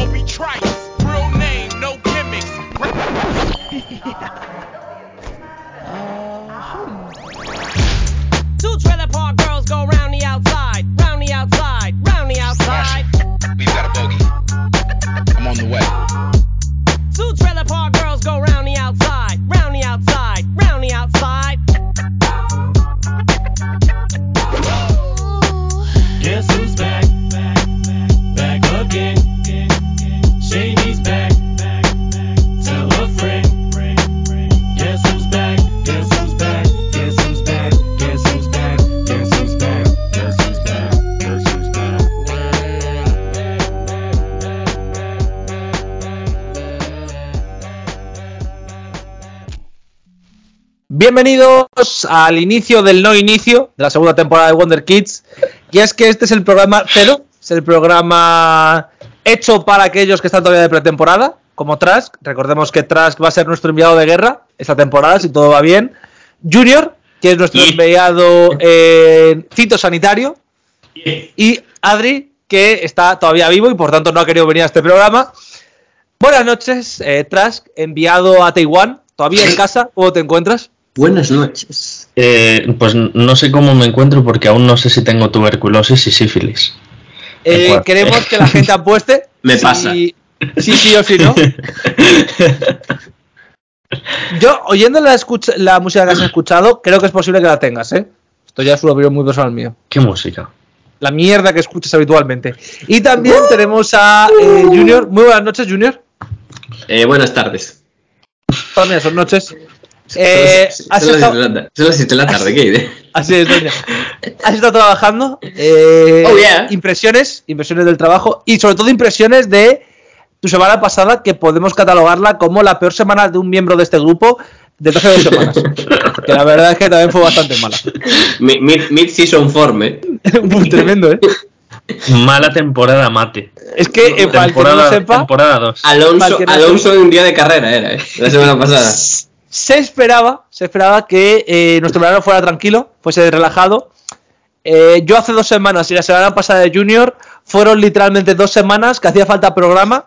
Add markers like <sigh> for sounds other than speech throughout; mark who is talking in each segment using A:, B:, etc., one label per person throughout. A: Obi Trice, real name, no gimmicks.
B: Two trailer park girls go round the outside, round the outside, round the outside.
C: We've got a bogey. I'm on the way.
B: Two trailer park girls go round the outside, round the outside, round the outside.
D: Guess who's back? Back again. Shady's back. Tell a friend. Guess who's back? Guess who's back? Guess who's back? Guess who's back? Guess who's back? Guess who's back? Guess who's back?
E: Bienvenidos al inicio del no inicio de la segunda temporada de Wonder Kids. Y es que este es el programa cero, es el programa hecho para aquellos que están todavía de pretemporada, como Trask. Recordemos que Trask va a ser nuestro enviado de guerra esta temporada, si todo va bien. Junior, que es nuestro enviado eh, fitosanitario. Y Adri, que está todavía vivo y por tanto no ha querido venir a este programa. Buenas noches, eh, Trask, enviado a Taiwán, todavía en casa. ¿Cómo te encuentras?
F: Buenas noches.
G: Eh, pues no sé cómo me encuentro porque aún no sé si tengo tuberculosis y sífilis.
E: Eh,
G: Igual.
E: queremos que la
F: <laughs>
E: gente apueste.
F: Me
E: si-
F: pasa.
E: Sí, sí o sí,
F: <laughs>
E: ¿no? Yo, oyendo la, escucha- la música que has escuchado, creo que es posible que la tengas, ¿eh? Esto ya es una opinión muy personal mío.
G: <laughs> ¿Qué música?
E: La mierda que escuchas habitualmente. Y también tenemos a eh, Junior. Muy buenas noches, Junior.
F: Eh, buenas tardes.
E: Para mí son noches. Eh,
F: son las
E: has
F: siete de
E: estado-
F: la ta- son las 7 de la
G: <laughs>
F: tarde, ¿qué?
E: así es, doña. <laughs> Has estado trabajando. eh,
F: Oh, yeah.
E: Impresiones, impresiones del trabajo y sobre todo impresiones de tu semana pasada que podemos catalogarla como la peor semana de un miembro de este grupo de hace dos
F: <laughs>
E: semanas. que la verdad es que también fue bastante mala. <laughs>
F: Mi- mi- Mid-season form, ¿eh?
E: Muy tremendo, ¿eh?
G: Mala temporada mate.
E: Es que eh, para el que no lo
G: Temporada,
E: sepa,
G: temporada 2.
F: Alonso,
E: Cualquier
F: Alonso en un día de carrera era, ¿eh? La
E: <laughs>
F: semana pasada.
E: se esperaba, se esperaba que eh, nuestro verano fuera tranquilo, fuese relajado. Eh, yo hace dos semanas y la semana pasada de Junior fueron literalmente dos semanas que hacía falta programa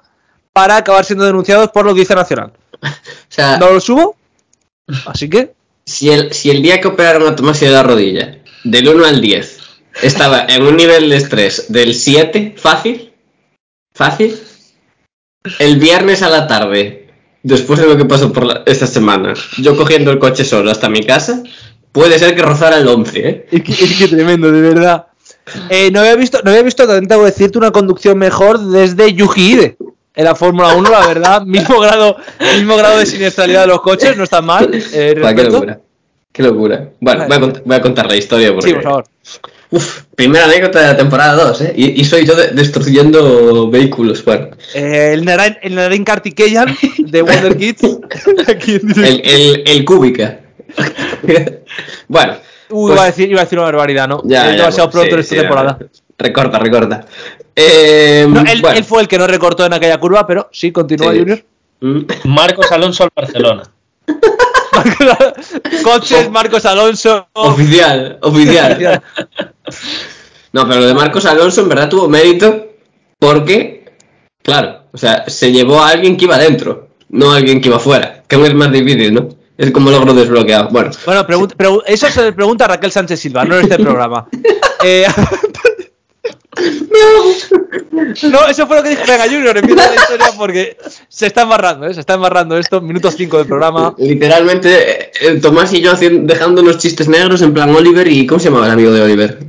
E: para acabar siendo denunciados por la Audiencia Nacional.
F: O sea,
E: No lo subo, así que
F: si, el, si el día que operaron a Tomás de la rodilla, del 1 al 10, estaba en un nivel de estrés del 7, fácil, fácil, el viernes a la tarde, después de lo que pasó por la- esta semana, yo cogiendo el coche solo hasta mi casa, puede ser que rozara el 11, ¿eh?
E: es que, es que tremendo, de verdad. Eh, no había visto, no había visto, también tengo que decirte, una conducción mejor desde Yuji Ide. En la Fórmula 1, la verdad, <laughs> mismo grado, mismo grado de siniestralidad de los coches, no está mal. eh,
F: Buah, qué
E: respeto.
F: locura. Qué locura.
E: Vale.
F: Bueno, voy a, cont- voy a contar la historia porque.
E: Sí, por favor.
F: Uf, primera anécdota de la temporada 2, ¿eh? Y, y soy yo de- destruyendo vehículos. Bueno,
E: Eh, el Narain, el Narain Kartikeyan de Wonder Kids. Aquí en directo.
F: el, el, el Cúbica. <laughs> bueno,
E: Uy,
F: pues-
E: iba, a decir, iba a decir una barbaridad, ¿no?
F: ya.
E: Eh,
F: ya,
E: demasiado
F: bueno,
E: pronto
F: sí,
E: en esta
F: sí, ya,
E: temporada.
F: bueno. Recorta, recorta. Eh,
E: No, él,
F: bueno,
E: él fue el que no recortó en aquella curva, pero sí, continúa,
F: Sí.
E: Junior. <laughs>
F: mm, <laughs>
G: Marcos Alonso al Barcelona.
E: Coches,
F: Oh.
E: Marcos Alonso.
F: Oficial,
E: <laughs>
F: oficial. no, pero lo de Marcos Alonso en verdad tuvo mérito porque, claro, o sea, se llevó a alguien que iba adentro, no a alguien que iba afuera, que es más difícil, ¿no? Es como logro desbloqueado. Bueno,
E: Bueno, pregun- pregu- eso se le pregunta a Raquel Sánchez Silva, no en este
F: <laughs>
E: programa. Eh, <laughs> no, eso fue lo que dije. Venga, Junior, empieza la historia porque se está embarrando, ¿eh? Se está embarrando esto. Minuto 5 del programa.
F: <laughs> literalmente eh, eh, Tomás y yo hacien- dejando unos chistes negros en plan Oliver y ¿cómo se llamaba el amigo de Oliver?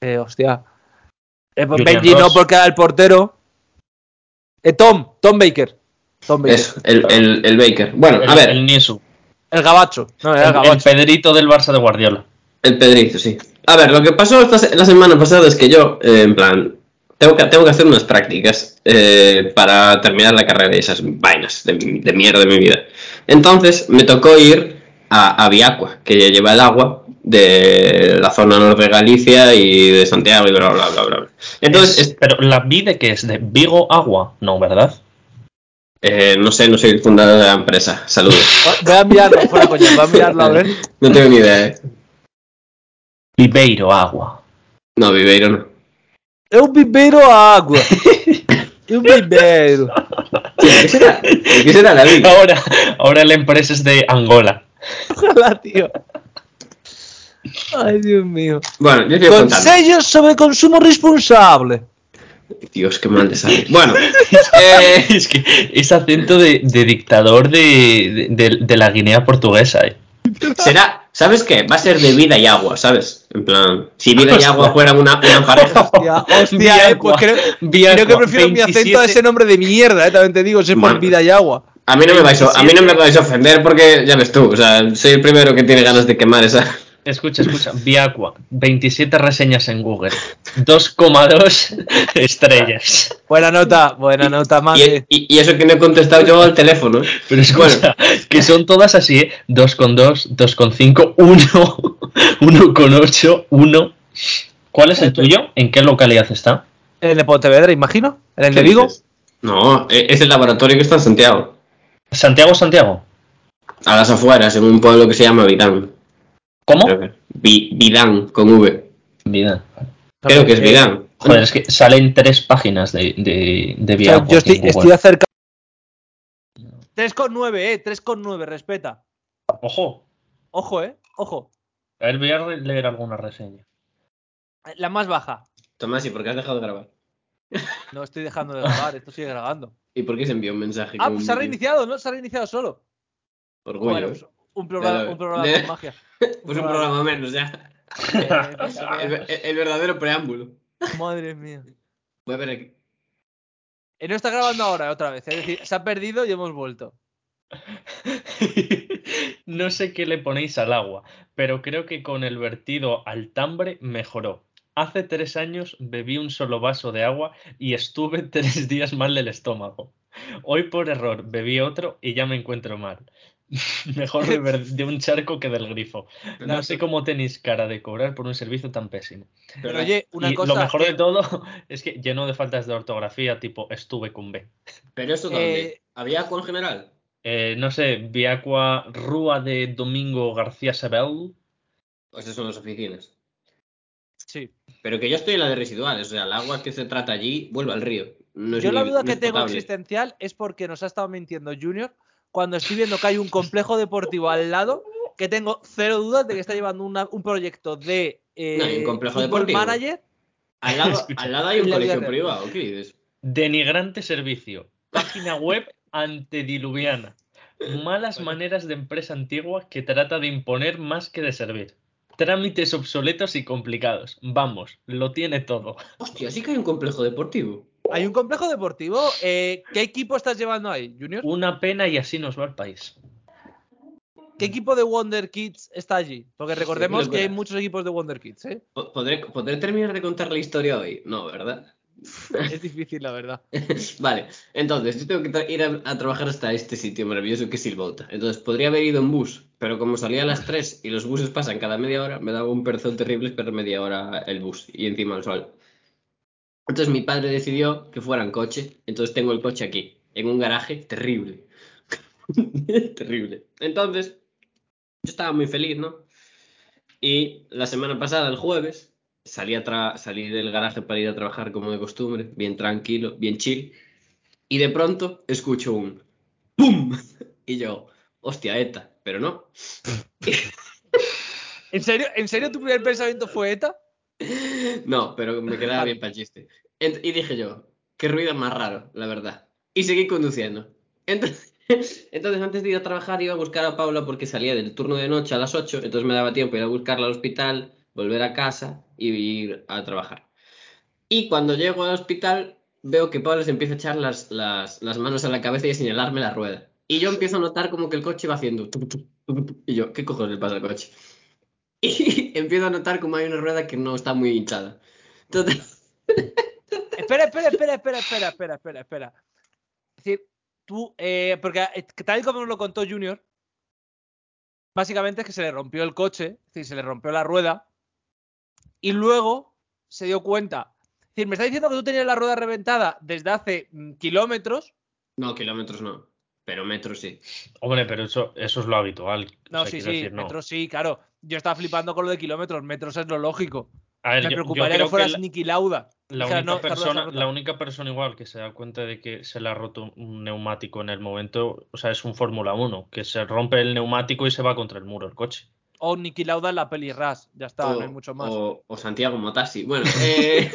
E: Eh, hostia. Eh, pues
G: Julian
E: Benji no,
G: Ross.
E: porque era el portero. Eh, Tom, Tom Baker. Tom Baker.
F: Eso, el, el, el Baker. Bueno, a
G: El-
F: ver,
G: El Nisu.
E: El gabacho. No, era el
G: El, el
E: gabacho.
G: Pedrito del Barça de Guardiola.
F: El Pedrito, sí. A ver, lo que pasó esta se- la semana pasada es que yo, eh, en plan, tengo que, tengo que hacer unas prácticas eh, para terminar la carrera y esas vainas de, mi- de mierda de mi vida. Entonces me tocó ir a, a Viacua, que lleva el agua de la zona norte de Galicia y de Santiago y bla, bla, bla, bla. bla. Entonces,
G: Es-
F: es-
G: pero la vide que es de Vigo Agua, no, ¿verdad?
F: eh, no sé, no soy el fundador de la empresa.
E: <laughs> Ah,
F: Saludos.
E: Voy a mirarlo fuera, coño. Voy a mirarlo a ver.
F: No tengo ni idea. ¿eh?
G: Viveiro agua.
F: No, Viveiro no.
E: É um bebeiro a <laughs> água. É um bebeiro.
F: ¿Qué será? ¿Qué será,
G: <laughs>
F: David?
G: Ahora, ahora la empresa es de Angola.
E: Ojalá, tío. Ay, Dios mío.
F: Bueno, yo estoy contando.
E: Consejos sobre consumo responsable.
F: Dios, qué mal te sale. Bueno,
G: Eh, <laughs> es que es acento de, de dictador de, de- de la Guinea portuguesa. eh.
F: será. ¿Sabes qué? Va a ser de vida y agua, ¿sabes? En plan, si vida y agua fueran una, una pareja.
E: <laughs> Hostia, hostia, eh,
G: Biagua,
E: pues creo,
G: Biagua,
E: creo que prefiero mi acento a
G: 27.
E: ese nombre de mierda, eh, también te digo, si es por
F: Bueno.
E: vida y agua.
F: A mí, no me vais a, a mí no me vais a ofender porque, ya ves tú, o sea, soy el primero que tiene ganas de quemar esa.
G: Escucha, escucha. Viacua, 27 reseñas en Google, 2,2 <laughs> estrellas.
E: Buena nota, buena nota,
F: Y,
E: mate.
F: y- y eso que no he contestado yo al teléfono. ¿eh?
G: Pero escucha, que son todas así, ¿eh? 2,2, 2,5, <laughs> 1, 1,8, 1. ¿Cuál es el tuyo? ¿En qué localidad está?
E: En el de Pontevedra, imagino. En el
F: ¿Qué
E: de Vigo.
F: dices? No, e- es el laboratorio que está en Santiago.
G: Santiago, Santiago.
F: A las afueras, en un pueblo que se llama Vidán.
G: ¿Cómo?
F: Creo que- Vi- Vidán, con V.
G: Vida.
F: Creo que es
E: Eh,
F: Vidán.
G: Joder, es que salen tres páginas de, de, de
E: o sea,
G: Viacua.
F: pues,
E: yo
G: aquí en
E: estoy, estoy
G: Google.
E: acerca. 3,9, eh, 3,9, respeta.
G: Ojo,
E: Ojo, eh, ojo.
G: a ver, voy a re- leer alguna reseña. <laughs>
E: La más baja.
F: Tomás, ¿y por qué has dejado de grabar?
E: No estoy dejando de grabar, esto sigue grabando.
F: ¿Y por qué se envió un mensaje?
E: Ah,
F: con
E: pues
F: un
E: se ha
F: vídeo?
E: reiniciado, ¿no? Se ha reiniciado solo.
F: Orgullo.
E: Bueno, pues, ah. un programa,
F: Dale,
E: un programa
F: dale. <laughs>
E: con magia.
F: Pues un programa menos, ya.
E: Eh, mira,
F: El, el- el verdadero preámbulo.
E: Madre mía.
F: Voy a ver aquí.
E: Eh, no está grabando ahora otra vez, es decir, se ha perdido y hemos vuelto.
G: no sé qué le ponéis al agua, pero creo que con el vertido al tambre mejoró. Hace tres años bebí un solo vaso de agua y estuve <laughs> tres días mal del estómago. Hoy por error bebí otro y ya me encuentro mal. <laughs> Mejor beber de un charco que del grifo. No sé cómo tenéis cara de cobrar por un servicio tan pésimo.
E: Pero oye, una
G: y
E: cosa.
G: lo mejor de
E: eh,
G: todo <laughs> es que lleno de faltas de ortografía, tipo estuve con B.
F: ¿Pero eso dónde?
E: eh,
F: ¿Había agua en general?
G: Eh, no sé, Viacua Rúa de Domingo García Sabel.
F: Pues esas son las oficinas.
E: sí.
F: Pero que yo estoy en la de residuales, o sea, el agua que se trata allí vuelve al río. No es
E: Yo la
F: ni-
E: duda
F: no
E: que
F: es
E: tengo
F: potable.
E: existencial es porque nos ha estado mintiendo Junior cuando estoy viendo que hay un complejo deportivo al lado que tengo cero dudas de que está llevando una- un proyecto de eh,
F: No, hay un complejo
E: football
F: deportivo.
E: manager
F: Al lado,
G: Escucha.
F: al
E: <laughs>
F: lado hay un
E: En la vida
F: colegio
E: real.
F: privado, ¿qué dices?
G: Denigrante servicio.
E: <laughs>
G: Página web antediluviana. Malas maneras de empresa antigua que trata de imponer más que de servir. Trámites obsoletos y complicados. Vamos, lo
E: <laughs>
G: tiene todo.
F: Hostia, sí que hay un complejo deportivo.
E: hay un complejo deportivo eh, ¿qué equipo estás llevando ahí Junior?
G: Una pena y así nos va el país.
E: ¿qué equipo de Wonder Kids está allí? porque recordemos
F: locura.
E: que hay muchos equipos de Wonder Kids
F: <laughs>
E: ¿eh?
F: Po- ¿Podré, ¿Podré terminar de contar la historia hoy? No, ¿verdad? <laughs>
E: es difícil la verdad
F: Vale, entonces yo tengo que tra- ir a, a trabajar hasta este sitio maravilloso que es Silbouta. Entonces podría haber ido en bus, pero como salía a las 3 y los buses pasan cada media hora, me daba un perzón terrible esperar media hora el bus y encima el sol. Entonces mi padre decidió que fuera en coche, entonces tengo el coche aquí, en un garaje terrible. <laughs> terrible. Entonces, yo estaba muy feliz, ¿no? Y la semana pasada, el jueves, salí, a tra- salí del garaje para ir a trabajar como de costumbre, bien tranquilo, bien chill. Y de pronto escucho un ¡Pum! <laughs> Y yo, hostia, ETA, pero no.
E: ¿en serio, ¿en serio tu primer pensamiento fue ETA?
F: No, pero me quedaba bien para el chiste. Ent- y dije yo, qué ruido más raro, la verdad. Y seguí conduciendo. Entonces, <laughs> entonces, antes de ir a trabajar, iba a buscar a Paula porque salía del turno de noche a las 8, entonces me daba tiempo ir a buscarla al hospital, volver a casa y ir a trabajar. Y cuando llego al hospital, veo que Paula se empieza a echar las, las, las manos a la cabeza y a señalarme la rueda. Y yo empiezo a notar como que el coche va haciendo... tup, tup, tup, tup. Y yo, ¿qué cojones le pasa al coche? <laughs> Y empiezo a notar como hay una rueda que no está muy hinchada. Entonces, <laughs>
E: Espera, espera, espera, espera, espera, espera, espera, espera. Es decir, tú, eh, porque eh, tal y como nos lo contó Junior, básicamente es que se le rompió el coche, es decir, se le rompió la rueda, y luego se dio cuenta. Es decir, me está diciendo que tú tenías la rueda reventada desde hace mm, kilómetros.
F: no, kilómetros no, pero metros sí.
G: Hombre, pero eso, eso es lo habitual. O
E: No,
G: sea,
E: sí,
G: quiero
E: sí,
G: decir, no.
E: metros sí, claro. Yo estaba flipando con lo de kilómetros, metros es lo lógico.
G: A ver,
E: Me
G: yo- yo
E: preocuparía
G: creo
E: que fueras
G: la-
E: Niki Lauda.
G: La
E: Dijera,
G: única,
E: no, está rota, está
G: persona,
E: rota.
G: la única persona igual que se da cuenta de que se le ha roto un neumático en el momento, o sea, es un Fórmula 1, que se rompe el neumático y se va contra el muro el coche.
E: O Niki Lauda en la peli Ras. Ya está, no hay mucho más.
F: O, o Santiago Motasi. Bueno,
E: <laughs>
F: eh,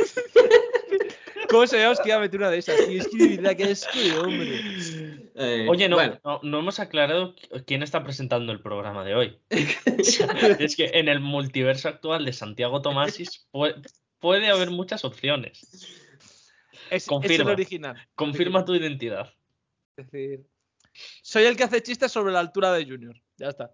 E: ¿Cómo se llama? Es que iba a meter una de esas. Y es que de verdad que es que, hombre.
F: <laughs> eh,
G: Oye, no,
E: <laughs>
F: bueno,
G: no, no hemos aclarado qui- quién está presentando el programa de
F: <laughs>
G: hoy. es que en el multiverso actual de Santiago Tomasis puede, puede haber muchas opciones.
E: Es, es el
G: Confirma.
E: original.
G: Confirma tu identidad.
E: Es decir, soy el que hace chistes sobre la altura de Junior. Ya está.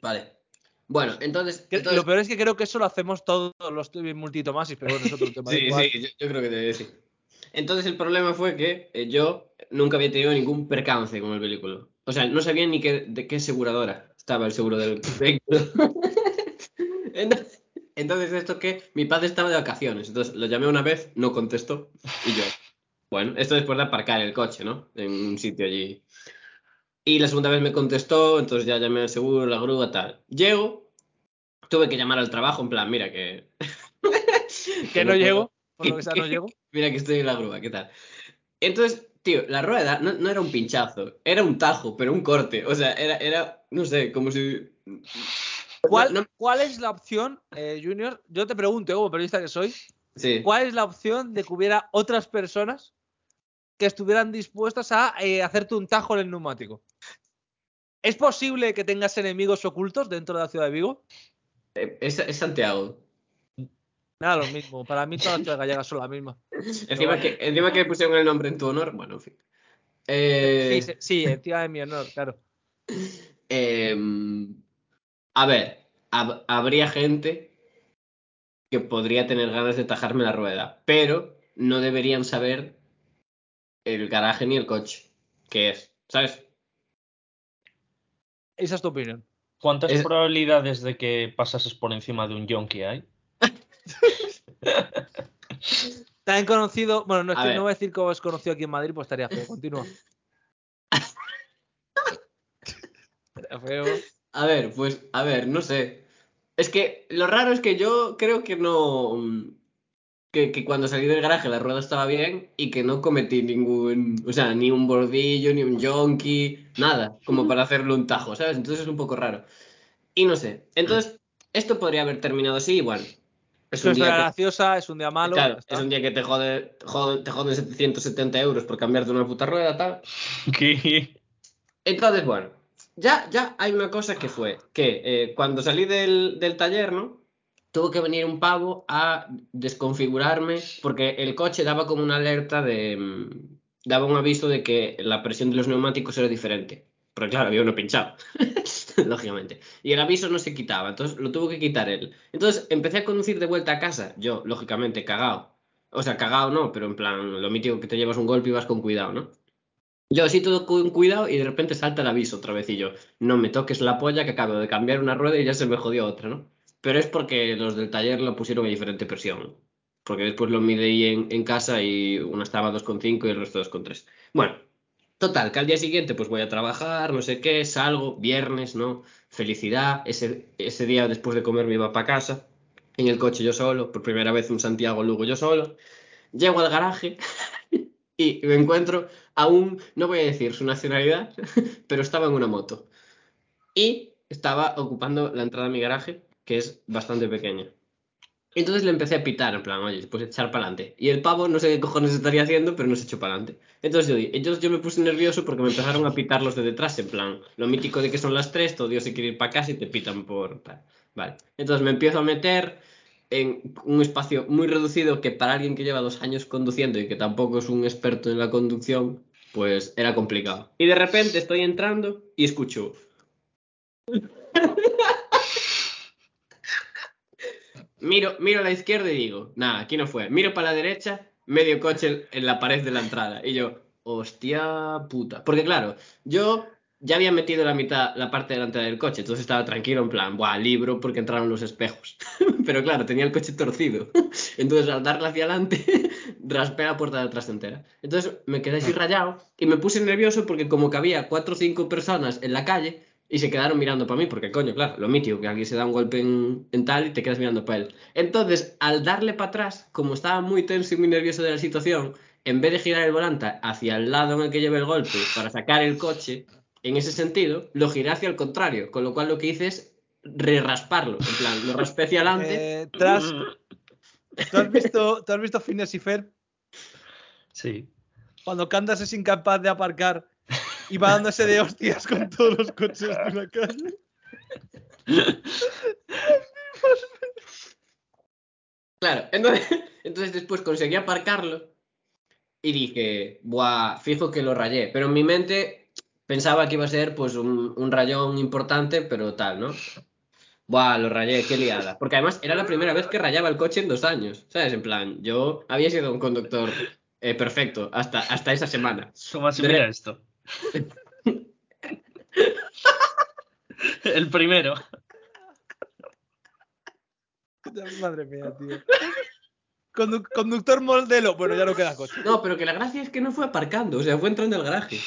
F: vale. Bueno, entonces.
E: Que-
F: entonces-
E: lo peor es que creo que eso lo hacemos todos los multitomasis, pero bueno, es otro tema. da
F: <laughs> Sí,
E: igual.
F: sí, yo, yo creo que te sí. Entonces el problema fue que eh, yo nunca había tenido ningún percance con el vehículo. O sea, no sabía ni qué, de qué aseguradora estaba el seguro <laughs> del vehículo. entonces, entonces esto que mi padre estaba de vacaciones, entonces lo llamé una vez, no contestó y yo, bueno, esto después de aparcar el coche, ¿no? En un sitio allí. Y la segunda vez me contestó, entonces ya llamé al seguro, la grúa, tal. Llego, tuve que llamar al trabajo, en plan, mira que...
E: Que no
F: puedo-
E: llego. Por lo que sea, no
F: <laughs>
E: llego.
F: Mira que estoy en la grúa, ¿qué tal? Entonces, tío, la rueda no, no era un pinchazo, era un tajo, pero un corte. O sea, era, era no sé, como si.
E: ¿Cuál,
F: No- no-
E: cuál es la opción, eh, Junior? Yo te pregunto, como periodista que soy,
F: sí.
E: ¿cuál es la opción de que hubiera otras personas que estuvieran dispuestas a eh, hacerte un tajo en el neumático? ¿Es posible que tengas enemigos ocultos dentro de la ciudad de Vigo?
F: Eh, Es, es Santiago.
E: Nada, lo mismo. Para mí todas las ciudades gallegas son la misma.
F: Encima que, encima que pusieron el nombre en tu honor, bueno, en fin. <laughs> Eh,
E: Sí, sí, sí, encima de mi honor, claro.
F: em, a ver, hab- habría gente que podría tener ganas de tajarme la rueda, pero no deberían saber el garaje ni el coche, que es, ¿sabes?
E: Esa es tu opinión.
G: ¿Cuántas
F: Es-
G: probabilidades de que pasases por encima de un yonki hay? <laughs>
E: Tan conocido, bueno, no, es
F: A
E: que
F: ver.
E: no voy a decir cómo es conocido aquí en Madrid, pues estaría feo. Continúa. Estaría feo.
F: A ver, pues, a ver, no sé. Es que lo raro es que yo creo que no. mm, Que, que cuando salí del garaje la rueda estaba bien y que no cometí ningún. O sea, ni un bordillo, ni un yonki, nada, como para hacerle un tajo, ¿sabes? Entonces es un poco raro. Y no sé. Entonces, esto podría haber terminado así igual. Es
E: Es una
F: un
E: historia
F: día que,
E: graciosa, es un día malo.
F: claro,
E: ya está.
F: es un día que te jode, jode- te joden 770 euros por cambiarte una puta rueda, tal.
G: ¿Qué?
F: Entonces, bueno, ya, ya hay una cosa que fue que eh, cuando salí del, del taller, ¿no? Tuvo que venir un pavo a desconfigurarme porque el coche daba como una alerta de... mm, daba un aviso de que la presión de los neumáticos era diferente. Pero claro, había uno pinchado, <laughs> lógicamente. Y el aviso no se quitaba, entonces lo tuvo que quitar él. Entonces empecé a conducir de vuelta a casa, yo, lógicamente, cagao. O sea, cagao no, pero en plan, lo mítico que te llevas un golpe y vas con cuidado, ¿no? Yo así todo con cuidado y de repente salta el aviso otra vez y yo, no me toques la polla que acabo de cambiar una rueda y ya se me jodió otra, ¿no? Pero es porque los del taller lo pusieron a diferente presión. Porque después lo midí en, en casa y una estaba 2,5 y el resto 2,3. Bueno, total, que al día siguiente pues voy a trabajar, no sé qué, salgo, viernes, ¿no? Felicidad, ese, ese día después de comer me iba para casa, en el coche yo solo, por primera vez un Santiago Lugo yo solo. Llego al garaje y me encuentro a un, no voy a decir su nacionalidad, <laughs> pero estaba en una moto. Y estaba ocupando la entrada a mi garaje, que es bastante pequeña. Entonces le empecé a pitar, en plan, oye, pues echar para adelante. Y el pavo, no sé qué cojones estaría haciendo, pero no se echó para adelante. Entonces yo, di- entonces yo me puse nervioso porque me empezaron a pitar los de detrás, en plan, lo mítico de que son las tres, todo Dios se quiere ir para casa y te pitan por tal. Vale. Entonces me empiezo a meter, en un espacio muy reducido que para alguien que lleva dos años conduciendo y que tampoco es un experto en la conducción, pues era complicado. Y de repente estoy entrando y escucho. miro, miro a la izquierda y digo, nada, aquí no fue. Miro para la derecha, medio coche en la pared de la entrada. Y yo, hostia puta. Porque claro, yo ya había metido la mitad, la parte delantera del coche, entonces estaba tranquilo en plan, buah, libro porque entraron los espejos. <laughs> Pero claro, tenía el coche torcido. Entonces al darle hacia adelante, <laughs> raspé la puerta de atrás entera. Entonces me quedé así rayado y me puse nervioso porque como que había cuatro o cinco personas en la calle, Y se quedaron mirando para mí, porque coño, claro, lo mítico, que alguien se da un golpe en, en tal y te quedas mirando para él. Entonces, al darle para atrás, como estaba muy tenso y muy nervioso de la situación, en vez de girar el volante hacia el lado en el que lleve el golpe para sacar el coche, en ese sentido, lo giré hacia el contrario, con lo cual lo que hice es re-rasparlo. En plan, lo raspé hacia adelante.
E: <laughs> Eh, tras,
F: <laughs>
E: ¿tú, has visto, ¿Tú has visto Phineas y Ferb?
G: Sí.
E: Cuando Candas es incapaz de aparcar y va dándose de hostias con todos los coches de la <laughs> calle.
F: Claro, <laughs> entonces, entonces después conseguí aparcarlo y dije, buah, fijo que lo rayé. Pero en mi mente pensaba que iba a ser pues un, un rayón importante, pero tal, ¿no? Buah, lo rayé, qué liada. Porque además era la primera vez que rayaba el coche en dos años. ¿Sabes? En plan, yo había sido un conductor eh, perfecto hasta, hasta esa semana.
G: ¿Cómo se
F: De-
G: mira esto? El primero.
E: Madre mía, tío. Condu- conductor modelo. Bueno, ya no queda coche.
F: No, pero que la gracia es que no fue aparcando, o sea, fue entrando al garaje.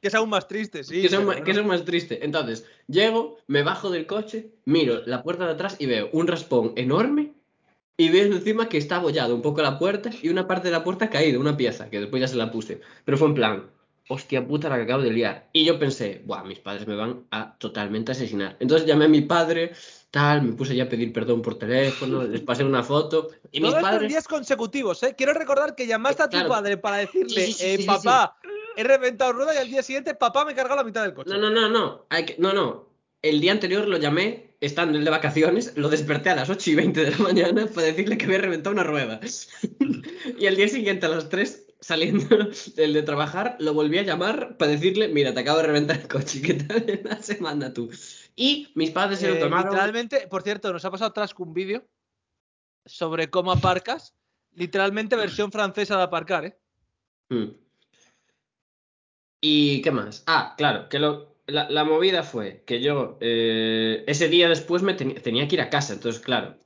E: Que es aún más triste, sí.
F: que, eso es
E: pero
F: más,
E: bueno.
F: que eso es más triste. Entonces, llego, me bajo del coche, miro la puerta de atrás y veo un raspón enorme y veo encima que está abollado un poco la puerta y una parte de la puerta caída, una pieza, que después ya se la puse. Pero fue en plan, hostia puta la que acabo de liar. Y yo pensé, buah, mis padres me van a totalmente asesinar. Entonces llamé a mi padre, tal, me puse ya a pedir perdón por teléfono, les pasé una foto y mis
E: Todos los
F: padres...
E: días consecutivos, ¿eh? Quiero recordar que llamaste a tu
F: Claro.
E: padre para decirle,
F: Sí, sí, sí,
E: eh,
F: sí, sí,
E: papá, he reventado rueda y al día siguiente, papá, me he cargado la mitad del coche.
F: No, no, no, no. Hay que- No, no. El día anterior lo llamé, estando él de vacaciones, lo desperté a las 8 y 20 de la mañana para decirle que había reventado una rueda. <laughs> y el día siguiente, a las 3, saliendo del de trabajar, lo volví a llamar para decirle, mira, te acabo de reventar el coche, ¿qué tal en la semana tú? Y mis padres se lo
E: Eh,
F: tomaron...
E: literalmente, por cierto, nos ha pasado atrás con un vídeo sobre cómo aparcas. Literalmente versión francesa de aparcar, ¿eh?
F: Mm. ¿Y qué más? Ah, claro, que lo, la, la movida fue que yo eh, ese día después me teni- tenía que ir a casa, entonces, claro,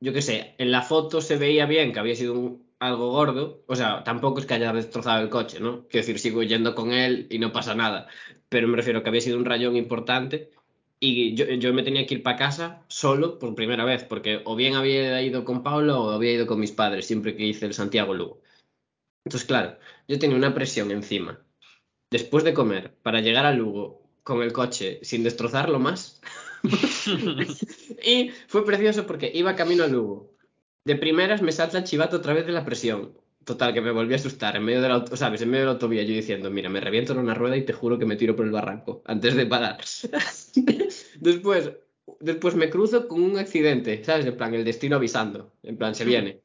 F: yo qué sé, en la foto se veía bien que había sido un- algo gordo, o sea, tampoco es que haya destrozado el coche, ¿no? Quiero decir, sigo yendo con él y no pasa nada, pero me refiero que había sido un rayón importante y yo, yo me tenía que ir para casa solo por primera vez, porque o bien había ido con Pablo o había ido con mis padres, siempre que hice el Santiago Lugo. Entonces, claro, yo tenía una presión encima. Después de comer, para llegar a Lugo con el coche sin destrozarlo más. <laughs> y fue precioso porque iba camino a Lugo. De primeras me salta el chivato otra vez de la presión. Total, que me volví a asustar en medio de la, auto- ¿sabes? En medio de la autovía, yo diciendo, mira, me reviento en una rueda y te juro que me tiro por el barranco antes de parar. <laughs> después, después me cruzo con un accidente, ¿sabes? En plan, el destino avisando. En plan, se viene.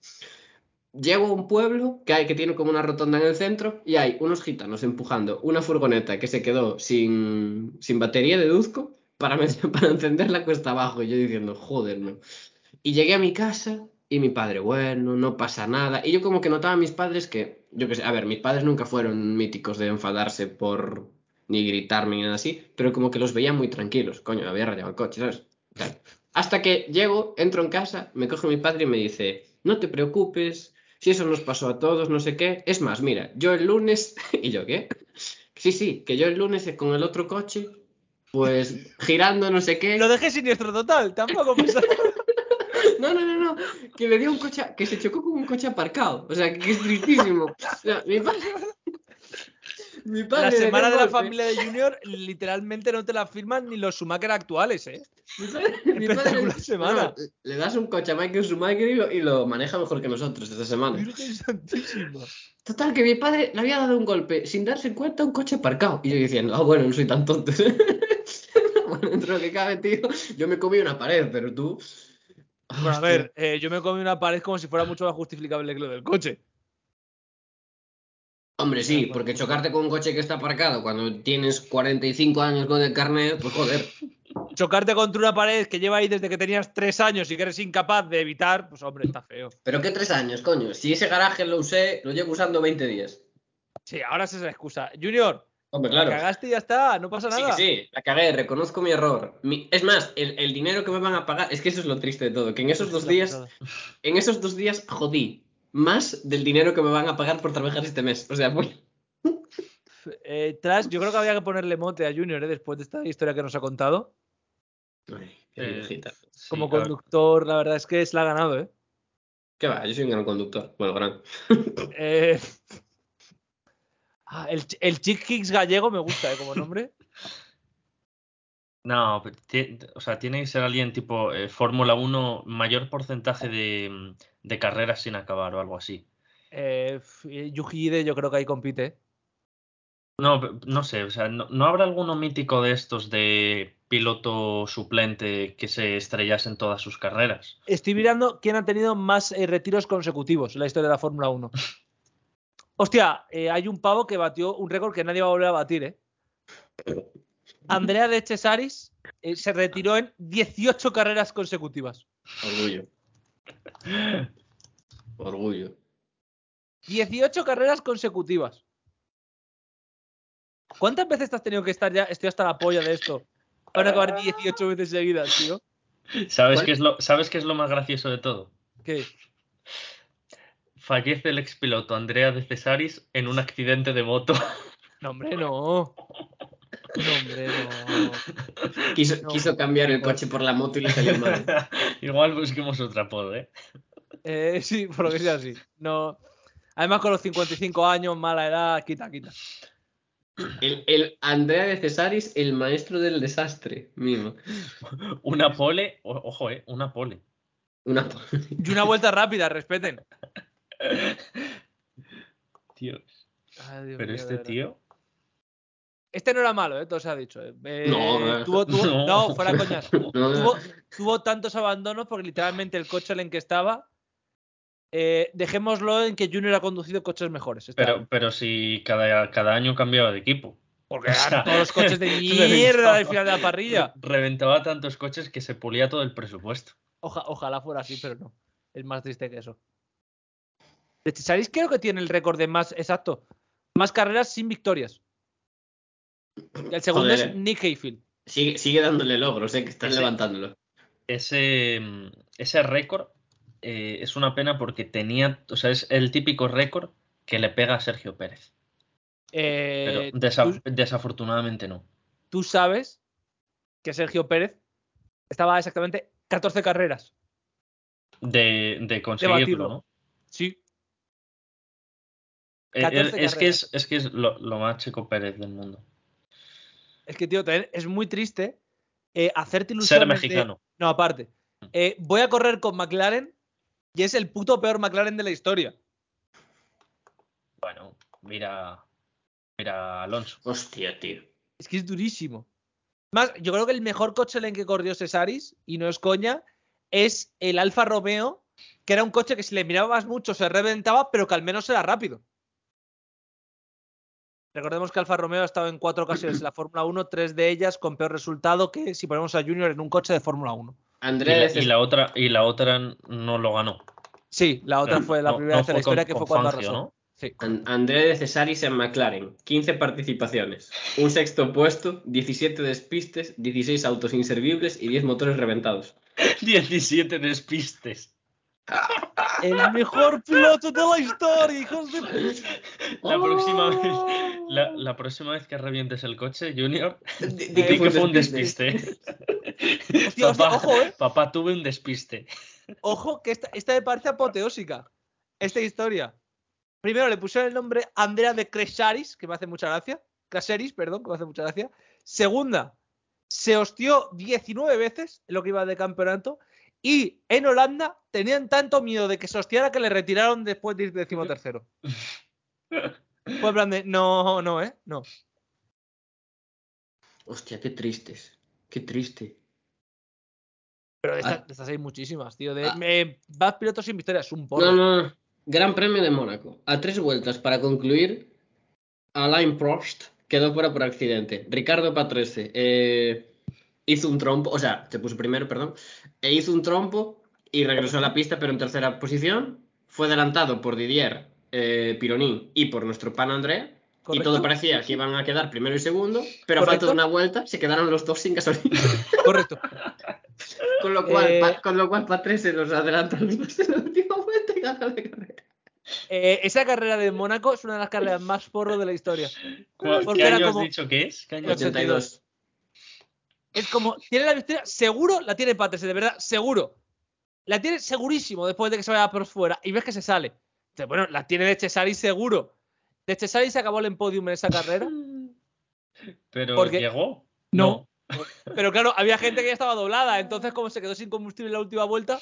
F: Llego a un pueblo que, hay, que tiene como una rotonda en el centro y hay unos gitanos empujando una furgoneta que se quedó sin, sin batería, deduzco, para, me- <laughs> para encender la cuesta abajo. Y yo diciendo, joder, no. Y llegué a mi casa y mi padre, bueno, no pasa nada. Y yo como que notaba a mis padres que, yo qué sé, a ver, mis padres nunca fueron míticos de enfadarse por ni gritarme ni nada así, pero como que los veía muy tranquilos. Coño, me había rayado el coche, ¿sabes? Tal. Hasta que llego, entro en casa, me coge mi padre y me dice, no te preocupes, si eso nos pasó a todos, no sé qué. Es más, mira, yo el lunes, <laughs> y yo qué, sí, sí, que yo el lunes eh, con el otro coche, pues girando, no sé qué.
E: Lo dejé siniestro total,
F: <laughs>
E: tampoco pasa nada.
F: No, no, no, no. Que me dio un coche, que se chocó con un coche aparcado. O sea, que es tristísimo. O sea, mi padre. Mi padre
E: La
F: le dio un
E: semana de la
F: golpe.
E: familia de Junior literalmente no te la firman ni los Schumacher actuales, ¿eh?
F: Mi padre, mi padre-
E: Espectacular semana.
F: no, le das un coche a Michael Schumacher y lo, y lo maneja mejor que nosotros esta semana.
E: Virgen santísima.
F: Total, que mi padre le había dado un golpe sin darse cuenta a un coche aparcado. Y yo diciendo, ah, bueno, no soy tan tonto. <laughs> bueno, dentro de lo que cabe, tío, yo me comí una pared, pero tú.
E: Bueno, a ver, eh, yo me comí una pared como si fuera mucho más justificable que lo del coche.
F: Hombre, sí, porque chocarte con un coche que está aparcado cuando tienes 45 años con el carnet, pues joder.
E: Chocarte contra una pared que lleva ahí desde que tenías tres años y que eres incapaz de evitar, pues hombre, está feo.
F: Pero qué tres años, coño. Si ese garaje lo usé, lo llevo usando 20 días.
E: Sí, ahora esa es la excusa. Junior,
F: Hombre,
E: la cagaste y ya está, no pasa
F: Sí,
E: nada.
F: sí, la cagué, reconozco mi error. Mi- Es más, el, el dinero que me van a pagar, es que eso es lo triste de todo, que en esos dos días, en esos dos días pues, jodí más del dinero que me van a pagar por trabajar este mes. O sea, fue-
E: Eh, Trash, yo creo que había que ponerle mote a Junior eh, después de esta historia que nos ha contado.
H: Ay, qué
G: Eh,
H: viejita.
G: sí,
E: Como
G: la verdad.
E: conductor, la verdad es que se la ha ganado, ¿eh?
H: ¿Qué va? Yo soy un gran conductor. Bueno, gran.
E: Eh, ah, el, ch- el Chick Kicks gallego me gusta, ¿eh? Como nombre.
G: No, pero tie- o sea, tiene que ser alguien tipo eh, Fórmula 1, mayor porcentaje de, mm, de carreras sin acabar o algo así.
E: Eh, f- eh, Yuji Ide, yo creo que ahí compite. ¿eh?
G: No, pe- no sé, o sea, no, no habrá alguno mítico de estos de piloto suplente que se estrellase en todas sus carreras?
E: Estoy mirando quién ha tenido más eh, retiros consecutivos en la historia de la Fórmula 1. Hostia, eh, hay un pavo que batió un récord que nadie va a volver a batir, ¿eh? Andrea de Cesaris eh, se retiró en 18 carreras consecutivas.
H: <laughs> Orgullo. Orgullo.
E: 18 carreras consecutivas. ¿Cuántas veces te has tenido que estar ya? Estoy hasta la polla de esto. Van a acabar 18 veces seguidas, tío.
G: ¿Sabes
E: ¿Cuál?
G: qué es lo, ¿sabes qué es lo más gracioso de todo?
E: ¿Qué?
G: Fallece el expiloto Andrea de Cesaris en un accidente de moto.
E: No, hombre, no. No, hombre, no.
F: Quiso,
E: No.
F: quiso cambiar el coche por la moto y le salió
E: <laughs>
F: mal.
G: <laughs> Igual busquemos otro apodo, ¿eh?
E: Eh, <laughs> sí, por lo que sea, sí. No. Además, con los 55 años, mala edad, quita, quita.
F: El, el Andrea de Cesaris, el maestro del desastre, mismo.
G: Una pole, o- ojo, ¿eh? Una pole.
F: Una <laughs>
E: Y una vuelta rápida, respeten.
G: Tío,
E: Ay, Dios
G: pero
E: mío, de
G: este
E: verdad.
G: tío...
E: Este no era malo, ¿eh? Todo se ha dicho. ¿eh? Eh,
H: No, eh.
E: tuvo- tuvo-
G: No.
E: no, fuera coñas.
H: <laughs> No,
E: tuvo, tuvo tantos abandonos porque literalmente el coche en el que estaba. eh, dejémoslo en que Junior ha conducido coches mejores. está
G: Pero,
E: bien.
G: pero si cada, cada año cambiaba de equipo.
E: porque
G: o sea,
E: eran todos los
H: <laughs>
E: coches de
G: reventaba.
E: mierda al final de la parrilla.
G: Reventaba tantos coches que se pulía todo el presupuesto.
E: Oja- ojalá fuera así, pero no. Es más triste que eso. De Cesaris creo que tiene el récord de más, exacto, más carreras sin victorias. Y el segundo
F: Joder,
E: es
F: eh.
E: Nick Hayfield.
F: sigue, sigue dándole logros, eh, que están
G: Ese-
F: levantándolo.
G: Ese, mm, ese récord eh, es una pena porque tenía, o sea, es el típico récord que le pega a Sergio Pérez. Pero
E: Eh,
G: desa-
E: tú,
G: desafortunadamente no.
E: tú sabes que Sergio Pérez estaba exactamente 14 carreras.
G: De, de conseguirlo,
E: batirlo.
G: ¿no?
E: Sí.
G: Eh, eh,
E: 14
G: es que es, es que es lo, lo más Checo Pérez del mundo.
E: Es que, tío, también es muy triste eh, hacerte ilusiones.
G: Ser
E: de-
G: mexicano.
E: No, aparte. eh, voy a correr con McLaren y es el puto peor McLaren de la historia.
G: Bueno, mira, mira a Alonso.
F: Hostia, tío.
E: Es que es durísimo. Más, yo creo que el mejor coche en el que corrió Cesaris, y no es coña, es el Alfa Romeo, que era un coche que si le mirabas mucho se reventaba, pero que al menos era rápido. Recordemos que Alfa Romeo ha estado en cuatro ocasiones en la Fórmula 1, tres de ellas con peor resultado que si ponemos a Junior en un coche de Fórmula 1.
G: Y
F: Andrea
G: la,
F: de
G: y
F: Cesaris.
G: la otra, y la otra no lo ganó.
E: Sí, la otra
G: No,
E: fue la
G: Eh, no-
E: primera
G: no
E: vez en la
G: con-
E: historia que
G: con
E: fue cuando
G: Fangio,
E: arrasó.
G: ¿no?
E: Sí.
F: An- Andrea de Cesaris en McLaren, 15 participaciones, un sexto puesto, 17 despistes, 16 autos inservibles y 10 motores
G: <laughs>
F: reventados.
G: 17 despistes.
E: El mejor piloto de la historia, hijos de...
G: La
F: ¡Oh!
G: próxima vez, la, la próxima vez que revientes el coche,
E: <laughs>
G: Junior,
F: Di- di
G: di
F: que
G: que fue un despiste.
E: Hostia, hostia,
G: papá,
E: ojo, eh.
G: papá, tuve un despiste.
E: Ojo, que esta, esta me parece apoteósica. Esta historia. Primero le pusieron el nombre Andrea de Cresharis, que me hace mucha gracia. Craseris, perdón, que me hace mucha gracia. Segunda, se hostió 19 veces en lo que iba de campeonato. Y en Holanda tenían tanto miedo de que se hostiara que le retiraron después de ir
F: <laughs>
E: decimotercero. Fue en plan de, no, no, ¿eh? No.
F: Hostia, qué tristes. Qué triste.
E: Pero de
F: Ah.
E: estas, de estas hay muchísimas, tío. De, eh, vas pilotos sin victorias, es un porro.
F: No, no, no. Gran Premio de Mónaco. A tres vueltas para concluir, Alain Prost quedó fuera por accidente. Ricardo Patrese eh, hizo un trompo, o sea, se puso primero, perdón, e hizo un trompo y regresó a la pista, pero en tercera posición. Fue adelantado por Didier eh, Pironi y por nuestro pan Andrea. Y
E: Correcto.
F: todo parecía que iban a quedar primero y segundo, pero a falta
E: Correcto.
F: de una vuelta se quedaron los dos
E: <laughs>
F: sin gasolina.
E: Correcto.
F: con lo cual,
E: Eh,
F: <laughs> pa- con lo cual Patrese los adelanta a los dos en la última vuelta y gana la carrera.
E: Eh, esa carrera de Mónaco es una de las carreras más porro de la historia.
G: ¿Cuál-
E: Porque
G: ¿Qué
E: era
G: año has
E: como-
G: dicho que es? ¿Qué año
E: Era
G: has dicho?
F: 82.
E: Es como, tiene la victoria, seguro la tiene Patterson, de verdad, seguro. La tiene segurísimo después de que se vaya por fuera y ves que se sale. Dices, Bueno, la tiene de Cesari seguro. De Cesari se acabó el podium en esa carrera.
G: Pero
E: Porque-
G: llegó.
E: No. Pero claro, había gente que ya estaba doblada, entonces como se quedó sin combustible en la última vuelta,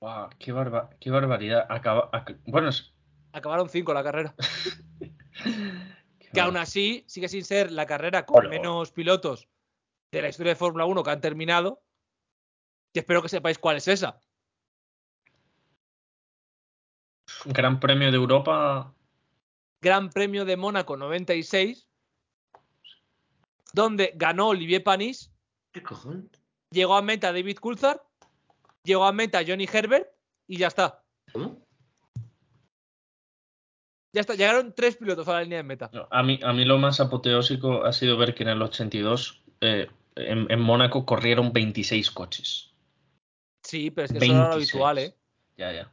G: Guau, qué, barba- qué barbaridad. Acaba- ac- Bueno, es-
E: acabaron cinco la carrera.
G: qué
E: Que
G: barbaridad.
E: aún así sigue sin ser la carrera con
G: Bueno.
E: menos pilotos de la historia de Fórmula 1 que han terminado. Y espero que sepáis cuál es esa.
G: Gran Premio de Europa.
E: Gran Premio de Mónaco 96, donde ganó Olivier Panis,
F: ¿Qué cojones?
E: llegó a meta David Coulthard, llegó a meta Johnny Herbert y ya está.
F: ¿Cómo?
E: Ya está, llegaron tres pilotos a la línea de meta.
G: No, A mí, a mí lo más apoteósico ha sido ver que en el 82, eh, en, en Mónaco, corrieron 26 coches.
E: Sí, pero es que eso era lo
G: 26.
E: habitual, ¿eh?
G: Ya, ya.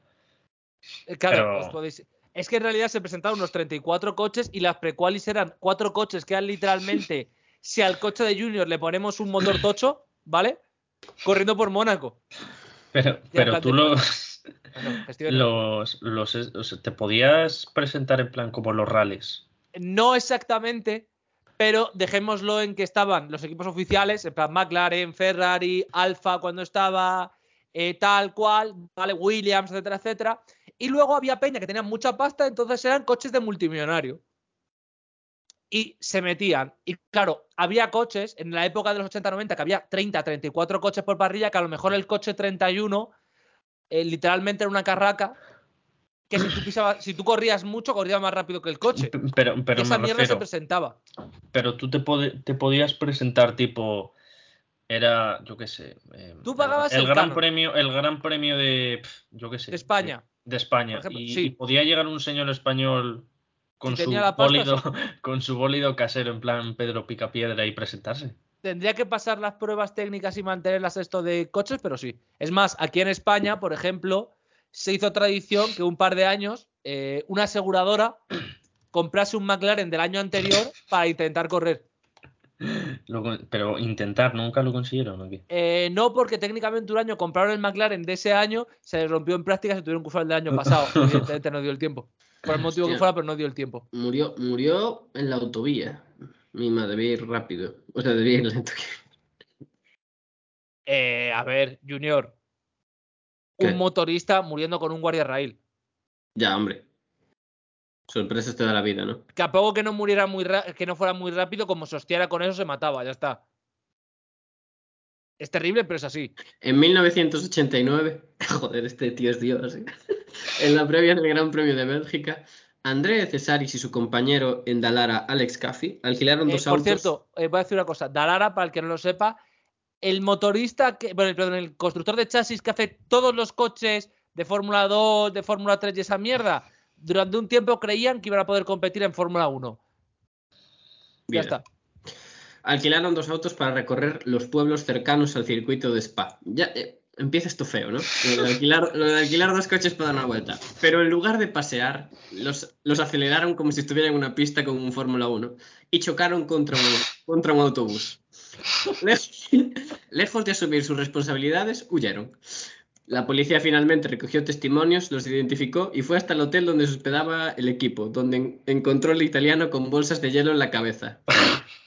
E: Eh, Claro,
G: Pero-
E: os podéis- Es que en realidad se presentaron unos 34 coches y las prequalis eran cuatro coches que eran literalmente, si al coche de Junior le ponemos un motor tocho, ¿vale? Corriendo por Mónaco.
G: Pero, pero tú
E: platico.
G: los,
E: Bueno, que estoy en-
G: <laughs> los, los es- o sea, te podías presentar en plan como los rallies.
E: No exactamente, pero dejémoslo en que estaban los equipos oficiales, en plan McLaren, Ferrari, Alfa cuando estaba, eh, tal cual, vale, Williams, etcétera, etcétera. Y luego había Peña que tenía mucha pasta, entonces eran coches de multimillonario. Y se metían. Y claro, había coches en la época de los 80-90 que había 30, 34 coches por parrilla, que a lo mejor el coche 31 eh, literalmente era una carraca. Que si tú, pisabas- si tú corrías mucho, corrías más rápido que el coche
G: P- Pero, pero
E: esa
G: me
E: mierda se
G: refiero,
E: presentaba.
G: pero tú te, pode- te podías presentar tipo. Era, yo qué sé. eh,
E: Tú
G: el-
E: pagabas
G: el,
E: el
G: gran
E: canon.
G: premio, el gran premio de, pf, yo qué sé.
E: De España.
G: de España.
E: Por ejemplo,
G: y,
E: sí.
G: y podía llegar un señor español con
E: Si
G: su
E: tenía la pasta,
G: bólido, <laughs> con su bólido casero, en plan Pedro Picapiedra, y presentarse.
E: Tendría que pasar las pruebas técnicas y mantenerlas esto de coches, pero sí. Es más, aquí en España, por ejemplo, se hizo tradición que un par de años eh, una aseguradora <clears throat> comprase un McLaren del año anterior para intentar correr.
G: Lo con- pero intentar, nunca lo consiguieron. ¿o qué?
E: Eh, no porque técnicamente un año compraron el McLaren de ese año, se les rompió en práctica, se tuvieron que usar el del año
G: <laughs>
E: pasado. Evidentemente no dio el tiempo. Por el motivo que
F: Hostia.
E: fuera, pero no dio el tiempo.
F: Murió, murió en la autovía. Mi madre, debía ir rápido. O sea, debía ir lento.
E: Eh, a ver, Junior.
F: ¿Qué?
E: Un motorista muriendo con un guardia rail.
F: <laughs> Ya, hombre. Sorpresas te da la vida, ¿no?
E: Que a poco que no muriera muy ra- que no fuera muy rápido, como se hostiara con eso, se mataba, ya está. Es terrible, pero es así.
F: En 1989, <laughs> joder, este tío es Dios. ¿eh? <laughs> En la previa del Gran Premio de Bélgica, André Cesaris y su compañero en Dalara, Alex Caffey, alquilaron
E: Eh,
F: dos
E: por
F: autos.
E: cierto, eh, voy a decir una cosa. Dalara, para el que no lo sepa, el motorista, que, bueno, perdón, el constructor de chasis que hace todos los coches de Fórmula 2, de Fórmula 3 y esa mierda, durante un tiempo creían que iban a poder competir en Fórmula 1.
F: Bien.
E: Ya está.
F: Alquilaron dos autos para recorrer los pueblos cercanos al circuito de Spa. Ya eh, empieza esto feo, ¿no? Lo de, alquilar, lo de alquilar dos coches para dar una vuelta. Pero en lugar de pasear, los, los aceleraron como si estuvieran en una pista con un Fórmula 1 y chocaron contra un, contra un autobús. Lejos, lejos de asumir sus responsabilidades, huyeron. La policía finalmente recogió testimonios, los identificó y fue hasta el hotel donde se hospedaba el equipo, donde en- encontró al italiano con bolsas de hielo en la cabeza.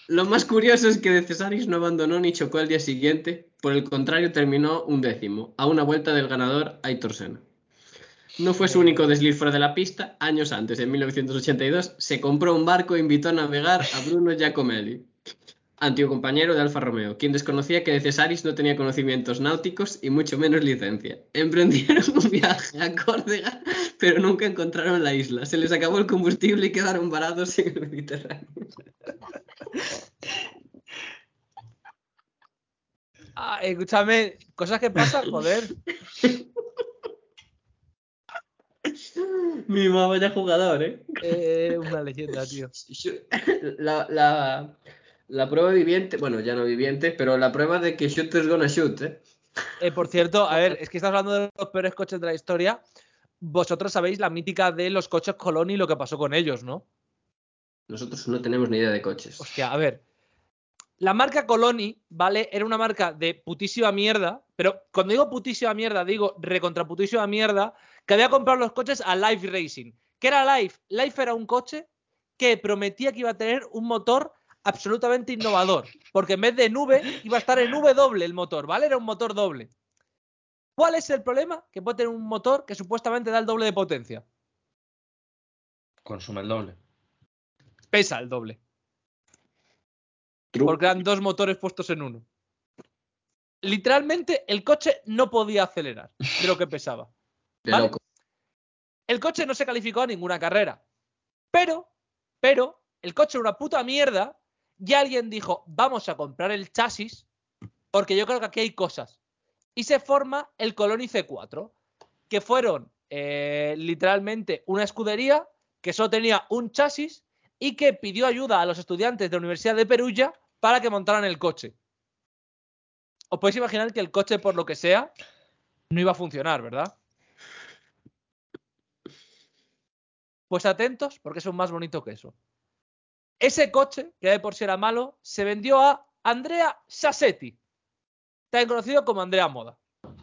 F: Lo más curioso es que De Cesaris no abandonó ni chocó al día siguiente, por el contrario terminó un décimo, a una vuelta del ganador Aitor Senna. No fue su único desliz fuera de la pista, años antes, en 1982, se compró un barco e invitó a navegar a Bruno Giacomelli, antiguo compañero de Alfa Romeo, quien desconocía que De Cesaris no tenía conocimientos náuticos y mucho menos licencia. Emprendieron un viaje a Córdoba, pero nunca encontraron la isla, se les acabó el combustible y quedaron varados en el Mediterráneo.
E: Ah, escúchame, cosas que pasan, joder.
F: <laughs> Mi mamá vaya jugador, ¿eh?
E: Eh, una leyenda, tío.
F: La, la, la prueba viviente, bueno, ya no viviente, pero la prueba de que shooter's gonna shoot, ¿eh?
E: Eh, por cierto, a ver, es que estamos hablando de los peores coches de la historia. Vosotros sabéis la mítica de los coches Colón y lo que pasó con ellos, ¿no?
F: Nosotros no tenemos ni idea de coches.
E: Hostia, a ver. La marca Coloni, ¿vale? Era una marca de putísima mierda, pero cuando digo putísima mierda, digo recontra putísima mierda, que había comprado los coches a Life Racing. ¿Qué era Life? Life era un coche que prometía que iba a tener un motor absolutamente innovador, porque en vez de nube iba a estar en V doble el motor, ¿vale? Era un motor doble. ¿Cuál es el problema? Que puede tener un motor que supuestamente da el doble de potencia.
G: Consume el doble.
E: Pesa el doble.
F: True.
E: Porque eran dos motores puestos en uno. Literalmente, el coche no podía acelerar de lo que pesaba.
F: De
E: ¿vale?
F: loco.
E: El coche no se calificó a ninguna carrera. Pero, pero, el coche era una puta mierda. Y alguien dijo, vamos a comprar el chasis, porque yo creo que aquí hay cosas. Y se forma el Coloni C4, que fueron eh, literalmente una escudería que solo tenía un chasis y que pidió ayuda a los estudiantes de la Universidad de Perugia para que montaran el coche. Os podéis imaginar que el coche, por lo que sea, no iba a funcionar, ¿verdad? Pues atentos, porque eso es más bonito que eso. Ese coche, que de por sí era malo, se vendió a Andrea Sassetti, también conocido como Andrea Moda,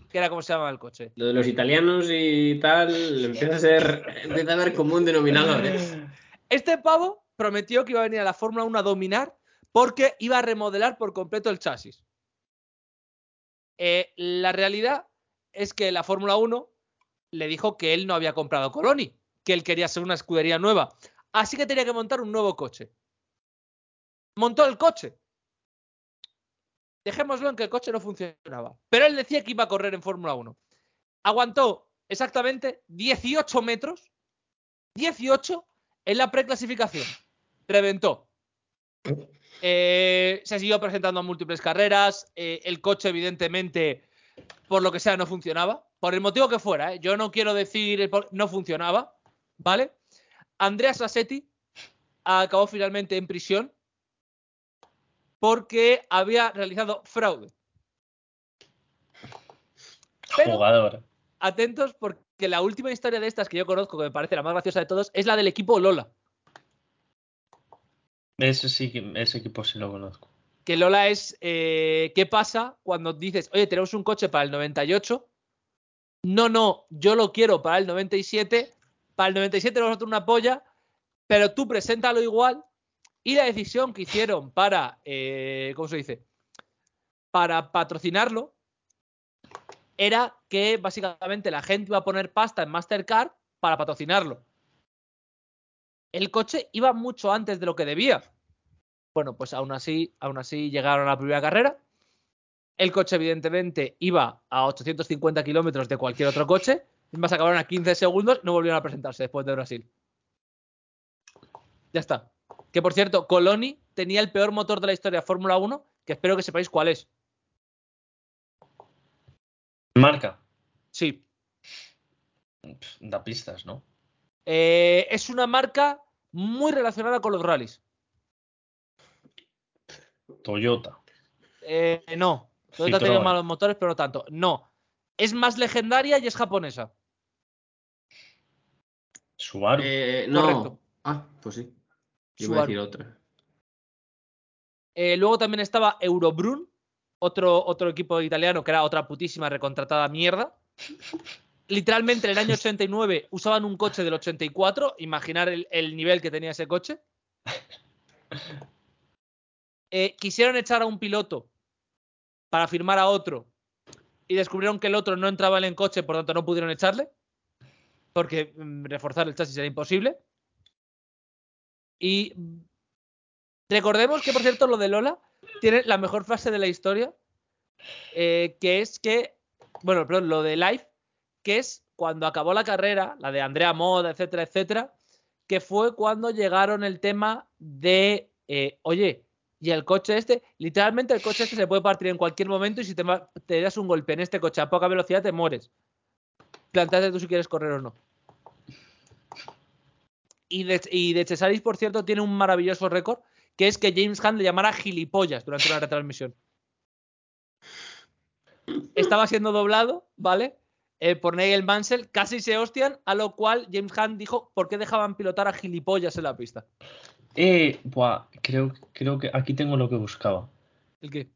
E: que era como se llamaba el coche.
F: Lo de los italianos y tal empieza a ser. empieza a haber común denominador. ¿eh?
E: Este pavo prometió que iba a venir a la Fórmula 1 a dominar porque iba a remodelar por completo el chasis. Eh, la realidad es que la Fórmula 1 le dijo que él no había comprado Coloni, que él quería hacer una escudería nueva. Así que tenía que montar un nuevo coche. Montó el coche. Dejémoslo en que el coche no funcionaba. Pero él decía que iba a correr en Fórmula 1. Aguantó exactamente 18 metros. 18 en la preclasificación. Reventó. Eh, se siguió presentando a múltiples carreras. eh, el coche, evidentemente, por lo que sea, no funcionaba. Por el motivo que fuera, ¿eh? yo no quiero decir el por- no funcionaba, ¿vale? Andrea Sassetti acabó finalmente en prisión porque había realizado fraude. Pero-
G: Jugador.
E: atentos porque la última historia de estas que yo conozco, que me parece la más graciosa de todos, es la del equipo Lola.
G: Ese sí, que- ese equipo sí lo conozco.
E: Que Lola es, eh, ¿qué pasa cuando dices, oye, tenemos un coche para el 98? No, no, yo lo quiero para el 97. Para el 97 nos vamos a hacer una polla, pero tú preséntalo igual. Y la decisión que hicieron para, eh, ¿cómo se dice? Para patrocinarlo era que básicamente la gente iba a poner pasta en Mastercard para patrocinarlo. El coche iba mucho antes de lo que debía. Bueno, pues aún así, aún así llegaron a la primera carrera. El coche, evidentemente, iba a 850 kilómetros de cualquier otro coche. Es más, acabaron a 15 segundos y no volvieron a presentarse después de Brasil. Ya está. Que por cierto, Coloni tenía el peor motor de la historia de Fórmula 1, que espero que sepáis cuál es.
G: Marca.
E: Sí.
G: Pf, Da pistas, ¿no?
E: Eh, es una marca muy relacionada con los rallies.
G: Toyota.
E: Eh, no. Toyota ha tenido
G: Citroën.
E: malos motores, pero no tanto. No. Es más legendaria y es japonesa.
G: Subaru.
F: Eh, no.
E: Correcto.
F: Ah, pues sí. Yo voy a
E: Subaru.
F: decir otra.
E: Eh, luego también estaba Eurobrun, otro, otro equipo italiano que era otra putísima recontratada mierda. Literalmente en el año 89 usaban un coche del 84, imaginar el, el nivel que tenía ese coche. Eh, quisieron echar a un piloto para firmar a otro y descubrieron que el otro no entraba en el coche, por tanto no pudieron echarle, porque mm, reforzar el chasis era imposible. Y mm, Recordemos que, por cierto, lo de Lola tiene la mejor frase de la historia, eh, que es que, bueno, perdón, lo de Life, que es cuando acabó la carrera, la de Andrea Moda, etcétera, etcétera, que fue cuando llegaron el tema de, eh, oye, y el coche este, literalmente el coche este se puede partir en cualquier momento y si te, ma- te das un golpe en este coche a poca velocidad te mueres. Plantate tú si quieres correr o no. Y de, y de Cesaris, por cierto, tiene un maravilloso récord que es que James Hunt le llamara gilipollas durante una retransmisión. estaba siendo doblado, ¿vale? Eh, por Nigel Mansell, casi se hostian, a lo cual James Hunt dijo, ¿por qué dejaban pilotar a gilipollas en la pista?
G: Eh, buah, creo, creo que aquí tengo lo que buscaba.
E: ¿El qué?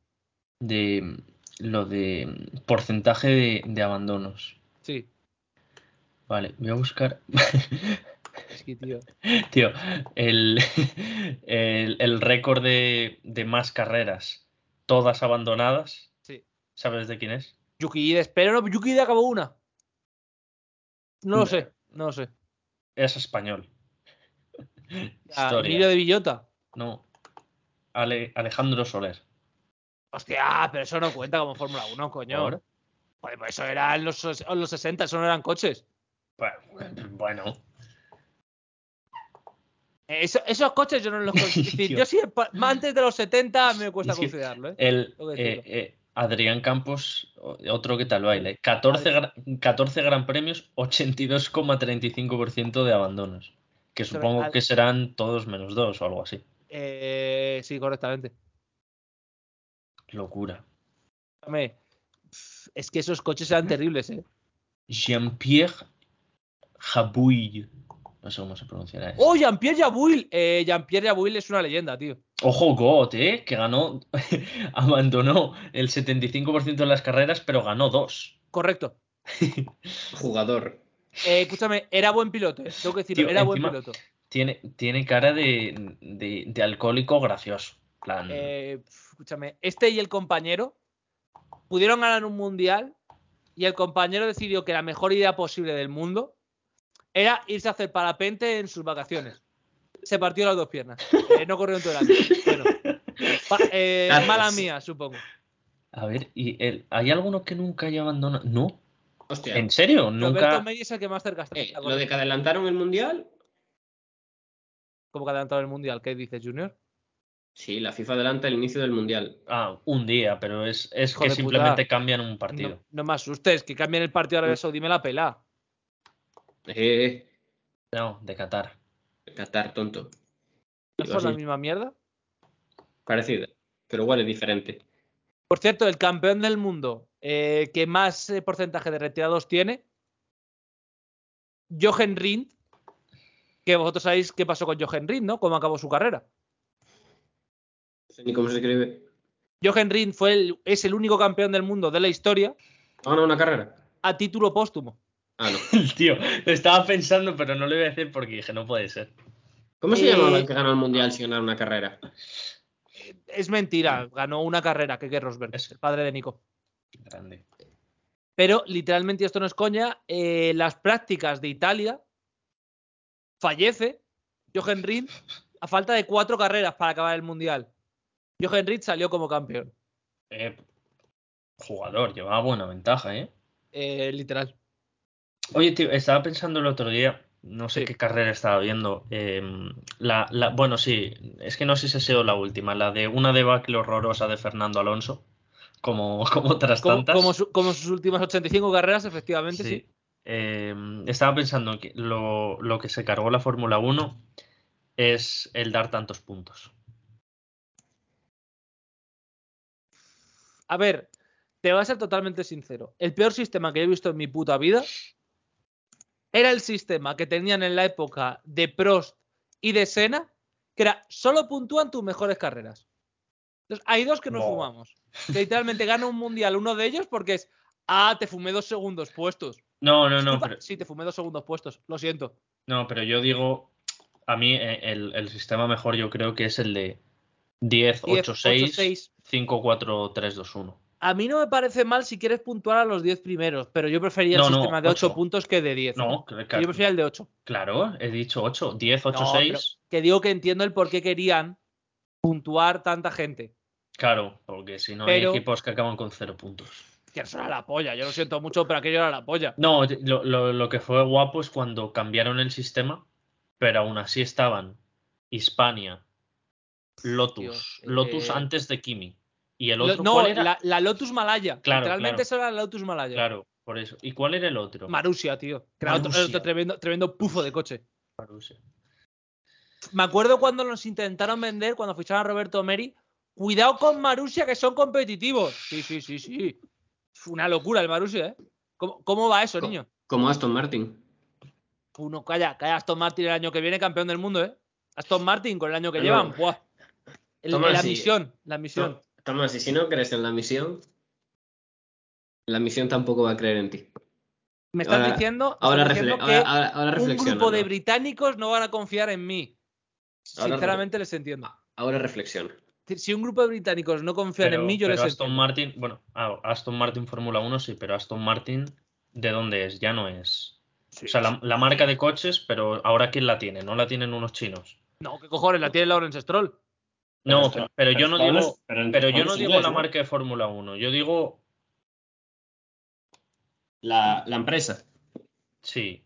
G: De lo de porcentaje de, de abandonos.
E: Sí,
G: Vale, voy a buscar. <laughs>
E: es que, tío.
G: Tío, el, <laughs> el, el récord de, de más carreras, todas abandonadas.
E: Sí.
G: ¿Sabes de quién es?
E: Yuki Ide, pero no, Yuki Ide acabó una. No lo sé, no lo sé.
G: Es español.
E: Ah,
G: Historia.
E: Emilio de Villota.
G: No. Ale- Alejandro Soler.
E: Hostia, pero eso no cuenta como Fórmula 1, coño.
G: Ahora.
E: Joder, pues eso era en los, ses- en los 60, eso no eran coches.
G: Bu- Bueno,
E: Eh, eso- esos coches yo no los
G: <laughs>
E: considero. es decir, yo sí, pa- antes de los 70 me cuesta
G: Es que-
E: considerarlo, ¿eh?
G: el
E: Tengo que decirlo.
G: eh, eh, Adrián Campos, o- otro que tal baile. 14, gra- 14 gran premios, 82,35% de abandonos. Que
E: Eso es
G: supongo
E: al-
G: que serán todos menos dos o algo así.
E: Eh, sí, correctamente.
G: Locura.
E: Hombre, pf, Es que esos coches eran terribles, ¿eh?
G: Jean-Pierre Jabouille. No sé cómo se pronunciará eso.
E: ¡Oh, Jean-Pierre Jabouille! Eh, Jean-Pierre Jabouille es una leyenda, tío.
G: Ojo, Got, eh, que ganó, <laughs> abandonó el 75% de las carreras, pero ganó dos.
E: Correcto.
F: Jugador.
E: Eh, escúchame, era buen piloto, ¿eh? tengo que decirlo,
G: Tío,
E: era
G: encima-
E: buen piloto.
G: Tiene, tiene cara de, de- de alcohólico gracioso. Plan,
E: Eh, pf, escúchame, este y el compañero pudieron ganar un mundial y el compañero decidió que la mejor idea posible del mundo era irse a hacer parapente en sus vacaciones. Se partió las dos piernas. Eh, no corrió en todo el año. Bueno, pa- eh,
F: Gracias.
E: mala mía, supongo.
G: a ver, y el- ¿hay alguno que nunca haya abandonado? No,
F: Hostia.
G: ¿en serio?
E: Roberto
G: Nunca.
E: Meyer es el que más cerca está.
F: Eh, lo de que adelantaron el mundial.
E: Como que adelantado el mundial. ¿Qué dices, Junior?
F: Sí, la FIFA adelanta el inicio del mundial.
G: Ah, un día, pero es, es
E: Hijo
G: que
E: de puta.
G: simplemente cambian un partido.
E: No, no me asustes, que cambien el partido ahora de Saudí me la pela.
F: Eh,
G: No, de Qatar. <laughs>
F: Qatar, tonto.
E: ¿No
F: Digo
E: son la
F: así,
E: misma mierda?
F: Parecido. Pero igual es diferente.
E: Por cierto, el campeón del mundo eh, que más eh, porcentaje de retirados tiene, Jochen Rindt, que vosotros sabéis qué pasó con Jochen Rindt, ¿no? Cómo acabó su carrera.
F: No sé ni cómo se escribe.
E: Jochen Rindt fue el- es el único campeón del mundo de la historia
F: Ah, no, una carrera.
E: a título póstumo.
F: Ah, no.
E: <laughs>
G: El tío, estaba pensando, pero no le voy a decir porque dije, no puede ser.
F: ¿Cómo se
E: Eh,
F: llamaba el que ganó el mundial si ganaba una carrera?
E: Es mentira, ganó una carrera, que Rosberg,
G: Es-
E: el padre de Nico.
G: Grande.
E: Pero literalmente, y esto no es coña, eh, las prácticas de Italia fallece Jochen Rindt a falta de cuatro carreras para acabar el mundial. Jochen Rindt salió como campeón,
G: Eh, jugador, llevaba buena ventaja, ¿eh?
E: eh, literal.
G: Oye, tío, estaba pensando el otro día, no sé
E: Sí.
G: qué carrera estaba viendo. eh, la, la- bueno, sí, es que no sé si ha sido la última, la de una debacle horrorosa de Fernando Alonso, como, <laughs> como otras
E: Como,
G: tantas.
E: como su- como sus últimas 85 carreras, efectivamente, sí.
G: Sí. Eh, estaba pensando que lo, lo que se cargó la Fórmula 1 es el dar tantos puntos.
E: A ver, te voy a ser totalmente sincero. El peor sistema que yo he visto en mi puta vida era el sistema que tenían en la época de Prost y de Senna, que era solo puntúan tus mejores carreras. Entonces, hay dos que nos
G: Buah.
E: fumamos. Que literalmente gana un mundial uno de ellos porque es, ah, te fumé dos segundos puestos.
G: No, no, no,
E: Disculpa,
G: pero,
E: Sí, te fumé dos segundos puestos, lo siento.
G: no, pero yo digo, a mí eh, el, el sistema mejor yo creo que es el de
E: 10,
G: 10, 8,
E: 8, 6.
G: 6, 5, 4, 3, 2, 1.
E: A mí no me parece mal si quieres puntuar a los 10 primeros, pero yo prefería
G: No,
E: el
G: no,
E: sistema de 8
G: ocho.
E: puntos que de 10.
G: No, cl-
E: Yo
G: cl-
E: prefería el de 8.
G: claro, he dicho 8, 10, 8,
E: No, pero
G: 6.
E: que digo que entiendo el por qué querían puntuar tanta gente.
G: Claro, porque si no
E: Pero-
G: hay equipos que acaban con 0 puntos.
E: Que eso era la polla, yo lo siento mucho, pero aquello era la polla.
G: No, t- lo, lo- lo que fue guapo es cuando cambiaron el sistema, pero aún así estaban Hispania, Lotus,
E: Tío,
G: Lotus
E: eh,
G: antes de Kimi. ¿Y el
E: Lo-
G: otro
E: no,
G: cuál era?
E: la, la Lotus Malaya.
G: Claro,
E: Literalmente
G: claro.
E: eso era la Lotus Malaya.
G: Claro, por eso. ¿Y cuál era el otro?
E: Marusia, tío. Que era otro,
G: Marussia.
E: otro tremendo, tremendo pufo de coche.
G: Marusia.
E: Me acuerdo cuando nos intentaron vender, cuando ficharon a Roberto Meri. Cuidado con Marusia, que son competitivos. Sí, sí, sí, sí. Fue una locura el Marussia, ¿eh? ¿Cómo, cómo va eso,
F: Co-
E: niño?
F: Como Aston Martin.
E: Uno, calla, calla Aston Martin el año que viene, campeón del mundo, ¿eh? Aston Martin con el año que
F: No.
E: llevan, ¡buah! El-
F: Toma,
E: la
F: sí.
E: misión, la misión.
F: No, Tomás, y si no crees en la misión, la misión tampoco va a creer en ti.
E: Me estás
F: Ahora-
E: diciendo, me
F: Ahora,
E: estás diciendo
F: refle-
E: que
F: ahora, ahora- ahora
E: un
F: reflexiona.
E: grupo de
F: ¿no?
E: británicos no van a confiar en mí.
F: Ahora re-
E: Sinceramente les entiendo.
F: Ahora reflexiona.
E: Si- Si un grupo de británicos no confían
G: Pero-
E: en mí, yo
G: pero
E: les
G: Aston
E: entiendo.
G: Martin, bueno, ah, Aston Martin Fórmula 1 sí, pero Aston Martin, ¿de dónde es? Ya no es. o sea, la, la marca de coches, pero ahora ¿quién la tiene? No la tienen unos chinos.
E: No, qué cojones, la tiene Lawrence Stroll.
G: No, pero, yo no digo, pero yo no digo la
F: marca.
G: marca de Fórmula 1, yo digo,
F: La, la empresa.
G: sí.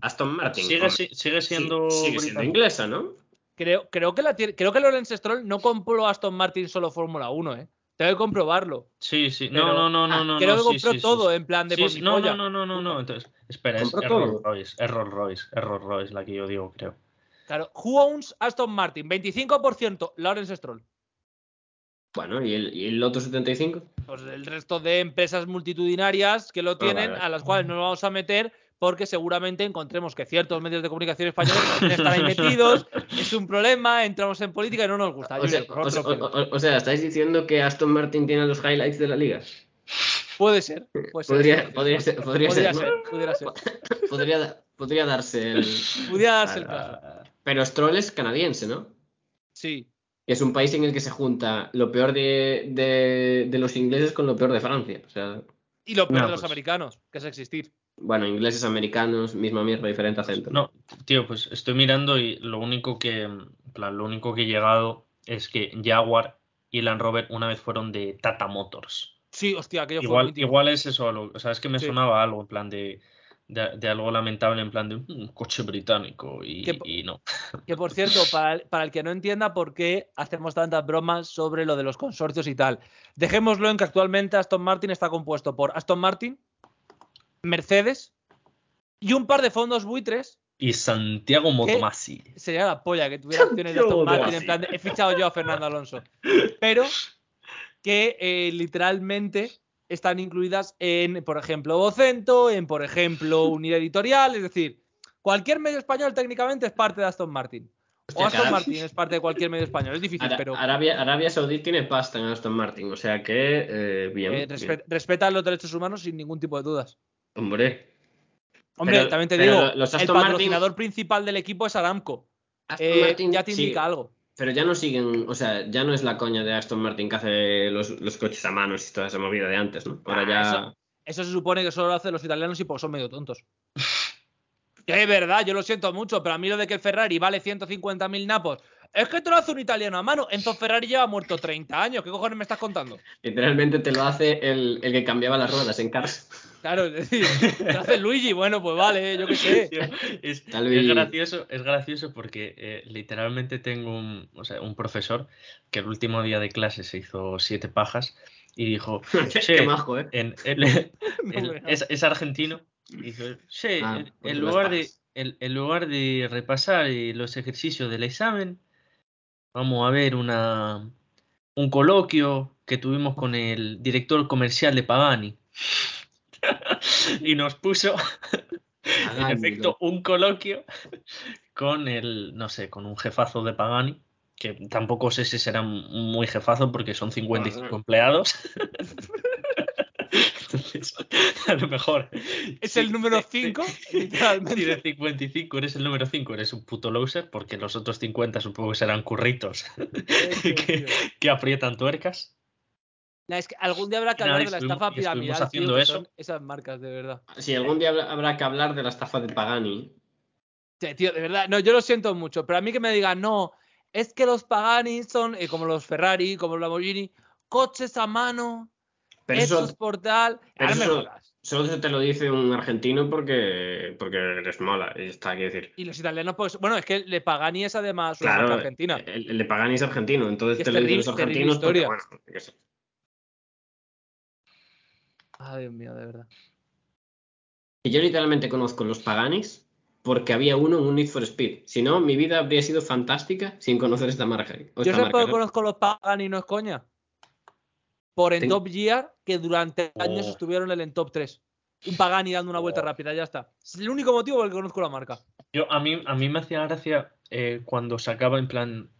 F: Aston Martin.
G: Sigue,
F: hombre.
G: si- sigue
F: Sí,
G: siendo
F: sigue siendo
G: británico.
F: inglesa, ¿no?
E: Creo, creo que la tiene, creo que Lawrence Stroll no compró Aston Martin solo Fórmula 1, eh. Tengo que comprobarlo.
G: Sí, sí.
E: Pero-
G: No, no, no, no,
E: ah,
G: no.
E: Creo
G: no,
E: que
G: sí,
E: compró
G: sí, sí,
E: todo
G: sí.
E: en plan de
G: Sí,
E: por
G: sí,
E: mi
G: no,
E: polla.
G: no, no, no, no, no. Entonces, espera, es
F: Compró
G: es
F: todo.
G: Rolls Royce, es Rolls Royce, es Rolls Royce la que yo digo, creo.
E: Claro, who owns Aston Martin? 25% Lawrence Stroll.
F: Bueno, ¿y el, y el Loto 75?
E: Pues el resto de empresas multitudinarias que lo tienen,
F: Pues vale.
E: a las cuales no nos vamos a meter porque seguramente encontremos que ciertos medios de comunicación españoles también están ahí
F: <laughs>
E: metidos, es un problema, entramos en política y no nos gusta.
F: O
E: Junior,
F: sea,
E: por
F: o-
E: otro
F: o-
E: pelo.
F: o- o sea, ¿estáis diciendo que Aston Martin tiene los highlights de la liga?
E: puede ser, puede ser.
F: eh, Podría, podría ser, podría
E: Podría
F: ser, ¿no?
E: ser, pudiera ser.
F: <laughs> Podría, da- podría darse el...
E: Pudiera <laughs> darse el
F: Ah,
E: caso.
F: Pero Stroll es canadiense, ¿no?
E: Sí.
F: Que es un país en el que se junta lo peor de, de- de los ingleses con lo peor de Francia. O sea,
E: Y lo peor
G: No,
E: de los
G: pues.
E: americanos, que es existir.
F: bueno, ingleses, americanos, misma mierda, diferente acento.
G: No, tío, pues estoy mirando y lo único que, en plan, lo único que he llegado es que Jaguar y Land Rover una vez fueron de Tata Motors.
E: Sí, hostia, aquello fue
G: Igual,
E: mítico.
G: igual es eso, lo- o sea, es que me
E: Sí.
G: sonaba algo en plan de, de, de algo lamentable, en plan de un coche británico y,
E: Que po-
G: y no.
E: Que por cierto, para el, para el que no entienda por qué hacemos tantas bromas sobre lo de los consorcios y tal, dejémoslo en que actualmente Aston Martin está compuesto por Aston Martin, Mercedes y un par de fondos buitres.
G: Y Santiago Motomasi.
E: Sería la polla que tuviera acciones de Aston Martin en plan de, he fichado yo a Fernando Alonso. Pero que eh, literalmente están incluidas en, por ejemplo, Vocento, en, por ejemplo, Unidad Editorial, es decir, cualquier medio español técnicamente es parte de Aston Martin. O
F: Hostia,
E: Aston
F: cada-
E: Martin es parte de cualquier medio español. Es difícil,
F: Ara-
E: pero
F: Arabia, Arabia Saudí tiene pasta en Aston Martin, o sea que eh, bien,
E: eh,
F: bien.
E: respe- respetan los derechos humanos sin ningún tipo de dudas.
F: Hombre,
E: Hombre,
F: Pero-
E: también te
F: pero
E: digo,
F: lo- los
E: el
F: Aston Martin-
E: patrocinador principal del equipo es Aramco.
F: Aston
E: Eh,
F: Martin
E: ya te
F: sigue-
E: indica algo.
F: Pero ya no siguen, o sea, ya no es la coña de Aston Martin que hace los, los coches a manos y toda esa movida de antes, ¿no? Ahora
E: Ah,
F: ya.
E: eso- Eso se supone que solo lo hacen los italianos y pues son medio tontos. <laughs> Que es verdad, yo lo siento mucho, pero a mí lo de que el Ferrari vale 150.000 napos, es que te lo hace un italiano a mano. Enzo Ferrari lleva muerto 30 años, ¿qué cojones me estás contando?
F: Literalmente te lo hace el, el que cambiaba las ruedas en Cars. <laughs>
E: Claro, <laughs> es decir, te lo hace Luigi, bueno, pues vale, yo qué sé.
G: Tío, <laughs> es,
F: Tal
G: es
F: vez-
G: gracioso, es gracioso porque eh, literalmente tengo un, o sea, un profesor que el último día de clase se hizo siete pajas y
F: <laughs>
G: dijo, "Che,
F: Qué majo, ¿eh?
G: en- en-
E: No,
G: el-
E: hombre, no.
G: es, es argentino. Y dice, "Che,
F: Ah,
G: en-
F: porque
G: en,
F: las
G: lugar de,
F: pajas".
G: en, en lugar de repasar eh, los ejercicios del examen, vamos a ver una, un coloquio que tuvimos con el director comercial de Pagani. <laughs> y nos puso, en
F: Hagámoslo.
G: efecto, un coloquio <laughs> con el, no sé, con un jefazo de Pagani. Que tampoco sé si será muy jefazo porque son 55
F: Ajá.
G: empleados. <laughs> Entonces, a lo mejor.
E: Es
G: si-
E: el número
G: si- si- <laughs>
E: 5,
G: Si de
E: literalmente.
G: 55 eres el número 5, eres un puto loser, porque los otros 50 supongo que serán curritos
E: Eso,
G: <laughs> que,
E: tío.
G: que aprietan tuercas.
E: La- es que algún día habrá que
G: Y nada,
E: hablar
G: y
E: de la
G: estuvimos-
E: estafa
G: y estuvimos
E: piramidal, tío,
G: haciendo
E: que
G: eso.
E: son esas marcas, de verdad.
F: Si algún día habla- habrá que hablar de la estafa de Pagani.
E: Sí, tío, de verdad, no, yo lo siento mucho, pero a mí que me digan, no, es que los Pagani son, eh, como los Ferrari, como los Lamborghini, coches a mano,
F: Pero
E: hechos
F: eso,
E: por tal.
F: pero
E: Ahora me
F: eso-
E: jodas.
F: solo eso te lo dice un argentino porque, porque les mola, y está, quiero decir.
E: Y los italianos, pues, bueno, es que le Pagani es además una
F: Claro, eh,
E: marca argentina.
F: El, el de Pagani es argentino, entonces
E: Y es
F: te lo dicen
E: terrible-
F: los
E: terrible
F: argentinos porque,
E: historia.
F: bueno, yo qué sé.
E: Ay, Dios mío, de verdad.
F: Y Yo literalmente conozco los Paganis porque había uno en un Need for Speed. Si no, mi vida habría sido fantástica sin conocer esta Pues marca. o
E: Yo
F: esta
E: sé
F: marca,
E: por qué
F: ¿no?
E: conozco los Pagani, no es coña. por en
H: Ten-
E: Top Gear que durante años
G: Oh.
E: estuvieron en el top 3. Un Pagani dando una vuelta
G: Oh.
E: rápida, ya está. Es el único motivo por el que conozco la marca.
G: Yo, a mí, a mí me hacía gracia eh, cuando sacaba, en plan,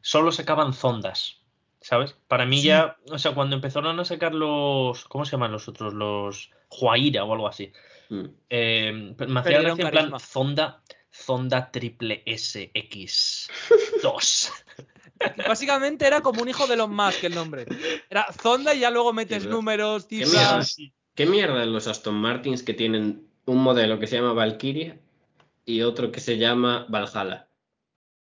G: solo sacaban Zondas, ¿sabes? Para mí ya, o sea, cuando empezaron a sacar los, ¿cómo se llaman los otros? Los Huaira o algo así.
H: Mm.
G: Eh, pe- me hacía
E: Perdieron
G: gracia en plan
E: carisma.
G: Zonda, Zonda triple
E: <laughs>
G: SX 2.
E: Básicamente era como un hijo de los más que el nombre. Era Zonda y ya luego metes
H: Qué
E: números,
H: Qué
E: cifras.
H: mierda. ¿Qué mierda los Aston Martins que tienen un modelo que se llama Valkyria y otro que se llama Valhalla?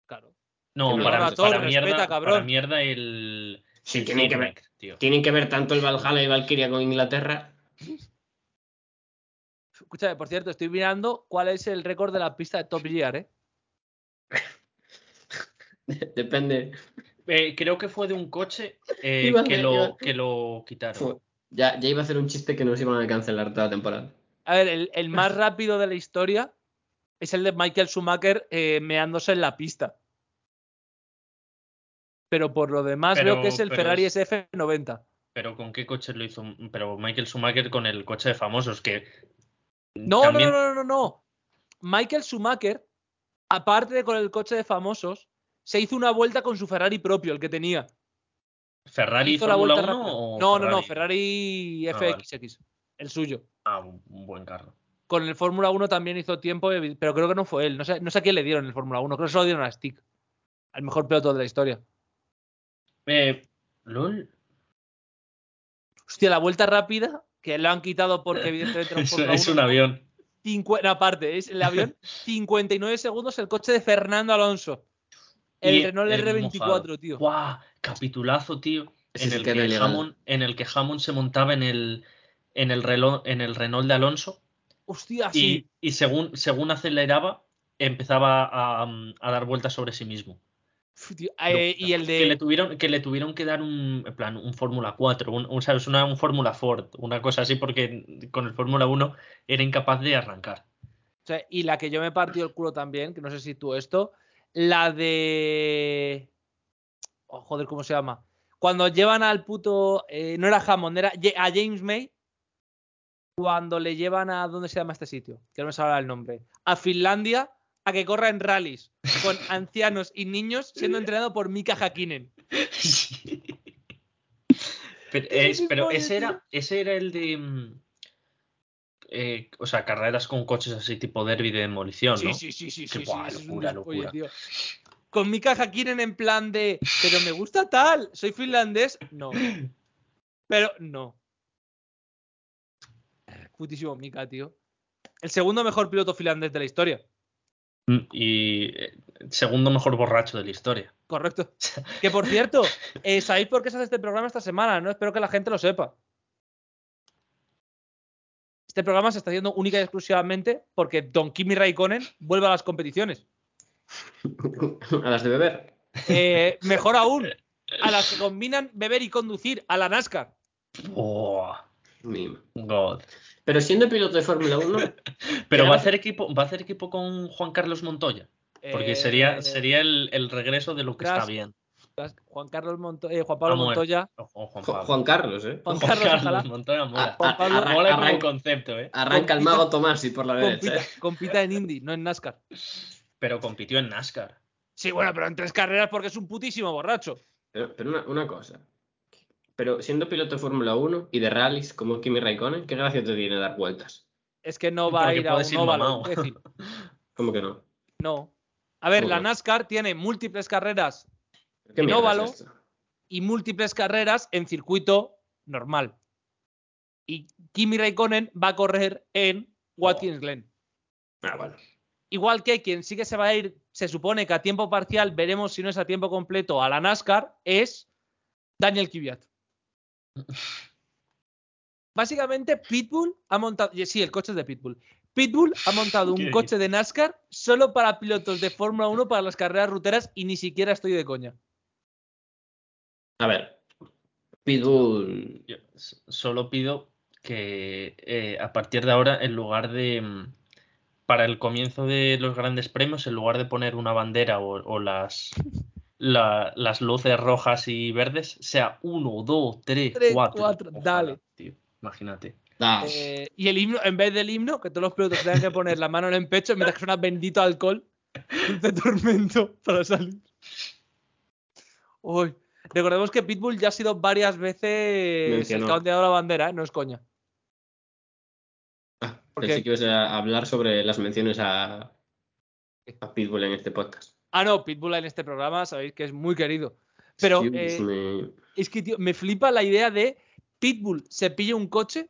E: Claro.
G: No,
H: Que me
G: para,
H: llama
G: para
E: Thor,
G: mierda,
E: respeta,
G: para
E: cabrón.
G: mierda el,
H: Sí,
G: el
H: tiene que ver.
G: Furback, tío.
H: ¿Tienen que ver tanto el Valhalla y Valkyria con Inglaterra? <laughs>
E: Escúchame, por cierto, estoy mirando cuál es el récord de la pista de Top Gear, ¿eh?
H: Depende.
G: Eh, creo que fue de un coche eh,
H: Iba a
G: que,
H: hacer- iba a
G: lo,
H: hacer-
G: que lo quitaron.
H: Fu- Ya, ya iba a hacer un chiste que nos iban a cancelar toda la temporada. <laughs>
E: A ver, el, el más rápido de la historia es el de Michael Schumacher eh, meándose en la pista. Pero por lo demás
G: Pero-
E: veo que es el
G: pero
E: Ferrari
G: es-
E: SF90.
G: Pero ¿con qué coche lo hizo? Pero Michael Schumacher con el coche de famosos, que
E: No,
G: Mm, también-
E: no, no, no, no, no. Michael Schumacher, aparte de con el coche de famosos, se hizo una vuelta con su Ferrari propio, el que tenía.
G: Ferrari
E: Hizo la
G: Fórmula
E: vuelta
G: 1
E: rápida.
G: o
E: No, no, no, Ferrari
G: Ah, vale.
E: FXX, el suyo.
G: Ah, un, un buen carro.
E: Con el Fórmula 1 también hizo tiempo, evi- pero creo que no fue él. No sé, no sé a quién le dieron el Fórmula 1, creo que se lo dieron a Stick. Al mejor piloto de la historia.
G: Eh, LOL.
E: Hostia, la vuelta rápida, que lo han quitado porque evidentemente era
G: <laughs>
E: un
G: Es,
E: Fórmula
G: es
E: 1.
G: un avión.
E: Cincu- no, aparte, es el
G: <laughs>
E: avión. 59 segundos el coche de Fernando Alonso. El
G: Y
E: Renault
G: el
E: R24,
G: mojado.
E: tío.
G: ¡Guau! Capitulazo, tío.
H: Ese
G: En
H: sí
G: el,
H: que era
G: que
H: ilegal.
G: Hammond, en el que Hammond se montaba en el, en el, reloj, en el Renault de Alonso.
E: Hostia, Ah, sí.
G: Y, y según, según aceleraba, empezaba a, um, a dar vueltas sobre sí mismo.
E: Uf, tío, eh, y el
G: Que le
E: de.
G: tuvieron que, le tuvieron que dar un, en plan, un Fórmula 4, un, un, ¿sabes? Una, un Fórmula Ford, una cosa así, porque con el Fórmula 1 era incapaz de arrancar.
E: o sea, y la que yo me partió el culo también, que no sé si tú esto. La de. Oh, joder, ¿cómo se llama? Cuando llevan al puto. eh, no era Hammond, era Ye- a James May. Cuando le llevan a. ¿Dónde se llama este sitio? Que no me sabrá el nombre. A Finlandia a que corra en rallies con ancianos y niños siendo entrenado por Mika Hakkinen.
G: Pero,
E: Qué
G: es- eh, pero
E: desmadre,
G: ese,
E: tío.
G: era, ese era el de. mm, eh, o sea, carreras con coches así tipo derby de demolición,
E: Sí,
G: ¿no?
E: sí, sí, sí.
G: Qué
E: sí,
G: guay,
E: sí, eso es un
G: Ah, locura,
E: despolle,
G: locura.
E: tío. Con Mika Hakkinen en plan de, pero me gusta tal, soy finlandés. No. Pero no. Putísimo Mika, tío. El segundo mejor piloto finlandés de la historia.
G: Mm, Y eh, segundo mejor borracho de la historia.
E: Correcto. Que por cierto, eh, sabéis por qué se hace este programa esta semana, ¿no? Espero que la gente lo sepa. Este programa se está haciendo única y exclusivamente porque Don Kimi Raikkonen vuelve a las competiciones.
H: A las de beber.
E: Eh, mejor aún, a las que combinan beber y conducir, a la NASCAR.
G: Buah,
H: Mima.
G: God.
H: Pero siendo piloto de Fórmula 1,
G: Pero
H: Ya
G: va a
H: vas-
G: hacer equipo, va a hacer equipo con Juan Carlos Montoya. Porque
E: Eh,
G: sería, sería el, el regreso de lo que
E: tras-
G: está bien.
E: Juan, Carlos Monto- eh, Juan Pablo
G: Ha muerto.
E: Montoya.
G: O- o Juan
H: Jo-
G: Pablo.
H: Juan Carlos, ¿eh?
E: Juan
G: Juan
E: Carlos, ojalá.
G: Carlos Montoya mola.
E: Juan Pablo
H: Arran-
G: Mola como
H: arran-
G: concepto, ¿eh?
H: arranca el mago Tomás y por la derecha.
E: Compita,
H: ¿eh?
E: compita en Indy, no en NASCAR.
G: Pero compitió en NASCAR.
E: Sí, bueno, pero en tres carreras porque es un putísimo borracho.
H: Pero, pero una, una cosa. Pero siendo piloto de Fórmula 1 y de rallies como Kimi Raikkonen, ¿qué gracia te tiene dar vueltas?
E: Es que no va
G: Porque
E: a ir a
G: puedes
E: un
G: ir
E: óvalo,
G: mamao.
E: imbécil.
H: ¿Cómo que no?
E: No. A ver, la
H: Joder.
E: NASCAR tiene múltiples carreras
H: ¿Qué
E: En
H: mierda es
E: óvalo.
H: esto?
E: y múltiples carreras en circuito normal. Y Kimi Raikkonen va a correr en
G: Oh.
E: Watkins Glen.
H: Ah, bueno.
E: Igual que quien sí que se va a ir, se supone que a tiempo parcial, veremos si no es a tiempo completo a la NASCAR, es Daniel Kvyat. Básicamente, Pitbull ha montado. y Sí, el coche es de Pitbull. Pitbull ha montado un
G: Qué
E: coche de NASCAR solo para pilotos de Fórmula 1 para las carreras ruteras y ni siquiera estoy de coña.
H: A ver. Pitbull.
G: Yo s- solo pido que eh, a partir de ahora, en lugar de. mm, Para el comienzo de los grandes premios, en lugar de poner una bandera o, o las. la- las luces rojas y verdes sea 1, 2, 3,
E: Tres,
G: 4.
E: cuatro, dale.
G: Tío, imagínate.
F: Da.
E: Eh, y el himno, en vez del himno, que todos los pilotos tengan que poner la mano en el pecho mientras que suena bendito alcohol, dulce tormento para salir. Uy. Recordemos que Pitbull ya ha sido varias veces el
F: Mencionado.
E: candidato a la bandera, ¿eh? no es coña.
F: Ah,
E: ¿por
F: pensé
E: qué?
F: que ibas a hablar sobre las menciones a, a Pitbull en este podcast.
E: Ah, no, Pitbull en este programa sabéis que es muy querido. Pero
F: Excuse
E: eh,
F: me.
E: es que, tío, me flipa la idea de Pitbull se pilla un coche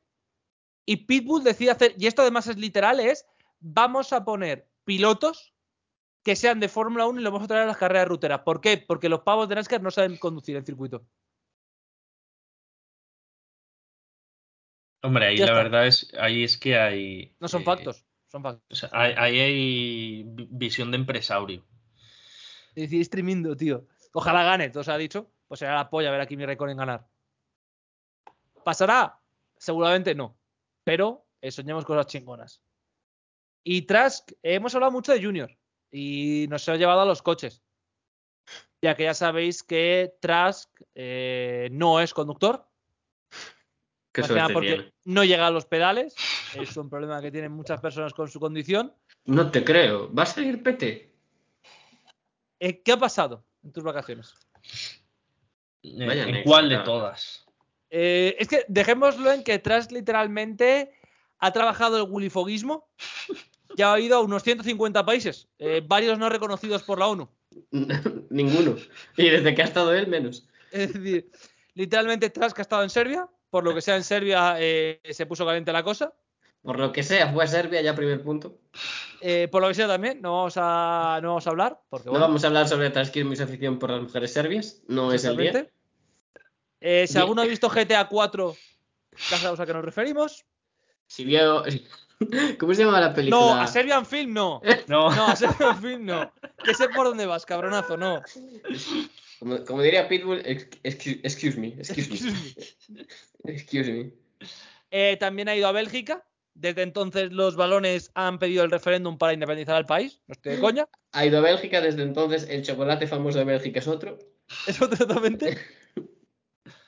E: y Pitbull decide hacer, y esto además es literal, es vamos a poner pilotos que sean de Fórmula 1 y los vamos a traer a las carreras ruteras. ¿Por qué? Porque los pavos de NASCAR no saben conducir el circuito.
G: Hombre, ahí
E: Ya
G: la
E: está.
G: verdad es, ahí es que hay.
E: No son
G: eh,
E: factos, son factos.
G: o sea, ahí, ahí hay vi- visión de empresario.
E: Es decir, es tremendo, tío. Ojalá gane, todo se ha dicho. Pues será la polla ver a Kimi Raikkonen ganar. ¿Pasará? Seguramente no. Pero eh, soñamos cosas chingonas. Y Trask, eh, hemos hablado mucho de Junior. Y nos ha llevado a los coches. Ya que ya sabéis que Trask eh, no es conductor.
H: Qué
E: más que nada
H: suerte
E: porque
H: tiene.
E: no llega a los pedales. Es un problema que tienen muchas personas con su condición.
F: No te creo. ¿Va a salir Pete?
E: Eh, ¿Qué ha pasado en tus vacaciones?
G: Eh,
H: Vaya
G: ¿En
H: nexo,
G: cuál de
H: claro.
G: todas?
E: Eh, es que dejémoslo en que Tras literalmente ha trabajado el gulifoguismo y ha ido a unos 150 países, eh, varios no reconocidos por la ONU.
F: Ninguno. Y desde que ha estado él, menos.
E: Es decir, literalmente Tras que ha estado en Serbia, por lo que sea en Serbia eh, se puso caliente la cosa,
F: Por lo que sea, fue a Serbia ya primer punto.
E: Eh, por lo que sea también, no vamos a, no vamos a hablar, porque
F: No
E: bueno,
F: vamos a hablar sobre Trasquismo y su afición por las mujeres serbias. No es el día.
E: exactamente. Eh, si
F: Bien.
E: alguno ha visto GTA 4, ya sabemos a qué nos referimos.
F: Si vio... <laughs> ¿Cómo se llama la película?
E: No, a Serbian Film no.
G: No,
E: No, a Serbian Film no. Que sé por dónde vas, cabronazo, no.
F: Como, como diría Pitbull, ex- excuse, excuse me, excuse me. <laughs> Excuse me.
E: Eh, también ha ido a Bélgica. Desde entonces los balones han pedido el referéndum para independizar al país. No estoy de
F: <laughs>
E: coña.
F: Ha ido a Bélgica desde entonces. El chocolate famoso de Bélgica es otro.
E: Eso totalmente.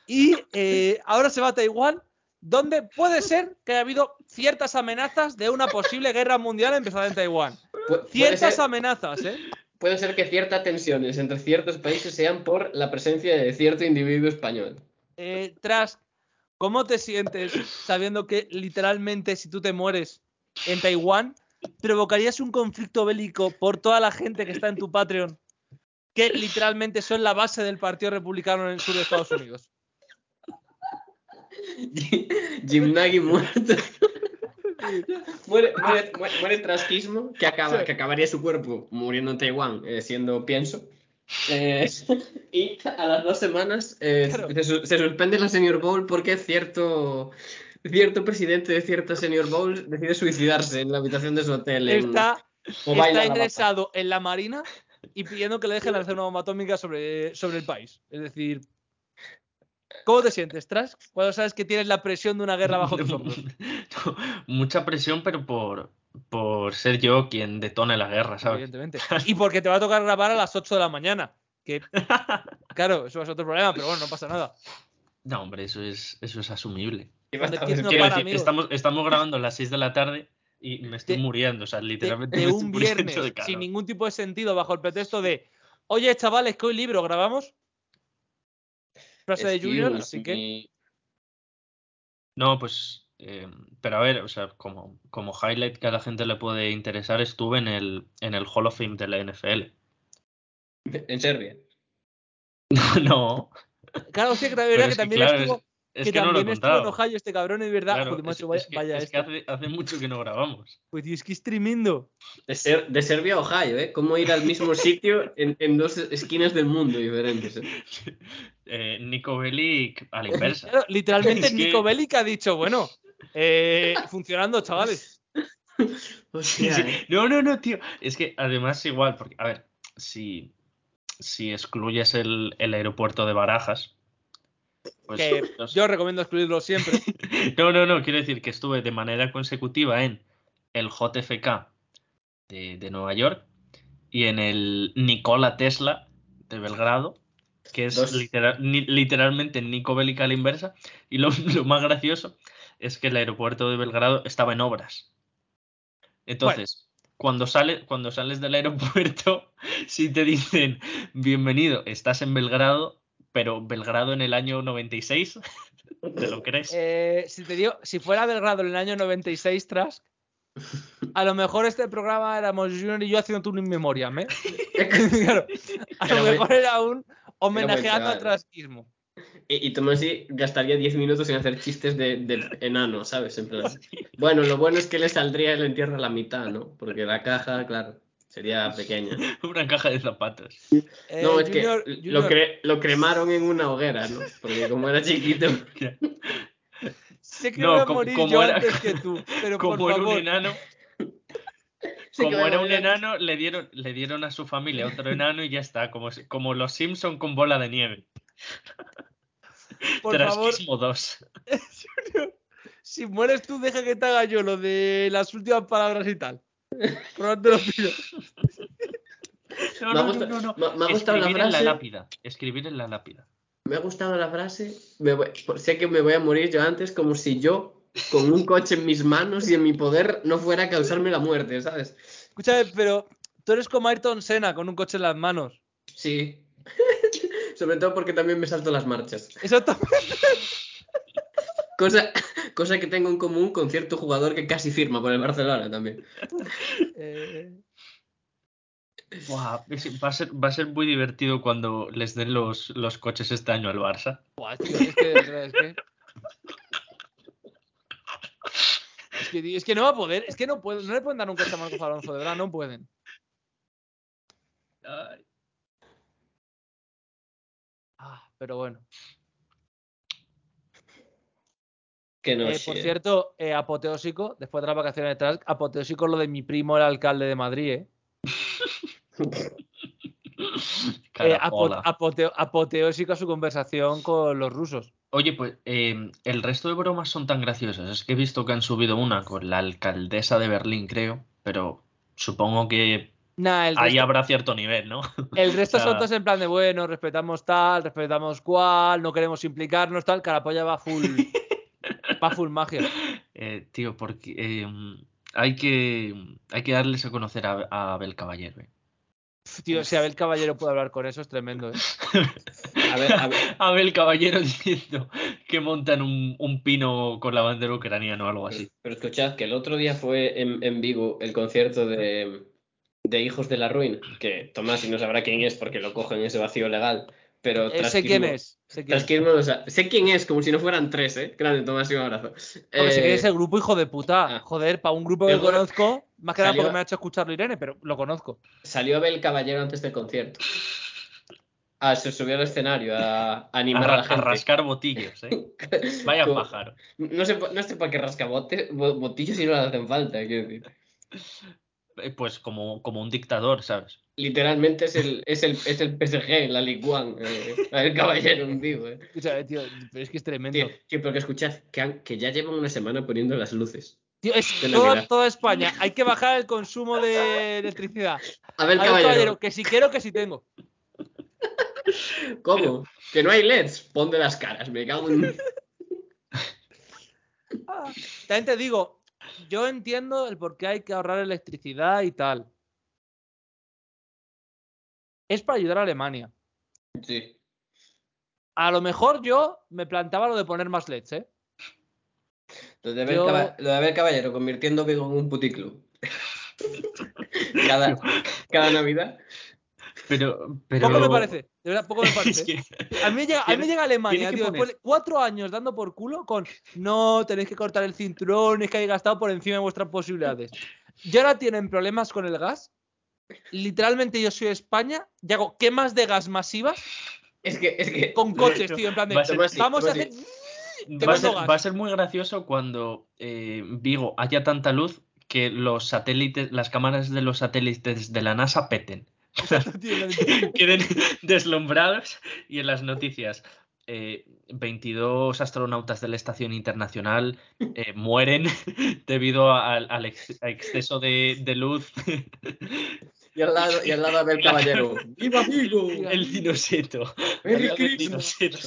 E: Y eh, ahora se va a Taiwán, donde puede ser que haya habido ciertas amenazas de una posible guerra mundial empezada en Taiwán.
F: Pu- puede,
E: Ciertas
F: ser,
E: amenazas, ¿eh?
F: puede ser que ciertas tensiones entre ciertos países sean por la presencia de cierto individuo español.
E: Eh, Trask, ¿cómo te sientes sabiendo que literalmente si tú te mueres en Taiwán, provocarías un conflicto bélico por toda la gente que está en tu Patreon, que literalmente son la base del Partido Republicano en el sur de Estados Unidos?
F: <laughs> Jim Nagy muerto. muere, muere, muere- muere trasquismo, que, acaba, que acabaría su cuerpo muriendo en Taiwán, eh, siendo pienso. Eh, <laughs> y a las dos semanas eh,
E: Claro.
F: se, su- se suspende la Senior Bowl porque cierto, cierto presidente de cierta Senior Bowl decide suicidarse en la habitación de su hotel. en-
E: Está,
F: o baila
E: está
F: la bata.
E: ingresado en la Marina y pidiendo que le dejen lanzar una bomba atómica sobre, sobre el país. Es decir, ¿cómo te sientes, Trask, cuando sabes que tienes la presión de una guerra bajo tus hombros?
G: No, <laughs> mucha presión, pero por, por ser yo quien detone la guerra, ¿sabes?
E: Evidentemente. Y porque te va a tocar grabar a las 8 de la mañana.
G: <laughs>
E: Que, claro, eso es otro problema, pero bueno, no pasa nada.
G: No, hombre, eso es, eso es asumible.
F: Y va a
E: Cuando
F: estar-
E: quieres no
G: Quiero
E: para,
G: decir,
E: amigos.
G: estamos, estamos grabando a las 6 de la tarde y me estoy
E: De-
G: muriendo, o sea,
E: De,
G: literalmente
E: de
G: me estoy
E: un
G: muriendo
E: viernes,
G: de calor.
E: sin ningún tipo de sentido, bajo el pretexto de Oye, chavales, que hoy libro grabamos. Frase de
F: Excuse
E: Junior, así
F: me.
E: que.
G: No, pues, eh, pero a ver, o sea, como, como highlight que a la gente le puede interesar, estuve en el, en el Hall of Fame de la NFL.
F: En Serbia.
G: <laughs> No,
E: Claro, hostia, que, la
G: pero
E: verdad
G: es
E: que
G: que
E: también
G: claro, es-
E: estuvo,
G: es
E: que
G: que no lo he
E: también estuvo en
G: contado.
E: Ohio este cabrón, es verdad.
G: Claro,
E: Joder,
G: es-
E: macho, vaya,
G: es que-
E: vaya
G: es que
E: este.
G: hace, hace mucho que no grabamos.
E: Pues tío, es que es tremendo.
F: De, Ser- de Serbia a Ohio, ¿eh? Cómo ir al mismo <laughs> sitio en, en dos esquinas del mundo diferentes. ¿eh?
G: Eh, Nico Bellic
E: <laughs>
G: a la inversa.
E: Claro, literalmente
G: Es que-
E: Nico Bellic ha dicho, bueno, eh, funcionando,
G: <laughs>
E: chavales.
F: Hostia,
G: Sí, sí.
F: ¿eh?
G: No, no, no, tío. Es que además igual, porque, a ver, si, si excluyes el, el aeropuerto de Barajas, pues...
E: Que
G: no sé.
E: yo recomiendo excluirlo siempre.
G: No, no, no, quiero decir que estuve de manera consecutiva en el JFK de, de Nueva York y en el Nikola Tesla de Belgrado, que es
F: Dos.
G: litera- ni- literalmente Nico Bellic a la inversa. Y lo, <laughs> lo más gracioso es que el aeropuerto de Belgrado estaba en obras. Entonces, cuando, sale, cuando sales del aeropuerto, <laughs> si te dicen, bienvenido, estás en Belgrado, pero Belgrado en el año 96, <laughs> ¿te lo crees?
E: Eh, si te digo, si fuera Belgrado en el año 96, Trask, a lo mejor este programa éramos Junior y yo haciendo un in memoria,
G: <laughs>
E: ¿me? <laughs> claro, a
F: Era
E: lo
F: muy-
E: mejor era un homenajeando
F: claro.
E: al trasquismo.
F: Y, y Tomás sí gastaría 10 minutos en hacer chistes de, del enano, ¿sabes? En plan, bueno, lo bueno es que le saldría el entierro a la mitad, ¿no? Porque la caja, claro, sería pequeña.
G: <laughs> Una caja de zapatos.
E: Eh,
F: No, es
E: Junior,
F: que
E: Junior,
F: Lo, cre- lo cremaron en una hoguera, ¿no? Porque como era chiquito,
E: sé que
G: No,
E: voy a
G: como-
E: morir
G: como
E: yo
G: era-
E: antes que tú,
G: <laughs>
E: pero por
G: Como era un
E: favor,
G: enano,
F: <laughs> Sí, que
G: como
F: me
G: era un
F: moriré.
G: enano, le dieron, le dieron a su familia otro enano y ya está, como, si- como los Simpson con bola de nieve.
E: por favor,
G: Trasquismo 2.
E: si mueres tú, deja que te haga yo lo de las últimas palabras y tal. Pero no te lo pido.
G: No,
F: Me ha
G: no,
F: gusta-
G: no, no, no.
F: me- me ha gustado la
G: Escribir en la
F: frase.
G: lápida. Escribir en la lápida.
F: me ha gustado la frase, me voy- por- sé que me voy a morir yo antes como si yo, con un coche en mis manos y en mi poder, no fuera a causarme la muerte, ¿sabes?
E: Escúchame, pero tú eres como Ayrton Senna con un coche en las manos.
F: Sí. <laughs> Sobre todo porque también me salto las marchas.
G: <laughs>
E: Exactamente.
F: Cosa, cosa que tengo en común con cierto jugador que casi firma por el Barcelona también.
E: Eh,
G: Buah, es- va, a ser, va a ser muy divertido cuando les den los, los coches este año al Barça.
E: buah, tío, es que, de verdad, es que- Es que, tío, es que no va a poder, es que no puede, no le pueden dar un coche a Marcos Alonso, de verdad, no pueden.
G: Ay,
E: Ah, pero bueno.
F: Que no
E: Eh,
F: sí,
E: por
F: eh.
E: cierto, eh, apoteósico, después de las vacaciones de Trask, apoteósico lo de mi primo, el alcalde de Madrid, ¿eh? Eh, apo-
G: caracola.
E: apoteo- apoteósico a su conversación con los rusos.
G: Oye, pues eh, el resto de bromas son tan graciosas. Es que he visto que han subido una con la alcaldesa de Berlín, creo, pero supongo que
E: Nah, el
G: ahí
E: resto,
G: habrá cierto nivel, ¿no? <laughs>
E: el resto
G: o sea-
E: son todos en plan de bueno, respetamos tal, respetamos cual, no queremos implicarnos, tal. Carapolla va
G: <laughs>
E: full. va full magia.
G: Eh, tío, porque eh, hay que hay que darles a conocer a, a Abel Caballero. eh.
E: Pf, Tío, si Abel Caballero puede hablar con eso, es tremendo. ¿eh?
F: A ver,
E: <laughs>
F: a ver,
G: <laughs> Abel Caballero <laughs> diciendo que montan un, un pino con la bandera ucraniana o algo así.
F: pero escuchad que el otro día fue en, en Vigo el concierto de, de Hijos de la Ruin, que Tomás si no sabrá quién es porque lo cogen en ese vacío legal, pero
E: Eh, sé
F: Trasquismo-
E: quién es. Sé quién es.
F: Trasquismo lo sa- sé quién es, como si no fueran tres, ¿eh? Grande, Tomás, y un abrazo.
E: Hombre, sé
F: Eh,
E: quién es el grupo, hijo de puta.
F: ah.
E: Joder, para un grupo que
F: El bueno-
E: conozco, más que nada
F: salió-
E: porque me ha hecho escucharlo Irene, pero lo conozco.
F: Salió Abel Caballero antes del concierto. Ah, se subió al escenario a, a
G: A,
F: animar a,
G: ra-
F: la
G: a
F: gente.
G: rascar botillos,
F: <laughs>
G: eh. Vaya
F: Como-
G: pájaro.
F: No sé, pa- no sé para qué rascabote, bo- botillos si no le hacen falta, quiero decir.
G: Eh, Pues como, como un dictador, ¿sabes?
F: Literalmente es el, es el, es el PSG, la Ligue 1, el caballero hundido. Eh.
E: Escúchame, tío, pero es que es tremendo.
F: Tío, tío, pero que escuchad, que, han- que ya llevan una semana poniendo las luces.
E: Tío, es
F: De
E: toda,
F: Navidad.
E: toda España. Hay que bajar el consumo de electricidad.
F: A
E: A ver,
F: ver, caballero,
E: caballero, que si quiero, que si tengo.
F: ¿cómo? Que no hay LEDs, pon de las caras, me
E: <laughs>
F: cago en...
E: También te digo, yo entiendo el por qué hay que ahorrar electricidad y tal. Es para ayudar a Alemania.
F: Sí.
E: A lo mejor yo me plantaba lo de poner más LEDs, ¿eh?
F: Lo de ver,
E: Yo-
F: caba- lo de ver caballero convirtiendo Vigo en un puticlub. <laughs> cada, cada Navidad.
G: Pero, pero...
E: Poco me parece, de verdad,
G: <laughs>
E: poco me
G: Es
E: parece.
G: que-
E: A mí me llega, a mí me llega Alemania,
G: tiene que
E: tío, después de cuatro años dando por culo con no, tenéis que cortar el cinturón, es que hay gastado por encima de vuestras posibilidades. Y ahora tienen problemas con el gas. Literalmente yo soy España y hago quemas de gas masivas
F: Es que, es que...
E: con coches, tío, en plan de,
G: Va a ser-
E: vamos a
F: Tomasi,
E: hacer...
G: Va a,
F: Tomás
G: ser,
E: Hogar.
G: va a ser muy gracioso cuando eh, Vigo haya tanta luz que los satélites, las cámaras de los satélites de la NASA peten.
E: <laughs> Tío, en plan de-
G: <laughs> Queden deslumbrados y en las noticias. eh, 22 astronautas de la Estación Internacional eh, <laughs> mueren debido a- al al ex- a exceso de, de luz
F: Y al lado, y al lado del caballero. ¡Viva Vigo!
G: <laughs> El dinoseto. Al
F: Merry
G: lado del
F: Christmas.
G: dinoseto.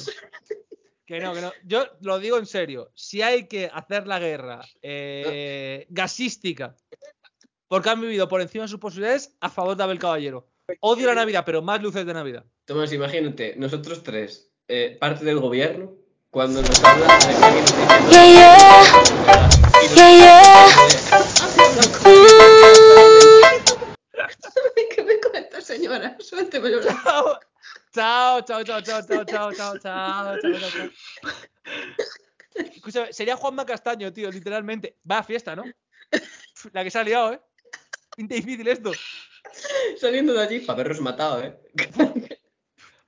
E: Que no, que no. Yo lo digo en serio. Si hay que hacer la guerra eh, gasística porque han vivido por encima de sus posibilidades, a favor de Abel Caballero. Odio la Navidad, pero más luces de Navidad.
F: Tomás, imagínate, nosotros tres, eh, parte del gobierno, cuando nos hablan de que alguien está diciendo- Y nos- <laughs> ¿Qué me cuenta, señora? Suéltemelo.
E: Chao, chao, chao, chao, chao, chao, chao, chao, chao, chao, chao. Escúchame, sería Juanma Castaño, tío, literalmente. Va a fiesta, ¿no? La que se ha liado, ¿eh? Pinta difícil esto.
F: Saliendo de allí, para habernos matado, ¿eh?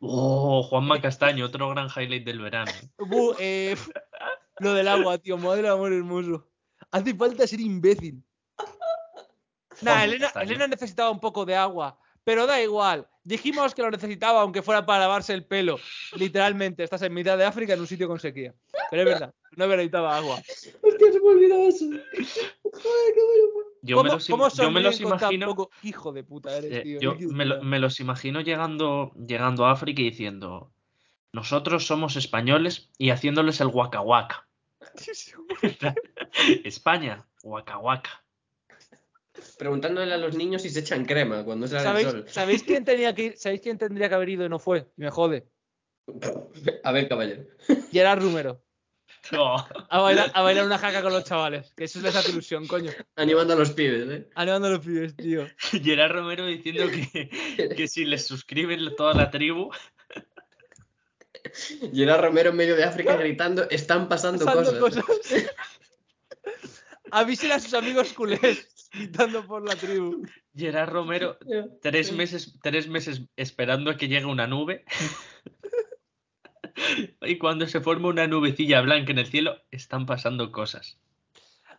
G: Oh, Juanma Castaño, otro gran highlight del verano.
E: Bu, eh, lo del agua, tío. Madre de amor hermoso. Hace falta ser imbécil. Nah,
G: Juanma
E: Elena,
G: Castaño.
E: Elena necesitaba un poco de agua, pero da igual. Dijimos que lo necesitaba, aunque fuera para lavarse el pelo. Literalmente, estás en mitad de África en un sitio con sequía. Pero es verdad, no necesitaba agua.
F: Hostia, se me olvidaba eso. Joder, qué bueno.
G: Yo
E: ¿Cómo,
G: me los, im-
E: cómo
G: yo me
E: sonríen
G: los
E: con tan
G: imagino.
E: poco- Hijo de puta eres,
G: Eh,
E: tío. <laughs>
G: yo
E: qué
G: me, lo-
E: putada.
G: me los imagino llegando, llegando a África y diciendo, nosotros somos españoles y haciéndoles el guaca guaca. <laughs> España, guaca guaca.
F: Preguntándole a los niños si se echan crema cuando sale el
E: ¿Sabéis,
F: sol.
E: sabéis quién tenía que ir- ¿Sabéis quién tendría que haber ido y no fue? Y me jode.
F: A ver, caballero.
E: Gerard Rumero.
G: No. <laughs>
E: A bailar, a bailar una jaca con los chavales. Que eso les hace ilusión, coño.
F: Animando a los pibes, ¿eh?
E: Animando a los pibes, tío.
G: Gerard Romero diciendo que, que si les suscriben toda la tribu,
F: Gerard Romero en medio de África gritando, están pasando,
E: Pasando
F: cosas.
E: cosas. <laughs> Avisen a sus amigos culés. <laughs> Gritando por la tribu.
G: Gerard Romero tres meses, tres meses esperando a que llegue una nube. Y cuando se forma una nubecilla blanca en el cielo, están pasando cosas.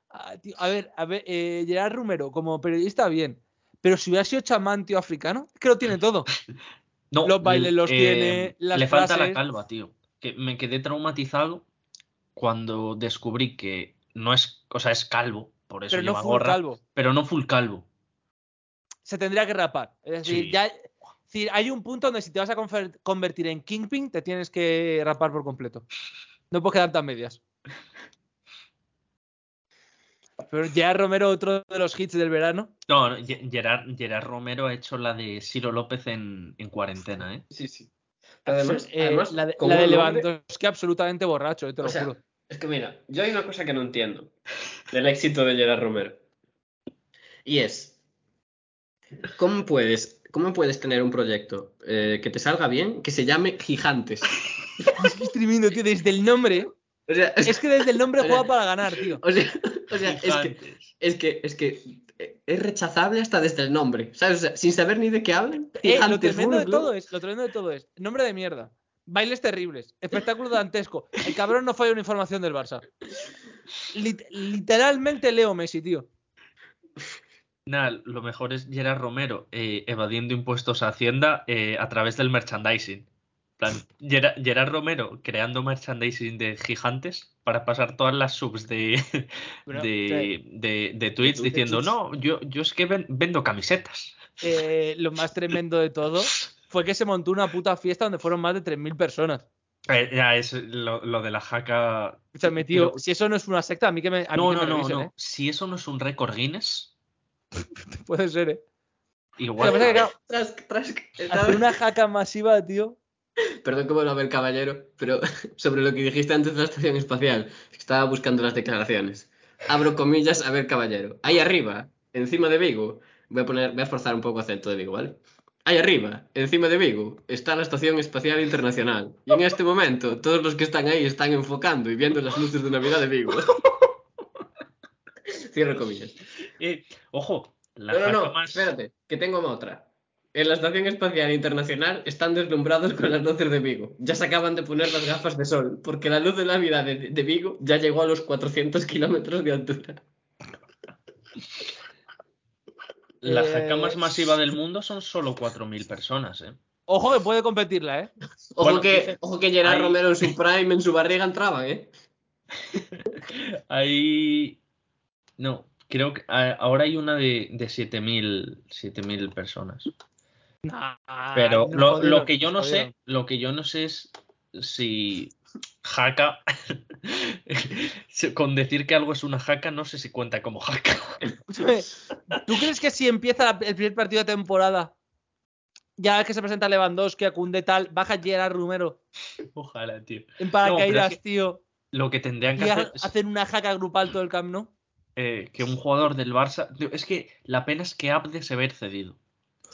E: Ah, tío, a ver, a ver, eh, Gerard Rumero, como periodista, bien. Pero si hubiera sido chamán, tío, africano, es que lo tiene todo.
G: No,
E: Los bailes los
G: eh,
E: tiene, las
G: le falta la
E: frases.
G: calva, tío. Que me quedé traumatizado cuando descubrí que no es, o sea, es calvo, por eso
E: Pero no
G: lleva
E: fue
G: gorra,
E: calvo.
G: pero no full calvo.
E: se tendría que rapar. Es decir,
G: Sí.
E: ya, es decir, hay un punto donde si te vas a confer- convertir en Kingpin, te tienes que rapar por completo. No puedes quedarte a medias. Pero ya Romero, otro de los hits del verano.
G: No, no, Ge- Gerard, Gerard Romero ha hecho la de Ciro López en, en cuarentena, ¿eh?
F: Sí, sí. Además,
E: Eh,
F: además
E: la de,
F: con
E: la de
F: un nombre-
E: Lewandowski, absolutamente borracho, eh, te
F: O
E: lo
F: sea,
E: juro.
F: Es que mira, yo hay una cosa que no entiendo del éxito de Gerard Romero. Y es, ¿cómo puedes, cómo puedes tener un proyecto eh, que te salga bien que se llame Gigantes?
E: Es que es tremendo, tío. Desde el nombre.
F: <laughs> O sea, es,
E: Es que desde el nombre
F: Oye.
E: juega para ganar, tío.
F: o sea, o sea, es que,
G: Gigantes.
F: es que, es que eh, es rechazable hasta desde el nombre, ¿sabes? O sea, sin saber ni de qué hablan.
E: Eh, lo
F: Gigantes
E: tremendo de
F: Fútbol Club.
E: todo es, lo tremendo de todo es, nombre de mierda, bailes terribles, espectáculo dantesco, el cabrón no falla una información del Barça. Lit- literalmente Leo Messi, tío.
G: Nada, lo mejor es Gerard Romero eh, evadiendo impuestos a Hacienda eh, a través del merchandising. En plan, Gera- Gerard Romero creando merchandising de gigantes para pasar todas las subs de,
E: Bro,
G: de, de- de tweets
F: de
G: diciendo,
F: tweets.
G: no, yo, yo es que ven- vendo camisetas.
E: Eh, lo más tremendo de todo fue que se montó una puta fiesta donde fueron más de 3.000 personas.
G: Eh, ya, es lo, lo de la jaca.
E: Escúchame, tío,
G: Pero-
E: si eso no es una secta, a mí que me, a mí
G: no,
E: que
G: no,
E: me
G: no,
E: revisen,
G: no. Si eso no es un récord
E: ¿eh?
G: Guinness,
E: <laughs> Puede ser, ¿eh?
G: igual.
E: Lo que pasa es que, claro, eh,
F: Tras- tras-
E: hacer una jaca masiva, tío.
F: Perdón que vuelva a ver, caballero, pero <laughs> sobre lo que dijiste antes de la estación espacial, estaba buscando las declaraciones. Abro comillas, a ver, caballero. Ahí arriba, encima de Vigo, voy a poner, voy a forzar un poco acento de Vigo, ¿vale? Ahí arriba, encima de Vigo, está la Estación Espacial Internacional. Y en este momento, todos los que están ahí están enfocando y viendo las luces de Navidad de Vigo. Cierro comillas.
G: Eh, ojo, la
F: No, no,
G: jaca
F: no,
G: más.
F: espérate, que tengo otra. En la Estación Espacial Internacional están deslumbrados con las luces de Vigo. Ya se acaban de poner las gafas de sol, porque la luz de la vida de, de Vigo ya llegó a los 400 kilómetros de altura.
G: La
E: Eh,
G: jaca más masiva del mundo son solo 4.000 personas, ¿eh?
E: Ojo que puede competirla, ¿eh?
F: Ojo,
G: Bueno,
F: que,
G: dice-
F: ojo que Gerard
G: ahí-
F: Romero en su prime, en su barriga entraban, ¿eh?
G: Hay. No, Creo que a- ahora hay una de, de 7.000 7000 personas. Pero
E: nos
G: lo,
E: jodieron,
G: lo que yo
E: nos
G: no sé,
E: jodieron.
G: lo que yo no sé es si jaca <laughs> si- con decir que algo es una jaca, no sé si cuenta como jaca. <laughs>
E: ¿Tú crees que si empieza la- el primer partido de temporada, ya que se presenta Lewandowski, Acunde tal, baja Gerard Romero
G: Ojalá, tío.
E: en
G: No,
E: paracaídas,
G: pero es
E: tío,
G: Lo que tendrían que
E: y
G: hacer
E: ha-
G: es
E: hacen una jaca grupal todo el Camp Nou?
G: eh, que un jugador del Barça. tío, Es que la pena es que Abde se ve cedido.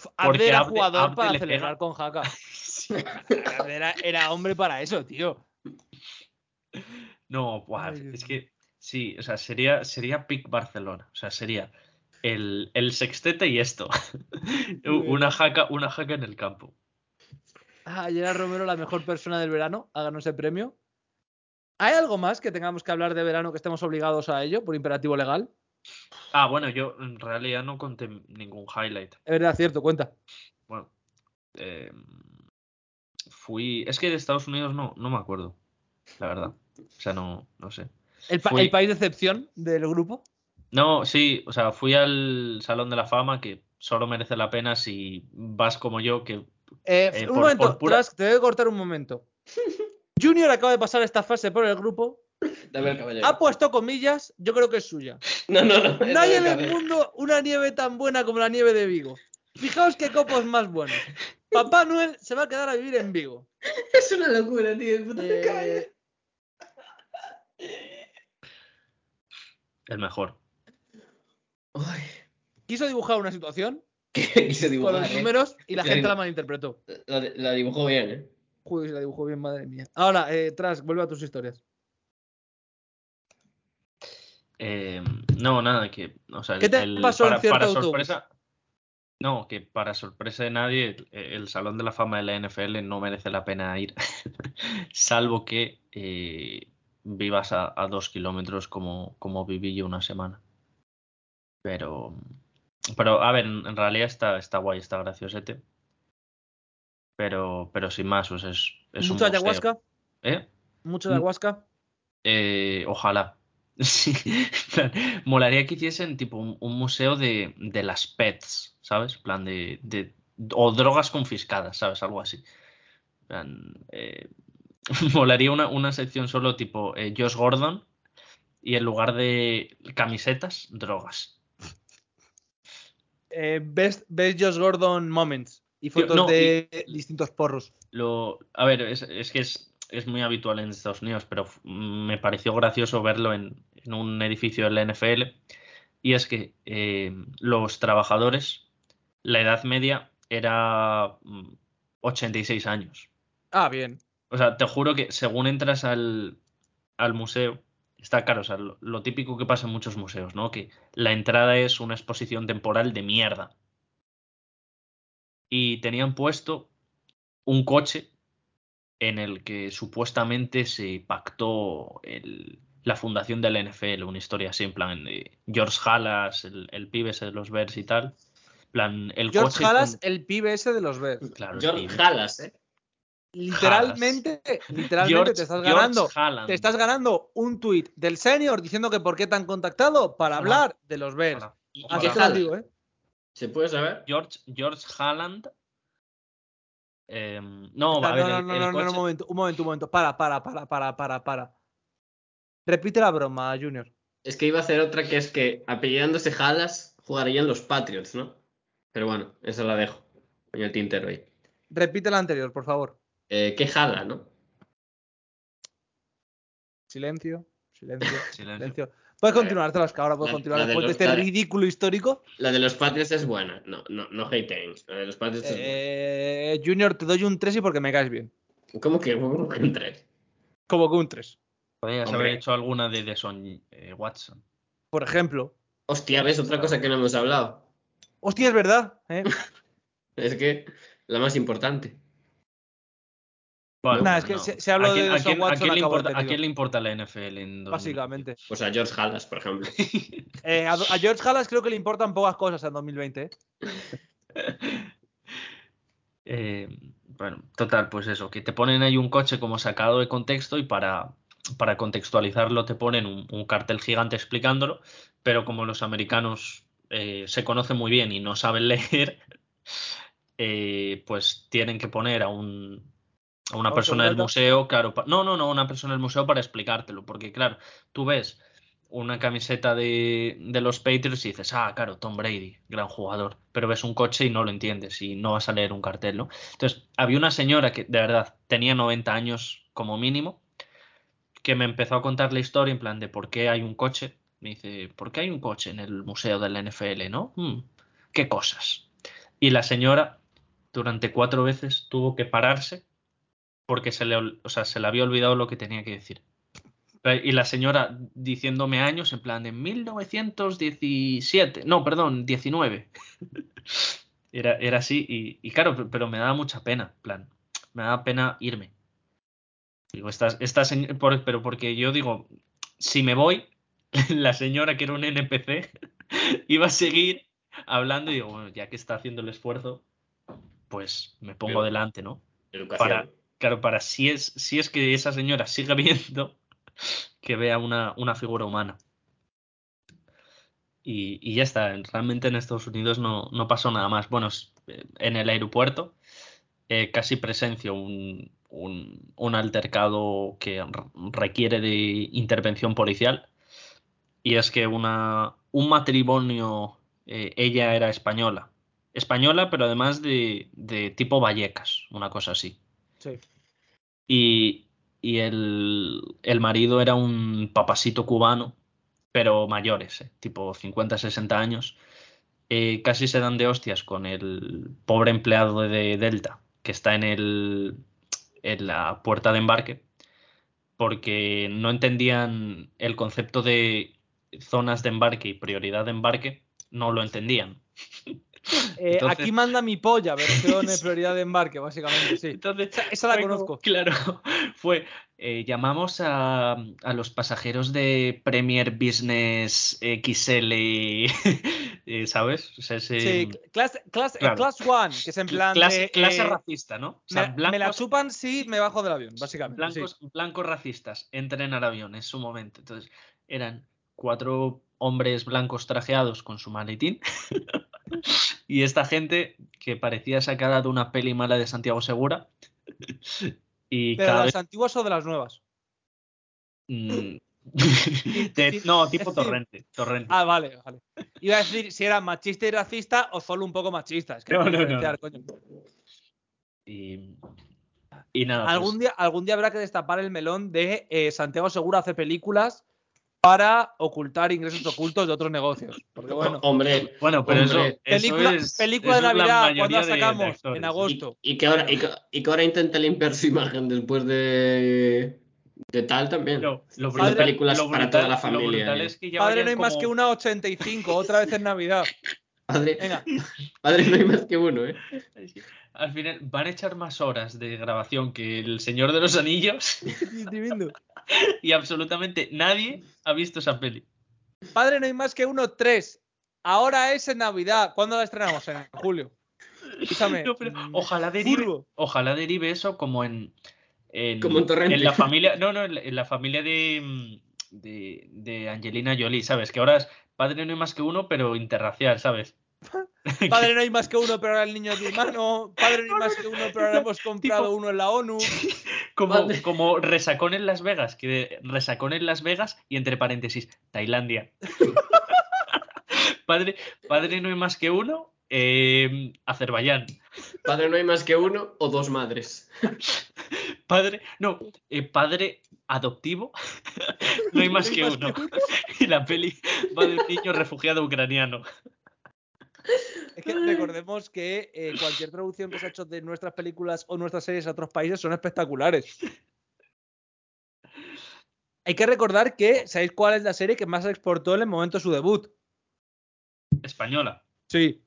G: Porque
E: Abde era
G: Abde-
E: jugador
G: Abde
E: para
G: le
E: celebrar
G: pega.
E: con jaca. Abde era, era hombre para eso, tío.
G: No, buah,
E: Ay, Dios mío.
G: es que sí, o sea, sería, sería pick Barcelona. O sea, sería el, el sextete y esto. <laughs> una jaca, una jaca en el campo.
E: Ah, Gerard Romero, la mejor persona del verano, háganos el premio. ¿Hay algo más que tengamos que hablar de verano que estemos obligados a ello por imperativo legal?
G: Ah, bueno, yo en realidad no conté ningún highlight.
E: Es verdad, cierto, cuenta.
G: Bueno, eh, fui. Es que de Estados Unidos no, no me acuerdo, la verdad. O sea, no, no sé.
E: El, pa-
G: Fui-
E: el país de excepción del grupo.
G: No, sí, o sea, fui al Salón de la Fama, que solo merece la pena si vas como yo, que.
E: Eh,
G: Eh,
E: un
G: por-
E: momento,
G: por pura-
E: Trask, te debo cortar un
G: <laughs>
E: momento. Junior acaba de pasar esta fase por el grupo.
H: Dame el caballero.
G: Ah,
E: Ha puesto comillas, yo creo que es suya.
G: <laughs> pues,
H: No, no, no.
E: No hay en el mundo una nieve tan buena como la nieve de Vigo. Fijaos qué copos más buenos. Papá Noel se va a quedar a vivir en Vigo.
H: Es una locura, tío. El puto
E: Eh,
G: El mejor.
E: quiso dibujar una situación
H: <laughs> Quise
E: con
H: dibujar.
E: los
H: eh.
E: números y la
H: Ya
E: gente
H: digo.
E: la malinterpretó.
H: La, la dibujó bien, eh.
E: Joder, se la dibujó bien, madre mía. Ahora, eh, Trask, vuelve a tus historias.
G: Eh, no, nada, que. O sea,
E: ¿Qué te pasó en
G: para,
E: cierto
G: para
E: autobús?
G: sorpresa. No, que para sorpresa de nadie, el, el Salón de la Fama de la NFL no merece la pena ir, <laughs> salvo que eh, vivas a, a dos kilómetros como, como viví yo una semana. Pero, pero a ver, en, en realidad está, está guay, está graciosete. Pero, pero sin más, pues es, es un
E: Mucho
G: museo.
E: ayahuasca,
G: ¿Eh?
E: mucho ayahuasca.
G: Eh, ojalá. <laughs> Sí, en plan, molaría que hiciesen tipo un, un museo de, de las pets, ¿sabes? En Plan de, de- o drogas confiscadas, ¿sabes? Algo así. En plan, eh, <laughs> molaría una, una sección solo tipo eh, Josh Gordon y en lugar de camisetas, drogas.
E: Eh, best, best Josh Gordon moments y
G: Tío,
E: fotos
G: no,
E: de distintos porros.
G: Lo, a ver, es, es que es, es muy habitual en Estados Unidos, pero f- me pareció gracioso verlo en, en un edificio de la NFL. Y es que eh, los trabajadores, la edad media era mm, 86 años.
E: Ah, bien.
G: O sea, te juro que según entras al, al museo, está claro, o sea, lo, lo típico que pasa en muchos museos, ¿no? Que la entrada es una exposición temporal de mierda. Y tenían puesto un coche en el que supuestamente se pactó el- la fundación de la NFL, una historia así, en plan de George Halas, el, el pibe ese de los Bears y tal. En plan, el
E: George
G: coche.
E: Halas,
G: con-
E: el pibe ese de los Bears.
G: Claro, el
H: George
G: pibe.
H: Halas, eh.
E: Literalmente, literalmente
G: George-
E: te estás
G: George
E: ganando.
G: Haaland.
E: Te estás ganando un tuit del senior diciendo que por qué te han contactado para
G: Ojalá.
E: hablar de los Bears.
G: Ojalá.
H: ¿Y
E: Así
H: qué
E: te lo
H: Halas?
E: digo, ¿eh?
H: ¿Se puede saber?
G: George, George Haaland. Em, no,
E: Ah,
G: a ver,
E: no,
G: el-
E: no,
G: el
E: no, no, no,
G: coche-
E: un momento, un momento, un momento. Para, para, para, para, para, para. Repite la broma, Junior.
H: Es que iba a hacer otra que es que apellidándose Halas jugarían los Patriots, ¿no? Pero bueno, esa la dejo en el tintero ahí.
E: Repite la anterior, por favor.
H: Eh, ¿Qué jala, no?
E: Silencio, silencio,
G: Silencio.
E: silencio. Puedes continuar, Trasca, ahora puedes
H: La-
E: continuar
H: la de
E: después de
H: los-
E: este
H: la de-
E: ridículo histórico.
H: La de los Patriots es buena. No, no, no hateen. La de los Patriots es
E: Eh, Junior, te doy un 3 y porque me caes bien.
H: buena. ¿Cómo que? ¿Cómo que un tres?
E: Como que un 3.
G: podrías
H: Hombre.
G: haber hecho alguna de Deson eh, Watson.
E: Por ejemplo.
H: Hostia, ¿ves? Otra cosa que no hemos hablado.
E: Hostia, es verdad.
G: <laughs>
E: ¿eh?
H: Es que la más importante.
G: Bueno,
E: Nah, es que se- se habló
G: ¿A quién-
E: de
G: a
E: Deshaun
G: quién- a
E: Watson,
G: quién le
E: acabó
G: importa, ¿A
E: detenido.
G: quién le importa la NFL en 2000?
E: Básicamente.
H: Pues a George Halas, por ejemplo.
E: Eh, a, a George Halas creo que le importan pocas cosas en 2020. ¿eh?
G: Eh, bueno, total, pues eso, que te ponen ahí un coche como sacado de contexto y para para contextualizarlo te ponen un, un cartel gigante explicándolo, pero como los americanos eh, se conocen muy bien y no saben <laughs> leer, eh, pues tienen que poner a un a una
E: ¿A un
G: persona del
E: segurata?
G: museo, claro, pa- no, no, no, una persona del museo para explicártelo, porque claro, tú ves una camiseta de, de los Patriots y dices, ah, claro, Tom Brady, gran jugador, pero ves un coche y no lo entiendes y no vas a leer un cartel, ¿no? Entonces, había una señora que de verdad tenía 90 años como mínimo, que me empezó a contar la historia en plan de por qué hay un coche. Me dice, ¿por qué hay un coche en el museo de la NFL, no? Hmm, ¿Qué cosas? Y la señora durante cuatro veces tuvo que pararse porque se le, ol- o sea, se le había olvidado lo que tenía que decir. Pe- Y la señora diciéndome años en plan de 1917, no, perdón, 19. <laughs> Era, era así y, y claro, pe- pero me daba mucha pena, en plan, me daba pena irme. Digo, esta, esta señ- por- pero porque yo digo, si me voy, <laughs> la señora que era un NPC <laughs> iba a seguir hablando y digo, bueno, ya que está haciendo el esfuerzo, pues me pongo
F: Pero-
G: delante, ¿no?
F: Educación.
G: Para- Claro, para si es, si es que esa señora sigue viendo <laughs> que vea una, una figura humana. Y, y ya está, en- realmente en Estados Unidos no, no pasó nada más. Bueno, es- eh, en el aeropuerto eh, casi presencio un, un- un altercado que re- requiere de intervención policial. Y es que una, un matrimonio, eh, ella era española. Española, pero además de, de tipo Vallecas, una cosa así
E: Sí.
G: y, y el, el marido era un papasito cubano, pero mayores, eh, tipo 50, 60 años. Eh, casi se dan de hostias con el pobre empleado de Delta, que está en, el, en la puerta de embarque, porque no entendían el concepto de zonas de embarque y prioridad de embarque, no lo entendían.
E: Eh,
G: Entonces-
E: Aquí manda mi polla, versión
G: <laughs>
E: de prioridad de embarque, básicamente, sí.
G: Entonces,
E: Esa- esa la
G: fue como-
E: conozco.
G: claro, <laughs> fue. eh, llamamos a, a los pasajeros de Premier Business XL, <laughs> eh, ¿sabes? O sea, ese-
E: Sí, clase- clase-
G: claro.
E: class one, que es en plan
G: clase,
E: de,
G: clase
E: eh,
G: racista, ¿no? O
E: me,
G: sea,
E: me la
G: blancos-
E: chupan si me bajo del avión, básicamente. sí.
G: blancos, blancos racistas entren al avión en su momento. Entonces, eran cuatro hombres blancos trajeados con su maletín. <laughs> y esta gente que parecía sacada de una peli mala de Santiago Segura. <laughs> y
E: Pero
G: cada
E: las
G: vez
E: antiguas o de las nuevas.
G: Mm.
E: sí,
G: <laughs> De- no, tipo
E: sí.
G: torrente. torrente.
E: Ah, vale, vale. Iba a decir si era machista y racista o solo un poco machista. Es que
G: No,
E: hay que
G: no, pues no,
E: diferenciar, coño.
G: Y, y nada. pues,
E: Algún día, algún día habrá que destapar el melón de eh, Santiago Segura hace películas para ocultar ingresos ocultos de otros negocios.
H: <laughs>
E: Porque bueno,
F: Hombre,
G: bueno, pero eso,
F: Hombre,
G: eso
E: película,
G: es-
E: película
G: eso
E: de
G: es la
E: Navidad,
G: mayoría
E: ¿cuándo la
G: de- de
E: sacamos?
G: actores,
E: en
G: ¿no?
F: y,
E: agosto.
F: y que ahora, y, que, y que ahora intenta limpiar su imagen después de, de tal también.
G: Lo- lo
F: Haciendo
G: brutal-
F: películas
G: lo
F: para
G: brutal-
F: toda la
G: lo
F: familia.
G: brutal
F: eh.
G: es que ya
E: Padre,
G: varían
E: no hay más
G: como-
E: que una 85, otra vez en
G: <laughs>
E: Navidad.
F: Padre,
E: Venga.
F: <laughs> padre, no hay más que uno, ¿eh?
G: Al final van a echar más horas de grabación que El Señor de los Anillos <laughs>
E: Es tremendo.
G: y absolutamente nadie ha visto
E: <laughs>
G: esa peli.
E: Padre, no hay más que uno, tres. Ahora es en Navidad. ¿Cuándo la estrenamos? En julio. Escúchame.
G: No, pero
E: mm,
G: ojalá derive,
E: furbo.
G: ojalá derive eso como en, en-
F: Como en Torrente.
G: la familia no no en la, en la familia de, mm, de de Angelina Jolie sabes que ahora es padre no hay más que uno pero interracial sabes
E: Padre, no hay más que uno, pero ahora el niño de tu hermano. Padre, no hay más que uno, pero ahora hemos comprado
G: <laughs> Tipo-
E: uno en la ONU.
G: como
F: Padre.
G: como resacón en Las Vegas que resacón en Las Vegas y entre paréntesis Tailandia <laughs> padre padre no hay más que uno eh, Azerbaiyán
F: Padre, no hay más que uno o dos madres.
G: Padre, no, eh, padre adoptivo, <laughs> no hay más que uno. <laughs> Y la peli va de un niño refugiado ucraniano.
E: Es que recordemos que eh, cualquier traducción que se ha hecho de nuestras películas o nuestras series a otros países son espectaculares. Hay que recordar que, ¿sabéis cuál es la serie que más se exportó en el momento de su debut?
G: Española,
E: Sí.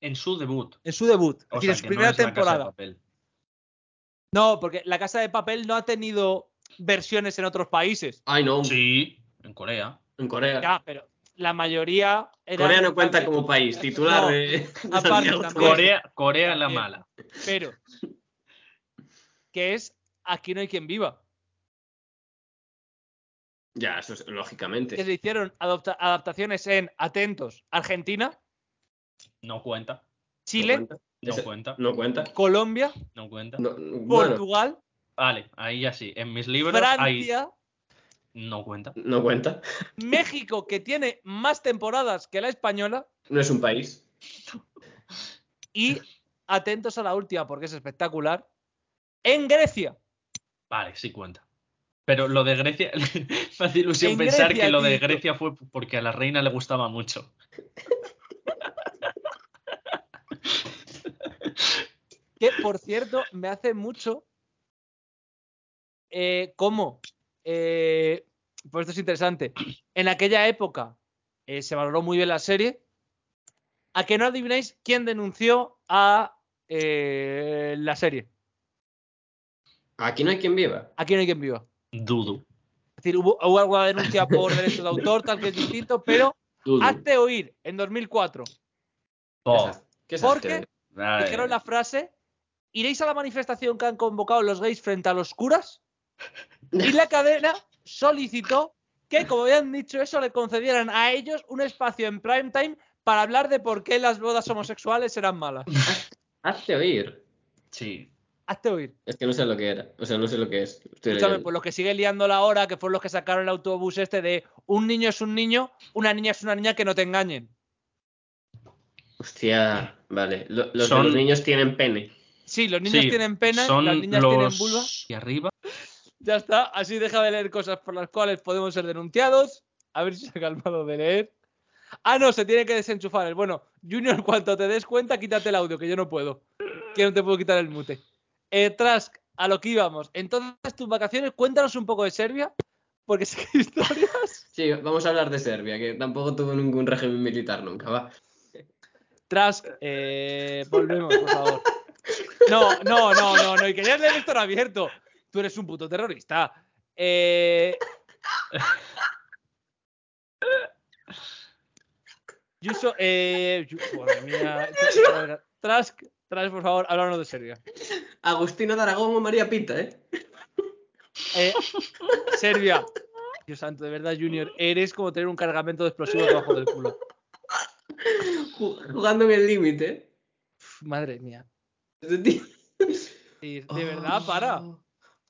G: en su debut.
E: En su debut. Es
G: O
E: decir,
G: sea,
E: en su
G: que no
E: primera
G: es La Casa de
E: temporada.
G: Papel.
E: No, porque La Casa de Papel no ha tenido versiones en otros países.
F: Ay, no,
G: Sí, en Corea.
E: Ah,
F: en Corea.
E: Ya, pero la mayoría. eran-
F: Corea no cuenta como país titular.
E: No,
F: eh, de
E: aparte
F: <laughs> Santiago
E: también.
F: Segura.
G: Corea, Corea la
E: pues También.
G: mala.
E: Pero. Que es Aquí no hay quien viva.
F: Ya, eso es lógicamente.
E: que se hicieron adopta- adaptaciones en, atentos, Argentina,
G: No cuenta.
E: Chile,
G: No
F: Eso-
G: cuenta.
F: No cuenta.
E: Colombia,
G: No cuenta.
F: No, no- bueno,
E: Portugal,
G: Vale, ahí ya sí. En mis libros hay.
E: Francia,
G: No cuenta.
F: no cuenta.
E: México, que tiene más temporadas que la española,
F: No es un país.
E: y atentos a la última porque es espectacular, en Grecia.
G: Vale, sí cuenta. Pero lo de Grecia. <laughs> me hace ilusión
E: En
G: pensar
E: Grecia,
G: que lo de
E: tío.
G: Grecia fue porque a la reina le gustaba mucho.
E: Que, por cierto, me hace mucho eh, cómo, eh, pues esto es interesante, en aquella época eh, se valoró muy bien la serie, a que no adivináis quién denunció a eh, la serie,
F: Aquí no hay quien viva.
E: a quién hay quien viva.
G: Dudu.
E: Es decir, hubo, hubo alguna denuncia por derechos de autor, tal que es distinto, pero
F: Dudu.
E: hazte oír en 2004,
G: Po.
F: ¿Qué es
E: Porque-
F: Azteca?
G: Ay,
E: dijeron la frase, iréis a la manifestación que han convocado los gays frente a los curas. Y la cadena solicitó que, como habían dicho eso, le concedieran a ellos un espacio en prime time para hablar de por qué las bodas homosexuales eran malas.
F: Hazte oír.
G: Sí.
E: Hazte oír.
F: Es que no sé lo que era. O sea, no sé lo que es. Estoy
E: Escúchame,
F: leyendo.
E: pues los que sigue liando la hora, que fueron los que sacaron el autobús este de un niño es un niño, una niña es una niña, que no te engañen.
F: Hostia. Vale. Lo- los, de
G: Son-
F: los niños tienen pene.
E: Sí, los niños
G: Sí,
E: tienen pena,
G: Son
E: las niñas
G: los...
E: tienen vulva.
G: Y arriba.
E: Ya está, así deja de leer cosas por las cuales podemos ser denunciados. A ver si se ha calmado de leer. Ah, no, se tiene que desenchufar el. Bueno, Junior, <laughs> cuando te des cuenta, quítate el audio, que yo no puedo. Que no te puedo quitar el mute. Eh, Trask, a lo que íbamos. Entonces, tus vacaciones, cuéntanos un poco de Serbia, porque <laughs> sé que hay historias.
F: Sí, vamos a hablar de Serbia, que tampoco tuvo ningún régimen militar nunca, va.
E: Trask, eh, volvemos, por favor. No, no, no, no, no. Y querías leer esto en abierto. Tú eres un puto terrorista. Eh... <laughs> Yuso, eh... Yu- madre mía. este Trask, Trask, por favor, háblanos de Serbia.
F: Agustino de Aragón o María Pita, ¿eh?
E: Eh, Serbia. Dios santo, de verdad, Junior, eres como tener un cargamento de explosivos debajo del culo.
F: Ju- Jugando en el límite.
E: Uf, madre mía.
F: De
E: Sí, De verdad, para.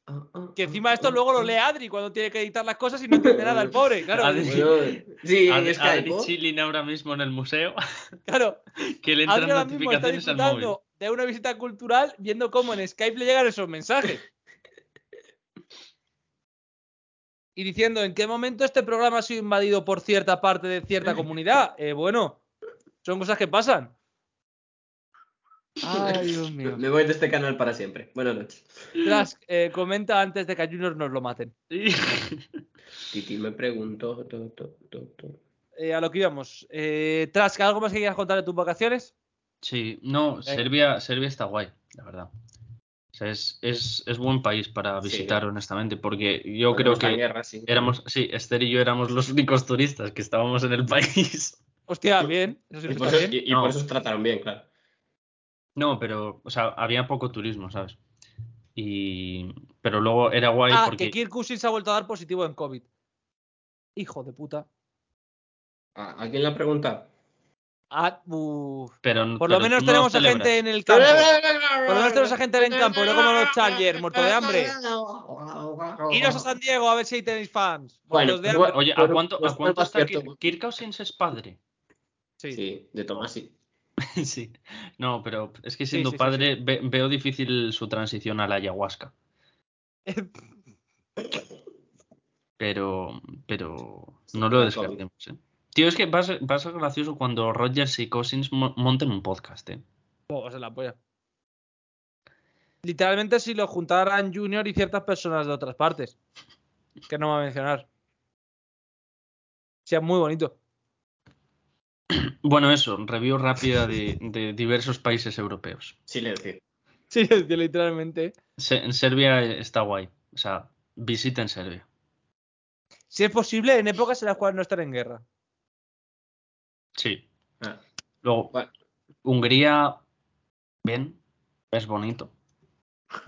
G: Ah,
E: Que encima esto luego lo lee Adri cuando tiene que editar las cosas y no entiende
G: <laughs>
E: nada el pobre. Claro,
G: Adri-
F: Sí,
G: Ad-
F: en Skype.
G: Adri
F: ¿no?
G: Chilin ahora mismo en el museo. <laughs>
E: claro.
G: Que le entran
E: Adri ahora mismo está
G: notificaciones al móvil.
E: disfrutando de una visita cultural viendo cómo en Skype le llegan esos mensajes. Y diciendo en qué momento este programa ha sido invadido por cierta parte de cierta comunidad. Eh, bueno, son cosas que pasan. Ay, Dios mío.
F: Me voy de este canal para siempre. Buenas noches.
E: Trask, eh, comenta antes de que a Junior nos lo maten.
F: Titi me preguntó. to, to, to, to.
E: Eh, a lo que íbamos. Eh, Trask, ¿algo más que quieras contar de tus vacaciones?
G: <laughs> Sí, no,
F: Eh.
G: Serbia, Serbia está guay, la verdad. O sea, es, es, es buen país para
F: Sí.
G: visitar, honestamente, porque yo
F: Cuando
G: creo
F: la
G: que
F: guerra, sí.
G: éramos, sí, Esther y yo éramos los únicos turistas que estábamos en el <laughs> país.
E: Hostia, bien. Eso sí
F: Y
E: que
F: por
E: está
F: eso,
E: bien.
F: y- y
G: No.
F: por eso os trataron bien, claro.
G: No, pero, o sea, había poco turismo, ¿sabes? Y, pero luego era guay
E: Ah,
G: porque
E: que Kirk Cousins se ha vuelto a dar positivo en COVID. Hijo de puta.
F: ¿A, a quién la pregunta?
E: Ah, uf.
G: pero,
E: Por lo
G: pero
E: menos
G: tú no
E: tenemos a
G: celebras.
E: gente en el campo. Por lo menos tenemos a gente en el campo, no como los Chargers, muerto de hambre. Iros a San Diego a ver si ahí tenéis fans.
F: Bueno,
E: Muertos de hambre.
G: Oye, ¿a
F: Pero-
G: cuánto,
F: pues,
G: ¿a cuánto
F: pues,
G: está
F: cierto.
G: Kirk, Kirk Cousins es padre? <laughs>
E: Sí.
F: Sí, de Tomás, sí.
G: Sí, no, pero es que
E: Sí,
G: siendo
E: sí, sí,
G: padre ve- veo difícil su transición a la
F: <laughs>
G: ayahuasca. Pero, pero no lo
F: Con
G: descartemos, ¿eh? Tío, es que va a ser, va a ser gracioso cuando Rogers y Cousins mo- monten un podcast, ¿eh?
E: Oh, se la polla. Literalmente si lo juntaran Junior y ciertas personas de otras partes. Que no va a mencionar. Sea muy bonito. <laughs>
G: Bueno, eso, review rápida de, de diversos países europeos.
F: Silencio.
E: Sí, es que literalmente.
G: Se- en Serbia está guay. O sea, visiten Serbia.
E: Si es posible, en épocas en las cuales no estar en guerra.
G: Sí.
F: Ah,
G: Luego,
F: Bueno.
G: Hungría, bien, es bonito.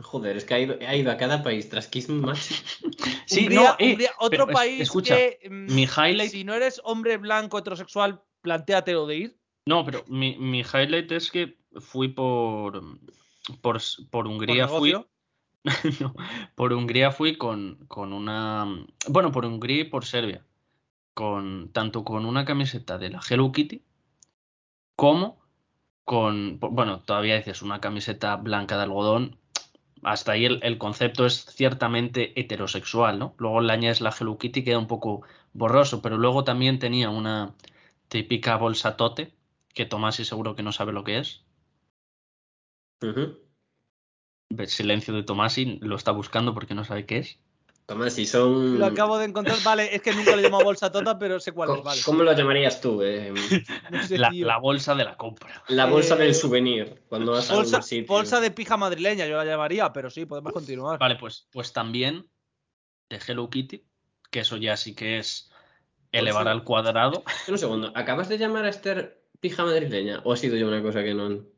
F: Joder, es que ha ido, ha ido a cada país trasquismo, macho.
E: <laughs>
G: Sí,
E: Hungría-
G: no, eh,
E: Hungría,
G: pero
E: otro
G: es-
E: país
G: escucha,
E: que mm,
G: mi highlight-
E: si no eres hombre blanco heterosexual, plantéatelo de ir.
G: No, pero mi, mi highlight es que fui por por, por Hungría
E: Por
G: fui
E: negocio.
G: <laughs> no, por Hungría fui con, con una bueno, por Hungría y por Serbia. Con tanto con una camiseta de la Hello Kitty como con po- bueno, todavía dices una camiseta blanca de algodón. Hasta ahí el, el concepto es ciertamente heterosexual, ¿no? Luego le añades la Hello Kitty queda un poco borroso, pero luego también tenía una típica bolsa tote que Tomás y seguro que no sabe lo que es.
F: Ujú.
G: Ve- Silencio de Tomás y lo está buscando porque no sabe qué es.
F: Tomás, si son.
E: Lo acabo de encontrar. Vale, es que nunca le he llamado bolsa tota, pero sé cuál
F: ¿Cómo,
E: es. Vale.
F: cómo lo llamarías tú? eh?
E: <laughs> No sé,
G: La,
E: tío.
G: la bolsa de la compra.
F: La bolsa
E: Eh,
F: del souvenir. Cuando vas a
E: bolsa,
F: algún sitio.
E: bolsa de pija madrileña, yo la llamaría, pero sí, podemos continuar.
G: Vale, pues, pues también de Hello Kitty, que eso ya sí que es
E: Pues
G: elevar
F: Bolsa.
E: <laughs>
G: al cuadrado.
F: Un segundo, ¿acabas de llamar a Esther pija madrileña? ¿O ha sido yo una cosa que no.?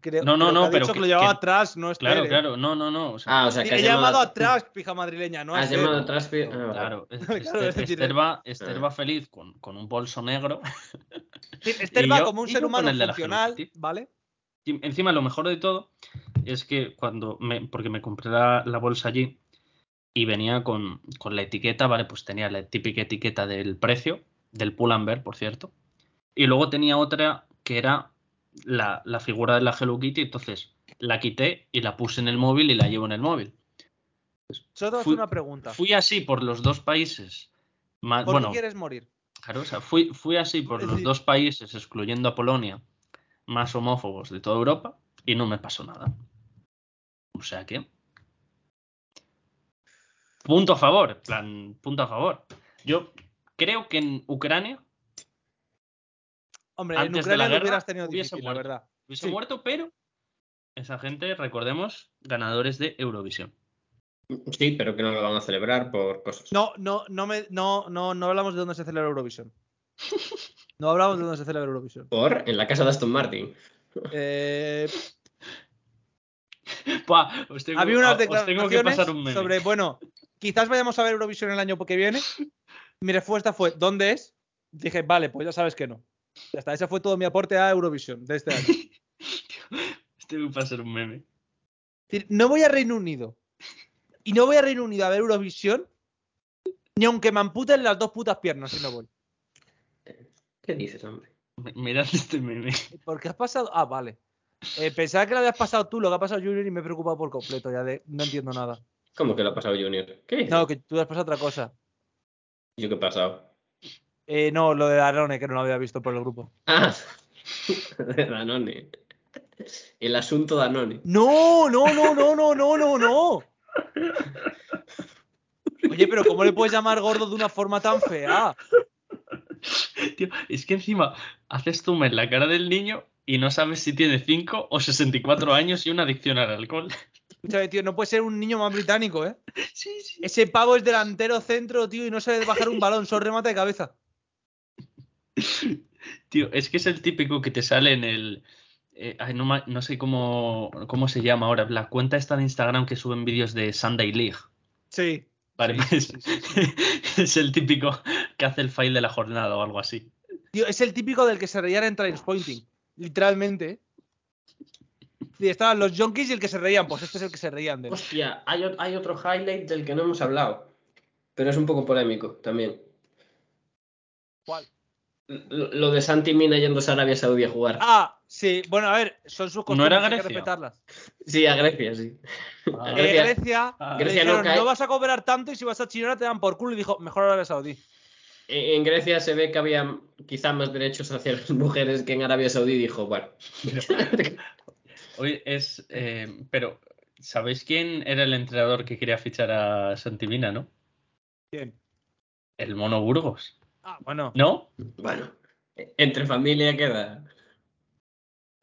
E: Creo-
G: No, no,
E: creo que
G: no,
E: ha
G: pero
E: dicho que,
G: que-
E: lo llevaba
G: que-
E: atrás, no es
G: Claro, claro, no, no, no. o sea,
F: Ah, o sea, que
E: he
F: has
E: llamado
F: llamado.
E: atrás, pija madrileña, no a
F: Has
E: Esther.
F: llamado atrás. pi- ah, vale.
E: <laughs>
G: claro, es-
E: Claro,
G: Esther,
E: es decir,
G: Esther va, Esther
F: eh.
G: va feliz con, con un bolso negro.
E: Sí, Esther
G: Y
E: va
G: yo-
E: como un
G: y
E: ser
G: yo con
E: humano
G: el de la Hello
E: funcional,
G: Kitty.
E: ¿vale?
G: Y encima lo mejor de todo es que cuando me, porque me compré la, la bolsa allí y venía con, con la etiqueta, vale, pues tenía la típica etiqueta del precio, del Pull&Bear, por cierto, y luego tenía otra que era la, la figura de la Hello Kitty, entonces la quité y la puse en el móvil y la llevo en el móvil.
E: Solo te voy a hacer
G: Fui-
E: una pregunta.
G: Fui así por los dos países. ma-
E: ¿Por
G: bueno,
E: qué quieres morir?
G: Claro, o sea, fui, fui así por
E: Es
G: los
E: decir-
G: dos países, excluyendo a Polonia, más homófobos de toda Europa, y no me pasó nada. O sea que. Punto a favor, en plan, punto a favor. Yo creo que en Ucrania
E: Hombre, en
G: Antes de la
E: Ucrania lo
G: guerra
E: hubieras tenido
G: hubiese
E: difícil, la
G: muerto.
E: verdad.
G: hubiese
E: Sí.
G: muerto, pero esa gente, recordemos, ganadores de Eurovisión. <laughs>
F: Sí, pero que no lo van a celebrar por cosas.
E: No, no, no, me, no, no, no hablamos de dónde se celebra
G: <laughs>
E: Eurovisión. No hablamos de dónde se celebra Eurovisión.
F: Por en la casa de Aston Martin.
E: Eh,
G: Pa, os tengo,
E: había unas
G: os tengo que
E: declaraciones
G: pasar un meme.
E: sobre, bueno, quizás vayamos a ver Eurovisión el año que viene. Mi respuesta fue, ¿dónde es? Dije, vale, pues ya sabes que no. Ya está, ese fue todo mi aporte a Eurovisión de este año. Es
G: Os tengo que pasar un meme.
E: decir, no voy a Reino Unido. Y no voy a Reino Unido a ver Eurovisión, ni aunque me amputen las dos putas piernas si no voy.
F: ¿Qué dices, hombre?
G: Mi- Mirad este meme.
E: ¿Por qué has pasado? Ah, vale. Eh, pensaba que lo habías pasado tú, lo que ha pasado Junior y me he preocupado por completo ya de no entiendo nada.
F: ¿Cómo que lo ha pasado Junior? ¿Qué dices?
E: No, que tú has pasado otra cosa.
F: ¿Yo qué he pasado?
E: Eh, no, lo de Arone, que no lo había visto por el grupo.
F: Ah, <laughs> de Danone. El asunto Danone.
E: No, no, no, no, no, no, no, no. Oye, pero ¿cómo le puedes llamar gordo de una forma tan fea?
G: <laughs> Tío, es que encima haces zoom en la cara del niño y no sabes si tiene 5 o 64 años y una adicción al alcohol.
E: Escúchame, tío, no puede ser un niño más británico, ¿eh?
G: Sí, sí.
E: Ese pavo es delantero centro, tío, y no sabe bajar un balón, solo remata de cabeza.
G: Tío, es que es el típico que te sale en el. eh, ay, no, ma- no sé cómo, cómo se llama ahora. La cuenta esta de Instagram que suben vídeos de Sunday League.
E: Sí.
G: Vale, pues, <laughs> es el típico que hace el file de la jornada o algo así.
E: Tío, es el típico del que se reían en Trainspotting. Literalmente. Y estaban los junkies y el que se reían. Pues este es el que se reían de él.
F: Hostia, hay, o- hay otro highlight del que no hemos hablado. Pero es un poco polémico también.
E: ¿Cuál?
F: Lo, lo de Santi Mina yéndose a Arabia Saudí a jugar.
E: Ah, sí. Bueno, a ver, son sus costumbres.
G: era
E: hay que
G: Grecia?
E: respetarlas.
F: Sí, a Grecia, sí. A
E: Eh,
F: Grecia.
E: Grecia,
G: Ah.
E: le
F: Grecia no
E: dijeron, no,
F: cae".
E: vas a cobrar tanto y si vas a China te dan por culo. Y dijo, mejor Arabia Saudí.
F: En en Grecia se ve que había quizá más derechos hacia las mujeres que en Arabia Saudí.
E: <laughs>
F: Dijo, bueno.
G: Oye, es. eh, pero, ¿sabéis quién era el entrenador que quería fichar a Santimina, no?
E: Bien.
G: El Mono Burgos.
E: Ah, bueno.
G: ¿No?
F: Bueno, entre familia queda.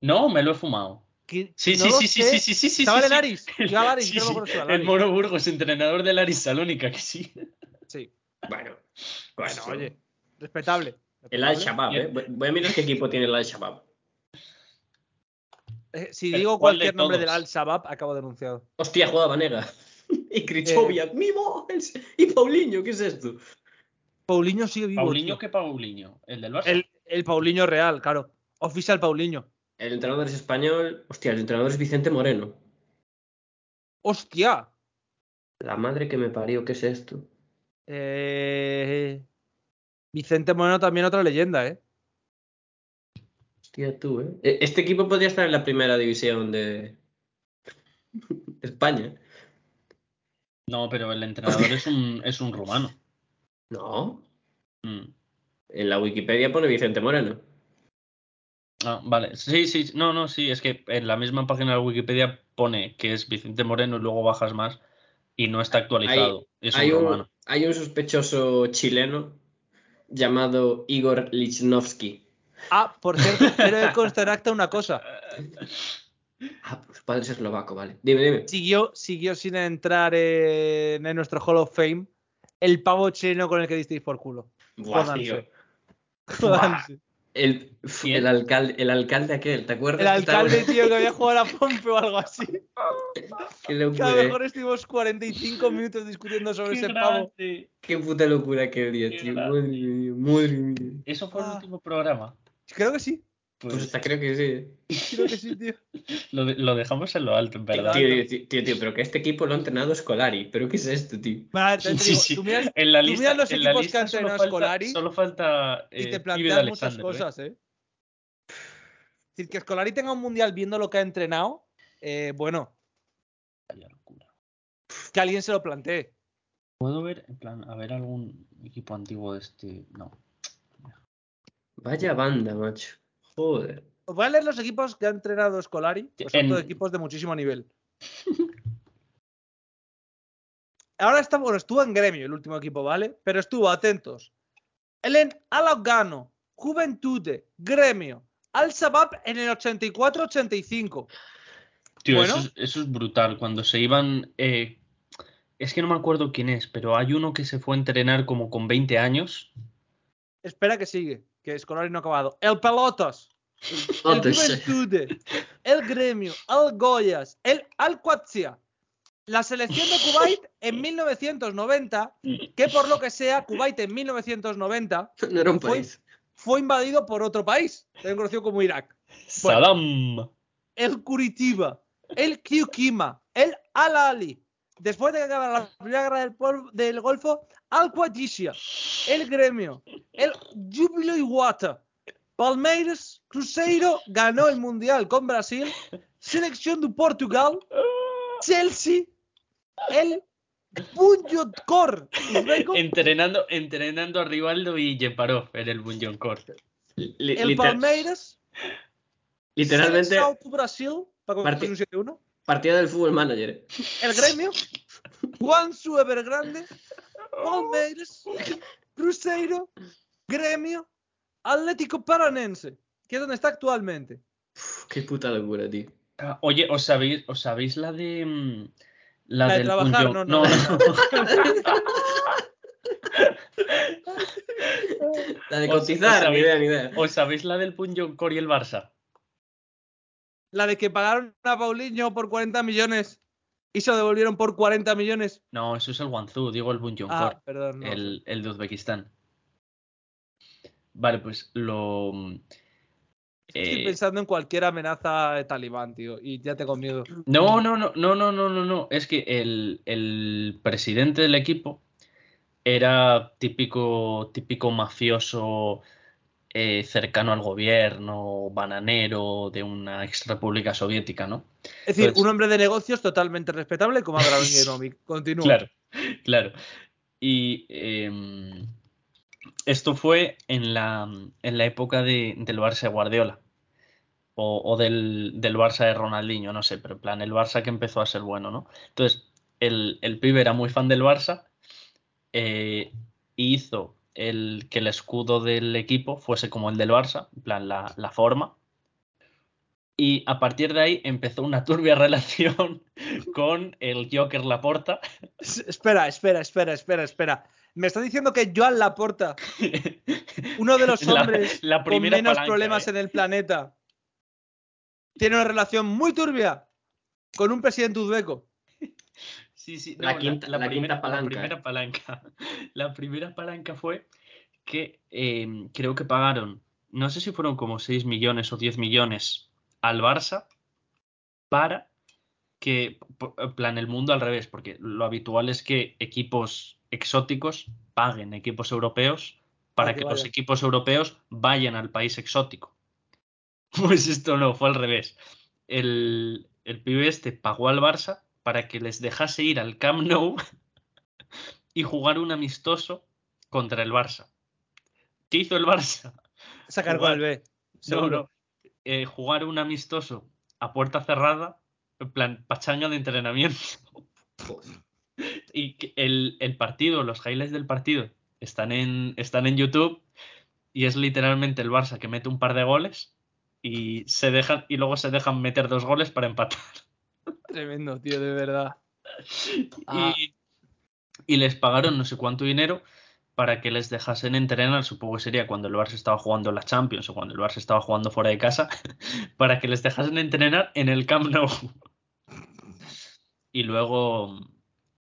G: No, me lo he fumado.
E: Que-
G: Sí,
E: no
G: sí,
E: lo
G: sí, sí,
E: sé.
G: sí, sí, sí, sí.
E: Estaba
G: sí,
E: el
G: sí.
E: Aris. Iba al
G: <laughs>
E: Aris,
G: Sí,
E: yo no me acuerdo
G: sí,
E: si iba al
G: El
E: Aris.
G: Moro Burgos, entrenador del Aris Salónica, que sí.
E: Sí.
F: Bueno, pues
E: Bueno,
F: eso.
E: oye. Respetable.
F: El Al Shabab, ¿eh? Voy- Voy a mirar qué equipo tiene el Al Shabab.
E: Eh, si
G: Pero,
E: digo
G: ¿cuál de
E: cualquier nombre del
G: todos?
E: Al-Shabaab, acabo denunciado.
F: Hostia, jugaba Vanega. <laughs> Y Krichovia,
E: Eh.
F: Mimo es- y Paulinho, ¿qué es esto?
E: Paulinho sigue vivo.
G: Paulinho,
E: tío.
G: ¿qué Paulinho? ¿El del Barça?
E: El, el Paulinho real, claro. Oficial Paulinho.
F: El entrenador es español. Hostia, el entrenador es Vicente Moreno.
E: ¡Hostia!
F: La madre que me parió, ¿qué es esto?
E: Eh, Vicente Moreno también otra leyenda, ¿eh?
F: Hostia, tú, ¿eh? E- Este equipo podría estar en la primera división de de España.
G: No, pero el entrenador es un, es un rumano.
F: No.
G: Mm.
F: En la Wikipedia pone Vicente Moreno.
G: Ah, vale. Sí, sí, no, no, sí, es que en la misma página de Wikipedia pone que es Vicente Moreno y luego bajas más y no está actualizado. es un
F: hay, un,
G: romano.
F: hay un sospechoso chileno llamado Igor Lichnowsky.
E: Ah, por cierto,
G: <laughs>
E: quiero que conste en acta una cosa.
F: Ah, su padre es eslovaco, vale. Dime, dime.
E: Siguió, siguió sin entrar eh, en, nuestro Hall of Fame el pavo chileno con el que disteis por
G: <laughs>
E: culo.
F: Buah,
E: Jodanse.
F: tío.
E: Jodanse.
F: El, f-
G: ¿Quién?
F: el alcalde, el alcalde aquel, ¿te acuerdas?
E: El
F: que estaba-
E: alcalde, tío, que había jugado a la Pompe o algo
G: <laughs>
E: así.
F: Qué
E: Que a
F: locura,
E: lo
F: eh.
E: mejor estuvimos 45 minutos discutiendo sobre ese pavo.
F: Qué puta locura aquel día,
G: Qué
F: tío.
G: grande.
F: Madre mía, madre mía.
G: Eso fue el
E: Ah.
G: último programa.
E: Creo que sí,
F: Pues
G: Pues
F: hasta creo que sí.
E: creo que sí,
G: <laughs>
E: tío.
G: lo, de- lo dejamos en lo alto, en verdad.
F: Tío, tío, tío, tío, tío, pero que este equipo lo ha entrenado Scolari. ¿Pero qué es esto, tío?
E: Vale,
G: Sí,
E: te
G: sí,
E: digo,
G: sí.
E: tú miras
G: En la
E: tú miras
G: lista,
E: los
G: en la
E: equipos que
G: lista
E: han
G: solo
E: entrenado
G: falta,
E: Scolari
G: solo falta
E: y
G: eh,
E: te
G: Pibe
E: planteas muchas
G: Alexander, ¿eh?
E: cosas, ¿eh? Es decir, que Escolari tenga un mundial viendo lo que ha entrenado, eh, bueno,
G: Vaya locura.
E: que alguien se lo plantee.
G: ¿Puedo ver, en plan, a ver algún equipo antiguo de este? No.
F: Vaya banda, macho. Joder.
E: Os voy a leer los equipos que ha entrenado Scolari, que son
G: En-
E: todos equipos de muchísimo
G: <laughs>
E: nivel. Ahora está, bueno, estuvo en gremio el último equipo, ¿vale? Pero estuvo, atentos. Elen Alogano, Juventude, gremio, Al Sabab en el 84-85.
G: Tío,
E: Bueno.
G: eso, es, eso es brutal. Cuando se iban. eh, es que no me acuerdo quién es, pero hay uno que se fue a entrenar como con 20 años.
E: Espera que sigue, que Scolari no ha acabado. El Pelotas, el
F: Antes, eh.
E: Juventude, el Gremio, el Goyas, el Alcuatzia. La selección de Kuwait en 1990, que por lo que sea, Kuwait en 1990
F: <laughs> No era un
E: Fue-
F: país.
E: fue invadido por otro país, también conocido como Irak.
G: Saddam.
E: El Curitiba, el Kyukima, el Al-Ali. Después de que acabara la primera guerra del, pol- del Golfo, al Qadisiyah, el Gremio, el Júbilo Iwata. Palmeiras, Cruzeiro ganó el Mundial con Brasil, Selección de Portugal, Chelsea, el Punjot Cor, uzbeko,
G: Entrenando, entrenando a Rivaldo y Yeparov en el Bunyon Court.
F: Li-
E: el
F: liter-
E: Palmeiras,
F: literalmente,
E: Seleção do Brasil, para
F: Marti-
E: un 7-1,
F: partida del fútbol manager.
E: el Gremio, Juan Su Evergrande, Palmeiras, Cruzeiro, Gremio, Atlético Paranense, que es donde está actualmente.
F: Uf, qué puta locura, tío.
G: Ah, Oye, ¿os sabéis, ¿os sabéis la de. mm, La,
E: La de
G: del
E: trabajar,
G: Bunyon-
E: no, no.
G: <laughs>
F: La de
G: Os- os
F: cotizar, ni
G: sabéis-
F: idea, ni idea.
G: ¿Os sabéis la del Bunyon Court y el Barça?
E: La de que pagaron a Paulinho por 40 millones y se lo devolvieron por 40 millones.
G: No, eso es el Guangzhou, digo el Bunyon Court.
E: Ah, perdón. no.
G: el, el de Uzbekistán. Vale, pues lo.
E: Estoy
G: eh,
E: pensando en cualquier amenaza de talibán, tío, y ya tengo miedo.
G: no, no, no, no, no, no, no, no. Es que el, el presidente del equipo era típico, típico mafioso eh, cercano al gobierno, bananero de una ex república soviética, ¿no?
E: Es decir,
G: Pues-
E: un hombre de negocios totalmente respetable como
G: <laughs>
E: Abraham Yerovic. Continúa.
G: Claro, claro. Y em, esto fue en la, en la época de- del Barça de Guardiola. O, o del, del Barça de Ronaldinho, no sé, pero en plan, el Barça que empezó a ser bueno, ¿no? Entonces, el, el pibe era muy fan del Barça eh, y hizo el, que el escudo del equipo fuese como el del Barça, en plan, la, la forma. Y a partir de ahí empezó una turbia <laughs> relación con el Joker Laporta.
E: S- Espera, espera, espera, espera, espera. Me está diciendo que Joan Laporta, uno de los
G: La-
E: hombres
G: <laughs> la
E: con
G: primera
E: menos
G: palanca,
E: problemas
G: ¿eh?
E: en el planeta, tiene una relación muy turbia con un presidente uzbeco.
G: Sí, sí,
F: La quinta- la
G: primera,
F: quinta palanca,
G: primera palanca. <laughs> La primera palanca fue que eh, creo que pagaron, no sé si fueron como 6 millones o 10 millones al Barça para que, po- en plan, el mundo al revés, porque lo habitual es que equipos exóticos paguen equipos europeos para
E: Para que
G: que los
E: vayan.
G: equipos europeos vayan al país exótico. <laughs> Pues esto no, fue al revés el, el pibe este pagó al Barça para que les dejase ir al Camp Nou <laughs> y jugar un amistoso contra el Barça. ¿Qué hizo el Barça?
E: Se cargó
G: Igual.
E: al B.
G: No,
E: seguro.
G: no. Eh, jugar un amistoso a puerta cerrada, en plan pachanga de entrenamiento. <laughs> y que el, el partido, los highlights del partido, están en, están en YouTube y es literalmente el Barça que mete un par de goles y se dejan y luego se dejan meter dos goles para empatar.
E: Tremendo, tío, de verdad. Ah.
G: Y, y les pagaron no sé cuánto dinero para que les dejasen entrenar, supongo que sería cuando el Barça estaba jugando la Champions o cuando el Barça estaba jugando fuera de casa, <laughs> para que les dejasen entrenar en el Camp Nou. Y luego,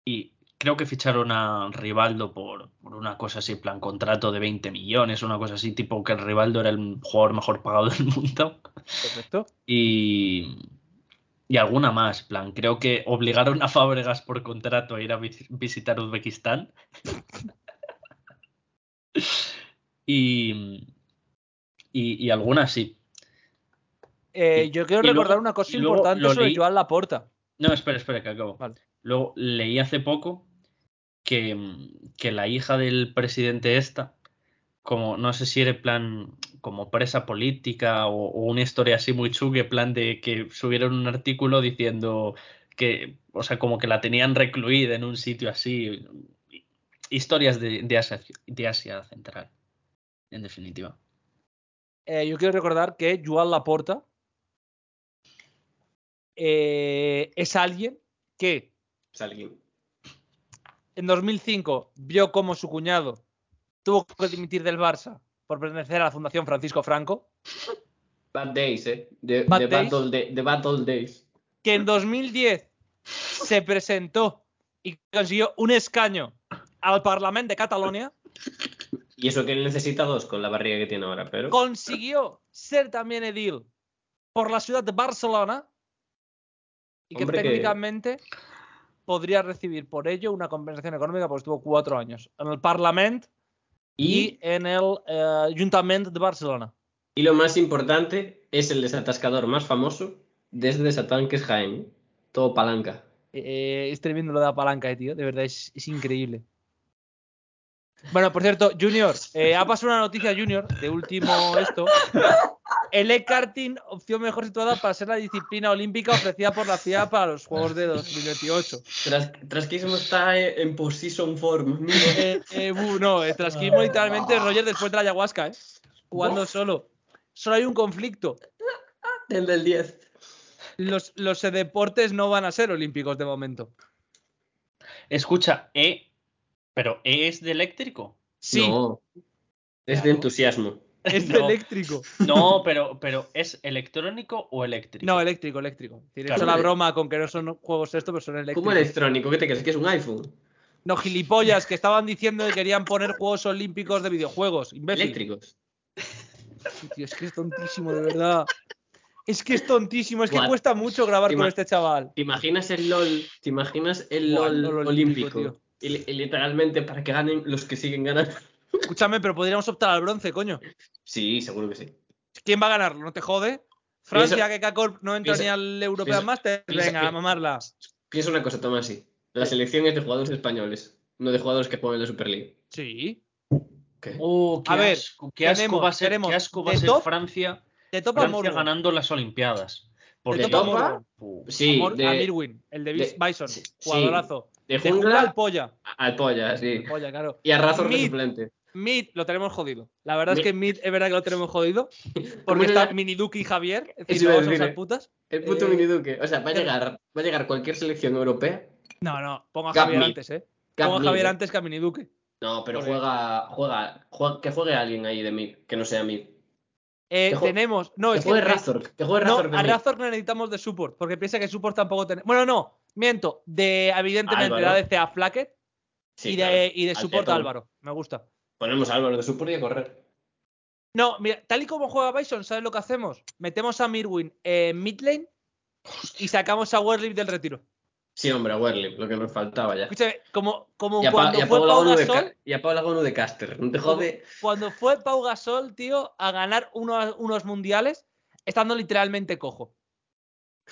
G: y creo que ficharon a Rivaldo por, por una cosa así, en plan contrato de 20 millones, una cosa así, tipo que el Rivaldo era el jugador mejor pagado del <laughs> mundo
E: Perfecto.
G: y, y alguna más. en plan, creo que obligaron a Fábregas por contrato a ir a vis- visitar Uzbekistán. <laughs> y, y, y alguna sí.
E: Eh,
G: Y-
E: yo quiero
G: y luego-
E: recordar una cosa
G: y luego
E: importante
G: lo
E: sobre
G: leí.
E: Joan Laporta.
G: No, espera, espera, que acabo.
E: Vale.
G: Luego leí hace poco que, mm, que la hija del presidente esta, como no sé si era en plan como presa política o, o una historia así muy chunga, en plan de que subieron un artículo diciendo que, o sea, como que la tenían recluida en un sitio así. Historias de, de Asia, de Asia Central, en definitiva.
E: Eh, yo quiero recordar que Joan Laporta eh, es alguien que
F: Es Pues, alguien.
E: en 2005 vio cómo su cuñado tuvo que dimitir del Barça por pertenecer a la Fundación Francisco Franco,
F: Bad Days, eh. De
E: Bad
F: de
E: Days.
F: bad, old day- de bad Old Days.
E: que en 2010 se presentó y consiguió un escaño al Parlamento de Cataluña,
F: Y eso que él necesita dos con la barriga que tiene ahora, pero.
E: consiguió ser también edil por la ciudad de Barcelona y que
F: Hombre, que-
E: técnicamente podría recibir por ello una compensación económica porque estuvo cuatro años en el Parlamento y,
F: Y,
E: en el eh, Ayuntamiento de Barcelona.
F: y lo más importante es el desatascador más famoso este desde Desatanques Jaén. ¿eh? Todo palanca.
E: Eh, es tremendo lo de la palanca, eh, tío. De verdad, es, es increíble. Bueno, por cierto, Junior, eh, ha pasado una noticia, Junior, de último esto. El e-karting, opción mejor situada para ser la disciplina olímpica ofrecida por la FIA para los Juegos de 2028.
F: Tras, Trasquismo está eh, en position form. amigo.
E: Eh, eh, bu, no, el trasquismo literalmente es Roger después de la ayahuasca, ¿eh? Jugando solo. Solo hay un conflicto.
F: <laughs> El del 10.
E: Los, los deportes no van a ser olímpicos de momento.
G: Escucha, E, pero E es de eléctrico.
E: Sí,
F: No. Es de
G: Claro.
F: entusiasmo.
E: es
G: No.
E: eléctrico.
G: No, pero, pero ¿es electrónico o eléctrico?
E: No, eléctrico, eléctrico. He
G: Claro.
E: hecho la broma con que no son juegos esto, pero son eléctricos.
F: ¿Cómo electrónico? ¿Qué te crees? ¿Que es un iPhone?
E: No, gilipollas, que estaban diciendo que querían poner juegos olímpicos de videojuegos. Imbécil.
F: Eléctricos.
E: Tío, es que es tontísimo, de verdad. Es que es tontísimo, es que
F: Buah.
E: cuesta mucho grabar
F: Ima-
E: con este chaval.
F: ¿Te imaginas el LOL? ¿Te imaginas el
E: Buah,
F: LOL,
E: LOL olímpico,
F: olímpico? y, li- y literalmente para que ganen los que siguen ganando. <laughs>
E: Escúchame, pero podríamos optar al bronce, coño.
F: Sí, seguro que sí.
E: ¿Quién va a ganarlo? ¿No te jode? Francia,
F: Piensa-
E: que K-Corp no entra
F: piensa-
E: ni al European
F: piensa-
E: Masters.
F: piensa
E: Venga,
F: que-
E: a mamarla.
F: Piensa una cosa, toma así. La selección es de jugadores españoles, no de jugadores que juegan en la Superliga.
E: Sí.
F: ¿Qué?
G: Oh, qué
E: A ver,
G: asco, qué asco
E: tenemos-
G: va a ser,
E: tenemos
G: qué asco va
E: de
G: a ser
E: top,
G: Francia,
E: Te topa
G: Francia
E: Morgan.
G: ganando las Olimpiadas.
E: Te
G: Porque
F: ¿De
E: topa
F: topa?
E: Morgan.
G: Pu-
F: Sí,
E: Amor-
F: de,
E: a Mirwin, el de, Bis-
F: de-
E: Bison.
F: sí, sí.
E: Jugadorazo. De
F: de
E: jungla al
F: jungla
E: polla.
F: al polla, sí.
E: Polla, claro.
F: Y a Razor de
E: Mid-
F: suplente.
E: Mid lo tenemos jodido. La verdad es
F: Mid-
E: que Mid es verdad que lo tenemos
F: <laughs>
E: jodido. Porque
F: Mira,
E: está Miniduki y Javier. Es
F: Eso
E: decir, no
F: iba a
E: vamos a
F: decir,
E: usar
F: eh.
E: putas.
F: El puto
E: eh,
F: miniduque. O sea, va a
E: pero-
F: llegar, va a llegar cualquier selección europea.
E: No, no. Pongo a
F: Gap
E: Javier
F: Mid.
E: antes, eh.
F: Gap
E: Pongo a
F: mid,
E: Javier
F: eh.
E: antes que a Miniduki.
F: No, pero
E: Por ahí.
F: juega, juega, juega- que juegue alguien ahí de mid, que no sea mid.
E: Eh,
F: Que jue-
E: tenemos. No,
F: que
E: es que.
F: juegue Razork. Que juegue
E: No,
F: Razork.
E: a
F: también.
E: Razor no necesitamos de support, porque piensa que support tampoco tenemos. Bueno, no, miento. De, evidentemente,
F: Álvaro.
E: la de CA Flacket
F: Sí,
E: y, de,
F: claro.
E: y de
F: Al
E: support
F: Tetón.
E: a Álvaro. Me gusta.
F: Ponemos a Álvaro de support y a correr.
E: No, mira, tal y como juega Bison, ¿sabes lo que hacemos? Metemos a Mirwin en mid lane y sacamos a Werlip del retiro.
F: Sí, hombre, a Werlip, lo que nos faltaba ya.
E: Escúchame, como, como
F: Y a, Pa-
E: cuando
F: y a
E: fue
F: Pau
E: Pau
F: Lagonu de,
E: Gasol,
F: Ca- y a Pau Lagonu de caster. No te
E: Como-
F: jode.
E: cuando fue Pau Gasol, tío, a ganar unos, unos mundiales estando literalmente cojo. O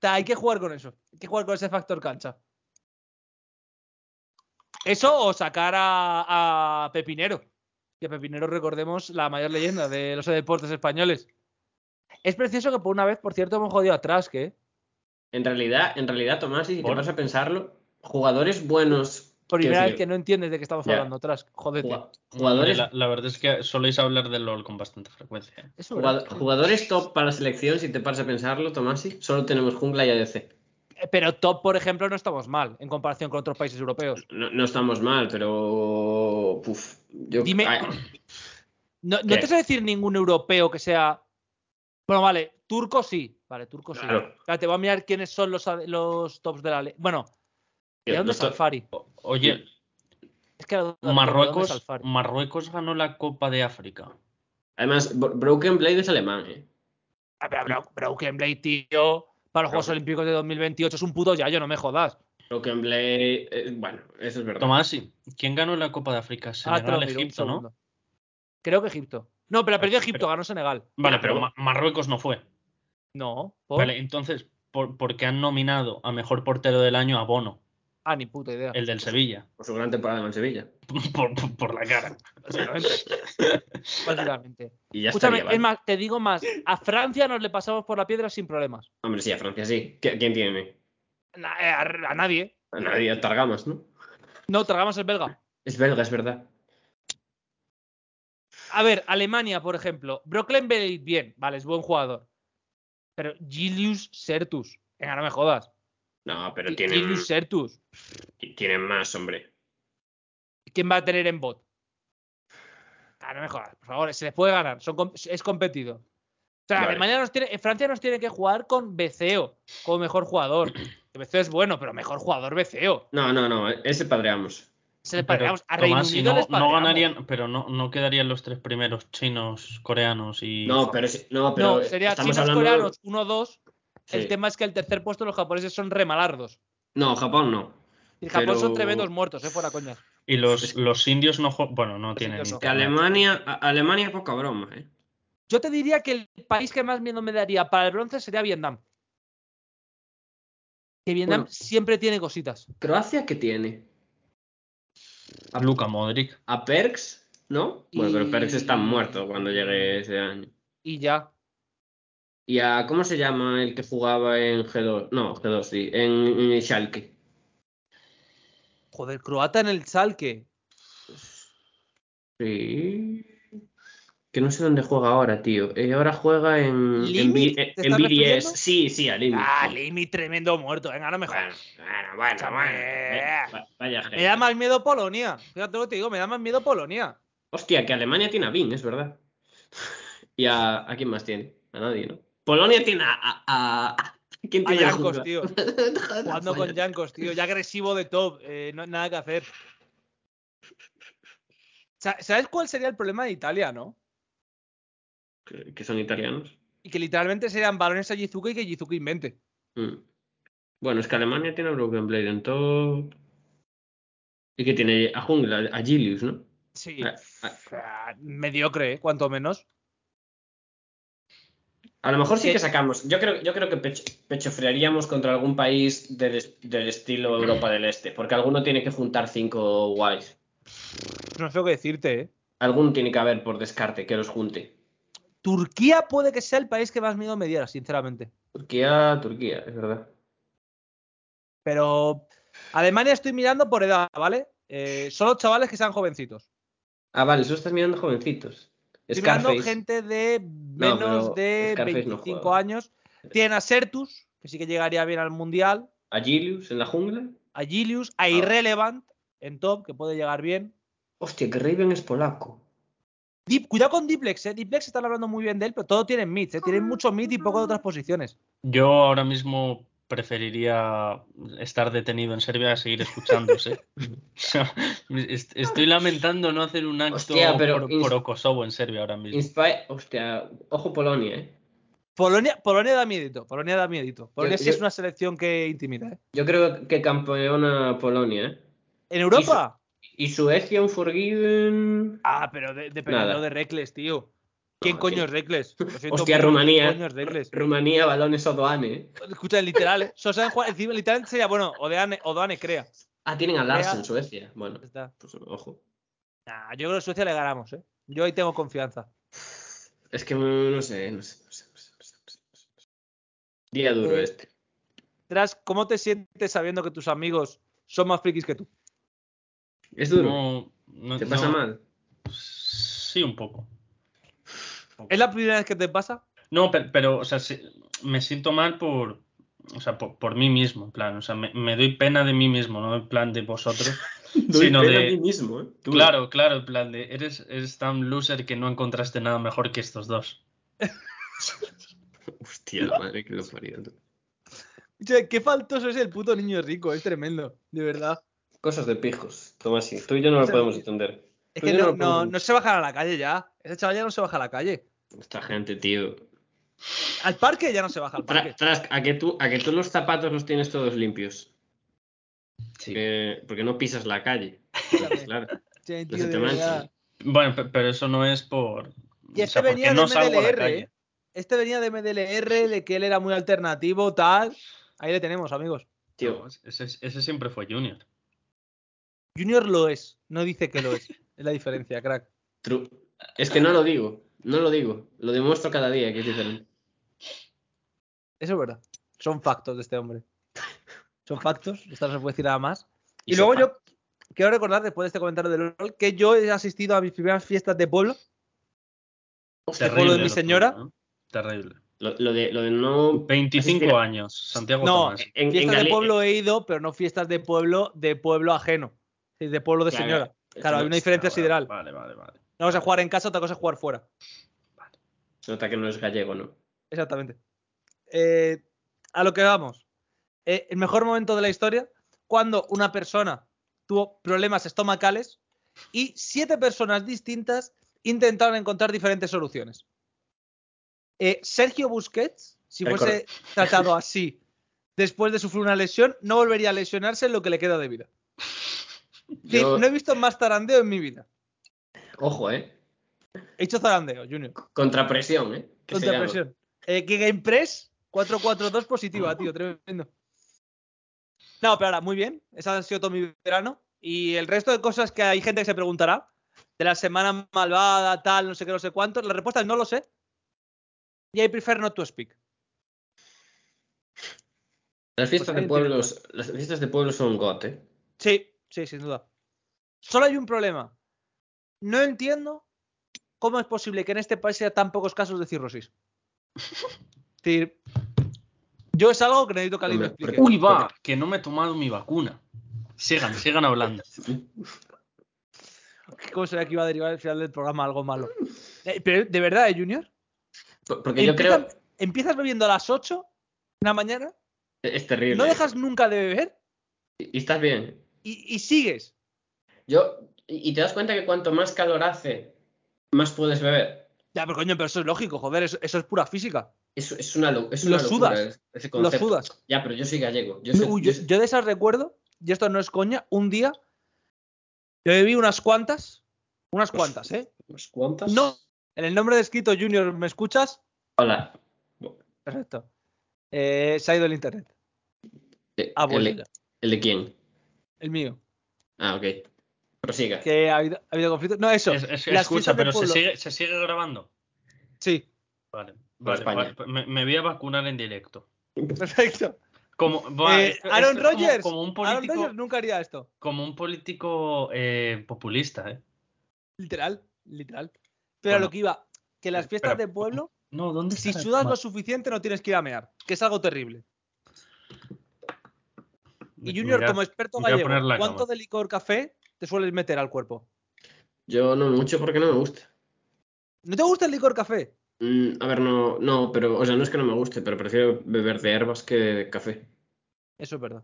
E: sea, hay que jugar con eso. Hay que jugar con ese factor cancha. Eso o sacar a, a Pepinero. Que Pepinero, recordemos, la mayor leyenda de los deportes españoles. Es precioso que por una vez, por cierto, hemos jodido ¿eh? atrás, que
F: En realidad, en realidad, Tomás, y si te
G: Por-
F: vas a pensarlo, jugadores buenos.
E: por
F: quiero
E: primera vez
F: decir,
E: que no entiendes de qué estamos
F: Ya.
E: hablando atrás. Jodete.
F: juga- Jugadores,
G: La, la verdad es que soléis hablar de LOL con bastante frecuencia. ¿eh?
E: Es verdad.
F: jugado- jugadores top para la selección, si te paras a pensarlo, Tomás, y solo tenemos jungla y ADC.
E: Eh, Pero top, por ejemplo, no estamos mal en comparación con otros países europeos.
F: No, no estamos mal, pero. Puf, yo-
E: Dime-
F: Ay,
E: No, no
F: ¿Qué?
E: te sé decir ningún europeo que sea. Bueno, vale, turco sí. Vale, turco sí.
F: Claro.
E: Ahora te voy a mirar quiénes son los, los tops de la. le- Bueno, ¿de
F: tío,
E: dónde
F: no
E: es
F: estoy-
E: Alfari?
G: O- Oye,
E: Es que la duda, ¿de dónde es
G: Marruecos,
E: Alfari?
G: Marruecos ganó la Copa de África.
F: Además, Bro- Broken Blade es alemán, ¿eh?
E: Ah, pero Bro- Broken Blade, tío. Para los Juegos
F: Broken-
E: Olímpicos de 2028 es un puto yayo, no me jodas.
F: Broken Blade. eh, bueno, eso es verdad.
G: Tomás, ¿quién ganó la Copa de África?
E: Ahora te lo
G: Senegal,
E: miro, Ah, un
G: Egipto, ¿no?
E: segundo. Creo que Egipto. No, pero perdió Egipto,
G: Pero-
E: ganó Senegal.
G: Vale,
F: Ya,
G: pero
F: pero-
G: Ma- Marruecos no fue.
E: No, ¿por?
G: Vale, entonces, ¿por, por qué han nominado a mejor portero del año a Bono,
E: Ah, ni puta
G: <laughs>
E: idea.
G: el del Sevilla?
F: Por su gran temporada en Sevilla.
G: Por, por- por la cara.
E: Básicamente. Básicamente.
F: Y ya
E: Escúchame,
F: estaría,
E: es
F: ¿vale?
E: más, te digo más. A Francia nos le pasamos por la piedra sin problemas.
F: Hombre, sí, a Francia sí. ¿Qui- ¿Quién tiene?
E: Na- eh, A, a nadie.
F: A nadie, a Targamas, ¿no?
E: No, tragamos el belga.
F: Es belga, es verdad.
E: A ver, Alemania, por ejemplo. Brooklyn Blade, bien, vale, es buen jugador. Pero Gilius Sertus. Venga, no me jodas.
F: No, pero
E: Gi-
F: tienen,
E: Gilius Sertus.
F: tienen más, hombre.
E: ¿Quién va a tener en bot? Ah, no me jodas. Por favor, se les puede ganar. son com- es competido. O sea,
F: Vale.
E: Alemania nos tiene, eh, Francia nos tiene que jugar con Beceo como mejor
G: <clears throat>
E: jugador. Que Beceo es bueno, pero mejor jugador Beceo.
F: No, no, no, ese padreamos.
E: Se le
G: Pero,
E: padreamos. A Reino
G: Tomás, si
E: Unido
G: no,
E: les
G: no
E: padreamos.
G: ganarían, pero no, no quedarían los tres primeros chinos, coreanos y.
F: No, pero, sí- no, pero eh,
E: No, sería
F: estamos
E: chinos
F: hablando...
E: coreanos 1-2. El
F: Sí.
E: tema es que el tercer puesto los japoneses son remalardos.
F: No, Japón no.
E: Y Japón son
F: Pero-
E: tremendos muertos, eh, fuera coña.
G: Y los, los indios no jue- Bueno, no tienen.
E: indios no.
F: Que
G: internet.
F: Alemania, a- Alemania poca broma, ¿eh?
E: Yo te diría que el país que más miedo me daría para el bronce sería Vietnam. Que Vietnam
F: Bueno.
E: siempre tiene cositas.
F: Croacia, ¿qué tiene? A,
G: Luka Modric.
F: a Perks, ¿no? Bueno, pero Perks está
E: Y-
F: muerto cuando llegue ese año.
E: Y ya.
F: ¿Y a cómo se llama el que jugaba en G2? No, G2, sí, en, en Schalke.
E: Joder, croata en el Salque.
F: Sí. Que no sé dónde juega ahora, tío. Eh, ahora juega en. En,
E: ¿Limit?
F: B-
E: ¿Te
F: en
E: estás
F: BDS.
E: refiriendo?
F: Sí, sí, a Limit.
E: Ah, Limi, tremendo muerto. Venga, no me
F: Bueno,
E: jodas.
F: bueno, bueno, bueno. Eh, va- Vaya
E: Me da
F: gente.
E: más miedo Polonia. Fíjate lo que te digo, me da más miedo Polonia.
F: Hostia, que Alemania tiene a Bing, es verdad. <laughs> ¿Y a, a quién más tiene? A nadie, ¿no? Polonia tiene a. a, a- a- ¿Quién
E: A
F: tiene la
E: Yankos,
F: jungla? <laughs>
E: tío.
F: Joder,
E: Jugando con
F: joder.
E: Jankos, tío. Ya agresivo de top. eh, no, nada que hacer. Sa- ¿Sabes cuál sería el problema de Italia, no?
F: Que, que son italianos.
E: Y que literalmente serían balones a Jizuka y que Jizuka invente.
F: Mm. Bueno, es que Alemania tiene a Broken Blade en todo. Y que tiene a Jungla, a Gilius, ¿no?
E: Sí.
F: Ah, ah.
E: Ah, Mediocre, eh, cuanto menos.
F: A lo mejor sí
E: Que-
F: que sacamos. Yo creo, yo creo que pech- pechofrearíamos contra algún país del, es- del estilo Europa del Este, porque alguno tiene que juntar cinco guays.
E: No sé qué decirte, eh.
F: Alguno tiene que haber por descarte que los junte.
E: Turquía puede que sea el país que más miedo me diera, sinceramente.
F: Turquía, Turquía, es verdad.
E: Pero Alemania estoy mirando por edad, ¿vale? Eh, solo chavales que sean jovencitos.
F: Ah, vale, solo estás mirando jovencitos.
E: Estoy
F: Scarface.
E: mirando gente de
F: pero
E: menos de
F: Scarface no
E: 25
F: juega.
E: años. Tienen a Sertus, que sí que llegaría bien al mundial.
F: A Gilius en la jungla.
E: A Gilius, a
F: Ah.
E: Irrelevant en top, que puede llegar bien.
F: Hostia, que Raven es polaco.
E: Dip- cuidado con Diplex, ¿eh? Diplex están hablando muy bien de él, pero todo tiene mid, ¿eh? Tienen mucho mid y poco de otras posiciones.
G: Yo ahora mismo preferiría estar detenido en Serbia a seguir
F: <laughs>
G: escuchándose. <laughs> O sea, est- Estoy lamentando no hacer un acto
F: Hostia, pero
G: por,
F: ins-
G: por Kosovo en Serbia ahora mismo.
F: Inspi- Hostia, ojo Polonia, eh.
E: Polonia, Polonia da miedito, Polonia da miedito. Polonia sí
F: yo-
E: es una selección que intimida, ¿eh?
F: Yo creo que campeona Polonia, eh.
E: ¿En Europa?
F: Y Suecia, Unforgiven.
E: Ah, pero de, dependiendo
F: Nada.
E: de Reckless, tío. ¿Quién
F: No,
E: coño
F: tío.
E: es Reckless? Lo siento
F: Hostia,
E: mucho, ¿quién
F: Rumanía.
E: coño es Reckless?
F: Rumanía, balones Odoane. eh.
E: Escucha, literal, ¿eh? Sosa Juan, encima, literal sería, bueno, Odeane, Odoane crea.
F: Ah, tienen a Larsen,
E: Vea.
F: Suecia. Bueno,
E: Ya está.
F: pues ojo.
E: Nah, yo creo que Suecia le ganamos, ¿eh? Yo ahí tengo confianza.
F: Es que no sé, no sé, no sé, no sé, no sé, no sé, no sé. Día duro
G: Mm.
E: Eh,
F: este.
E: Tras, ¿cómo te sientes sabiendo que tus amigos son más frikis que tú?
F: Es duro.
G: No, no-
F: ¿Te pasa
G: no.
F: mal?
G: Sí, un poco.
E: ¿Es la primera vez que te pasa?
G: No, pe- pero, o sea, sí, me siento mal por, o sea, por, por mí mismo, en plan, o sea, me, me doy pena de mí mismo, no en plan de vosotros,
E: <laughs>
F: Doy
G: sino
F: pena a
G: de,
F: mí mismo, eh. Duro.
G: claro, claro, en plan de, eres, eres tan loser que no encontraste nada mejor que estos dos.
F: Hostia, la madre que lo parió. tú.
E: Che, qué faltoso es el puto niño rico, es tremendo, de verdad.
F: Cosas de pijos. Toma así. Tú y yo no lo
E: Sí.
F: podemos entender.
E: Es
F: Tú
E: que
F: y yo
E: no,
F: lo
E: no,
F: podemos
E: no se bajan a la calle ya. Ese chaval ya no se baja a la calle.
F: Esta gente, tío.
E: Al parque ya no se baja al
F: Tra-
E: parque.
F: tras, a, que tú, a que tú los zapatos los tienes todos limpios. Porque, porque no pisas la calle. Entonces, claro,
E: Che,
F: no
E: tío,
F: se
E: de
F: te
E: verdad.
F: manchan.
G: Bueno, pe- pero eso no es por,
E: Y
G: o
E: este
G: sea, porque
E: venía de
G: no salgo a la
E: MDLR.
G: calle.
E: ¿eh? Este venía de MDLR, de que él era muy alternativo, tal. Ahí le tenemos, amigos.
F: Tío,
G: Ese, ese siempre fue Junior.
E: Junior lo es, no dice que lo es. <laughs> Es la diferencia, crack.
F: tru- es que no lo digo. No lo digo. Lo demuestro cada día que es diferente.
E: Eso es verdad. Son factos de este hombre. Son factos, esto no se puede decir nada más.
F: Y
E: Y, luego
F: son
E: yo quiero recordar, después de este comentario de LOL, que yo he asistido a mis primeras fiestas de pueblo.
F: Este
G: Terrible
E: pueblo ¿Este de mi
G: lo tuyo,
E: señora.
G: ¿no? Terrible.
F: Lo, lo de, lo de no.
G: 25
F: Asistir a-
G: años, Santiago
E: No,
G: Tomás.
F: En, en
E: Fiestas de
F: Gale-
E: pueblo he ido, pero no fiestas de pueblo de pueblo ajeno. Es De pueblo de
F: Claro.
E: señora. Claro, hay una
G: Hostia,
E: diferencia
G: vale,
E: sideral.
G: Ah, Vale, vale, vale.
E: Una cosa es jugar en casa, otra cosa es jugar fuera.
F: Se nota que no es gallego, ¿no?
E: Exactamente. Eh, a lo que vamos. Eh, el mejor momento de la historia, cuando una persona tuvo problemas estomacales y siete personas distintas intentaron encontrar diferentes soluciones. Eh, Sergio Busquets, si
F: Récord.
E: fuese tratado así después de sufrir una lesión, no volvería a lesionarse en lo que le queda de vida. Que
F: Yo-
E: No he visto más zarandeo en mi vida.
F: Ojo, ¿eh?
E: He hecho zarandeo, Junior.
F: Contrapresión, ¿eh? Que se
E: Contra
F: llama.
E: presión. Eh, que Game Press 4-4-2 positiva, tío, tremendo. No, pero ahora, muy bien. Esa ha sido todo mi verano. Y el resto de cosas que hay gente que se preguntará, de la semana malvada, tal, no sé qué, no sé cuánto, la respuesta es no lo sé. Y I prefer not to speak.
F: Las fiestas
E: Pues
F: de
E: alguien tiene
F: pueblos. Las fiestas de pueblos son got, ¿eh?
E: Sí, sí, sin duda. Solo hay un problema. No entiendo cómo es posible que en este país haya tan pocos casos de
F: <laughs>
E: cirrosis. Es decir, yo es algo que necesito que alguien me
F: Hombre,
E: explique.
F: porque-
G: Uy, va, que no me he tomado mi vacuna. Sigan, sigan hablando.
E: ¿Cómo será que iba a derivar al final del programa algo malo? Eh, pero de verdad, ¿eh, Junior?
F: Por- Porque yo creo.
E: Empiezas- Empiezas bebiendo a las 8 de la mañana,
F: e, Es terrible.
E: no dejas nunca de beber
F: Y y estás bien.
E: y, y sigues.
F: Yo, y y te das cuenta que cuanto más calor hace, más puedes beber.
E: Ya, pero coño, pero eso es lógico, joder, eso, eso es pura física.
F: Es, es una, lo- es
E: Lo
F: una locura
E: sudas.
F: es- ese
E: Lo
F: concepto.
E: sudas.
F: Ya, pero yo soy gallego. Yo soy,
E: Uy,
F: yo
E: yo,
F: soy-
E: yo de esas recuerdo, y esto no es coña, un día yo bebí unas cuantas, unas cuantas, ¿eh?
F: ¿Unas cuantas?
E: No, en el nombre de escrito, Junior, ¿me escuchas?
F: Hola.
E: Perfecto. Eh, se ha ido el internet.
F: Eh,
E: Ah, bueno,
F: ¿El,
E: ya,
F: de- el de quién?
E: el mío.
F: Ah, ok. Prosiga.
E: Que ha habido, ha habido conflicto. No, eso.
G: Es- es-
E: las
G: escucha,
E: fiestas del
G: pero se
E: pueblo.
G: sigue, se sigue grabando.
E: Sí,
G: Vale,
F: Por
G: vale,
F: España.
G: vale, Me, me voy a vacunar en directo.
E: perfecto.
G: Como, buah,
E: Eh,
G: esto- esto
E: Aaron
G: es como-
E: Rodgers.
G: Como, un
E: Aaron
G: <laughs> político,
E: Rodgers nunca haría esto.
G: como un político eh, populista, ¿eh?
E: Literal, literal. Pero
G: Bueno. Eh,
E: lo que iba, que las fiestas
G: Espera.
E: de
G: <laughs>
E: pueblo,
G: No, ¿dónde
E: si
G: está la-
E: sudas lo suficiente no tienes que ir a mear, que es algo terrible. Y Junior,
G: Mirad,
E: como experto
G: voy a
E: gallego,
G: poner la
E: ¿cuánto
G: cámara.
E: de licor café te sueles meter al cuerpo?
F: Yo no mucho porque no me gusta.
E: ¿No te gusta el licor café?
F: Mm, a ver, no, no, pero, o sea, no es que no me guste, pero prefiero beber de herbas que de café.
E: Eso es verdad.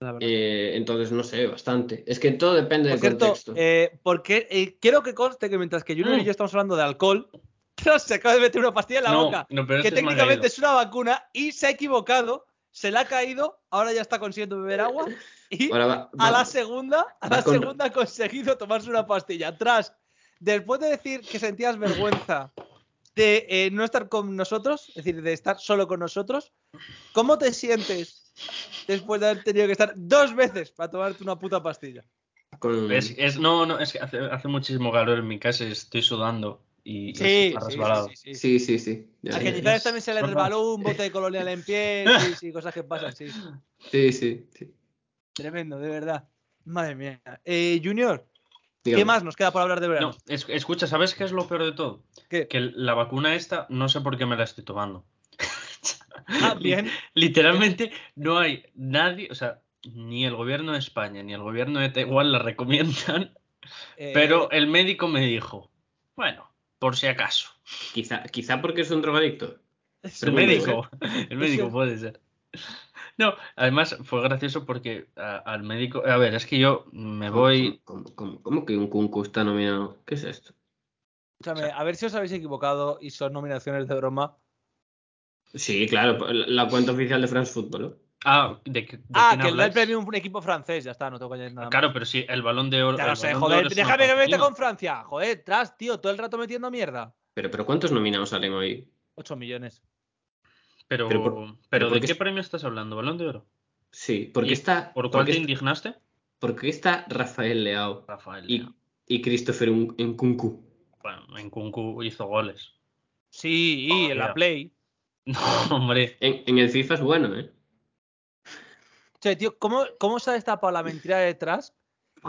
E: La verdad.
F: Eh, entonces, no sé, bastante. Es que todo
E: Por
F: depende del
E: cierto,
F: contexto.
E: eh, porque eh, quiero que conste que mientras que Junior y
F: Mm.
E: yo estamos hablando de alcohol, <laughs> Tras se acaba de meter una pastilla en la
G: no,
E: boca,
G: no, pero
E: que
G: este es más
E: técnicamente
G: caído.
E: es una vacuna y se ha equivocado, se la ha caído, ahora ya está consiguiendo beber agua y
F: Ahora va-
E: a
F: va-
E: la segunda, a
F: va
E: la
F: con-
E: segunda ha conseguido tomarse una pastilla. Tras, después de decir que sentías vergüenza de eh, no estar con nosotros, es decir, de estar solo con nosotros, ¿cómo te sientes después de haber tenido que estar dos veces para tomarte una puta pastilla?
F: con-
G: Es, es- no, no, es que hace, hace muchísimo calor en mi casa y estoy sudando y, y
E: Sí,
G: está
E: sí,
G: resbalado.
E: sí, sí, sí.
F: Sí, sí, sí. ya
E: A
F: sé.
E: que
G: sí.
E: quizás también se le
G: Normal.
E: resbaló un bote de colonial en <laughs> pie, sí, sí, cosas que pasan, sí.
F: Sí, sí, sí.
E: Tremendo, de verdad. Madre mía. Eh, junior,
F: Dígame.
E: ¿qué más nos queda por hablar de verano?
G: No, es- escucha, ¿sabes qué es lo peor de todo?
E: ¿Qué?
G: Que la vacuna esta no sé por qué me la estoy tomando.
E: Ah, bien.
G: Literalmente no hay nadie, o sea, ni el gobierno de España ni el gobierno de Taiwán la recomiendan,
E: Eh,
G: pero el médico me dijo, bueno, por si acaso.
F: Quizá, quizá porque es un drogadicto.
E: es
G: El
F: Pero
E: muy
F: bueno,
G: médico, el médico puede ser. No, además fue gracioso porque a- al médico, a ver, es que yo me voy,
F: ¿Cómo, cómo, cómo- cómo que un Kunku está nominado? ¿Qué es esto?
E: Escúchame, a ver si os habéis equivocado y son nominaciones de broma.
F: Sí, claro, la, la cuenta oficial de France Football. ¿no?
G: ah, de, qué- de
E: Ah,
G: quién
E: que le
G: habláis?
E: el premio un equipo francés, ya está, no tengo que añadir nada. más.
G: Claro, pero sí, el balón de oro.
E: ya
G: el
E: lo sé,
G: Balón de
E: joder,
G: Oro es una
E: déjame que me meta
G: porquería.
E: con Francia. Joder, tras, tío, todo el rato metiendo mierda.
F: Pero, pero ¿cuántos nominados salen hoy?
E: 8 millones.
G: Pero,
F: Pero por-
G: pero,
F: pero
G: ¿de
F: porque
G: qué
F: es-
G: premio estás hablando? ¿Balón de oro?
F: Sí, porque
G: ¿Y
F: está,
G: ¿Por cuál
F: porque,
G: te
F: está,
G: indignaste?
F: porque está Rafael Leao
G: Rafael.
F: y,
G: Leao.
F: y Christopher Un- Nkunku.
G: Bueno, en Kunku hizo goles.
E: Sí, y en la
G: Joder.
E: Play.
G: <laughs> No, hombre.
F: En, en el FIFA es bueno, ¿eh?
E: Che, tío, ¿cómo, ¿cómo se ha destapado la mentira de Tras?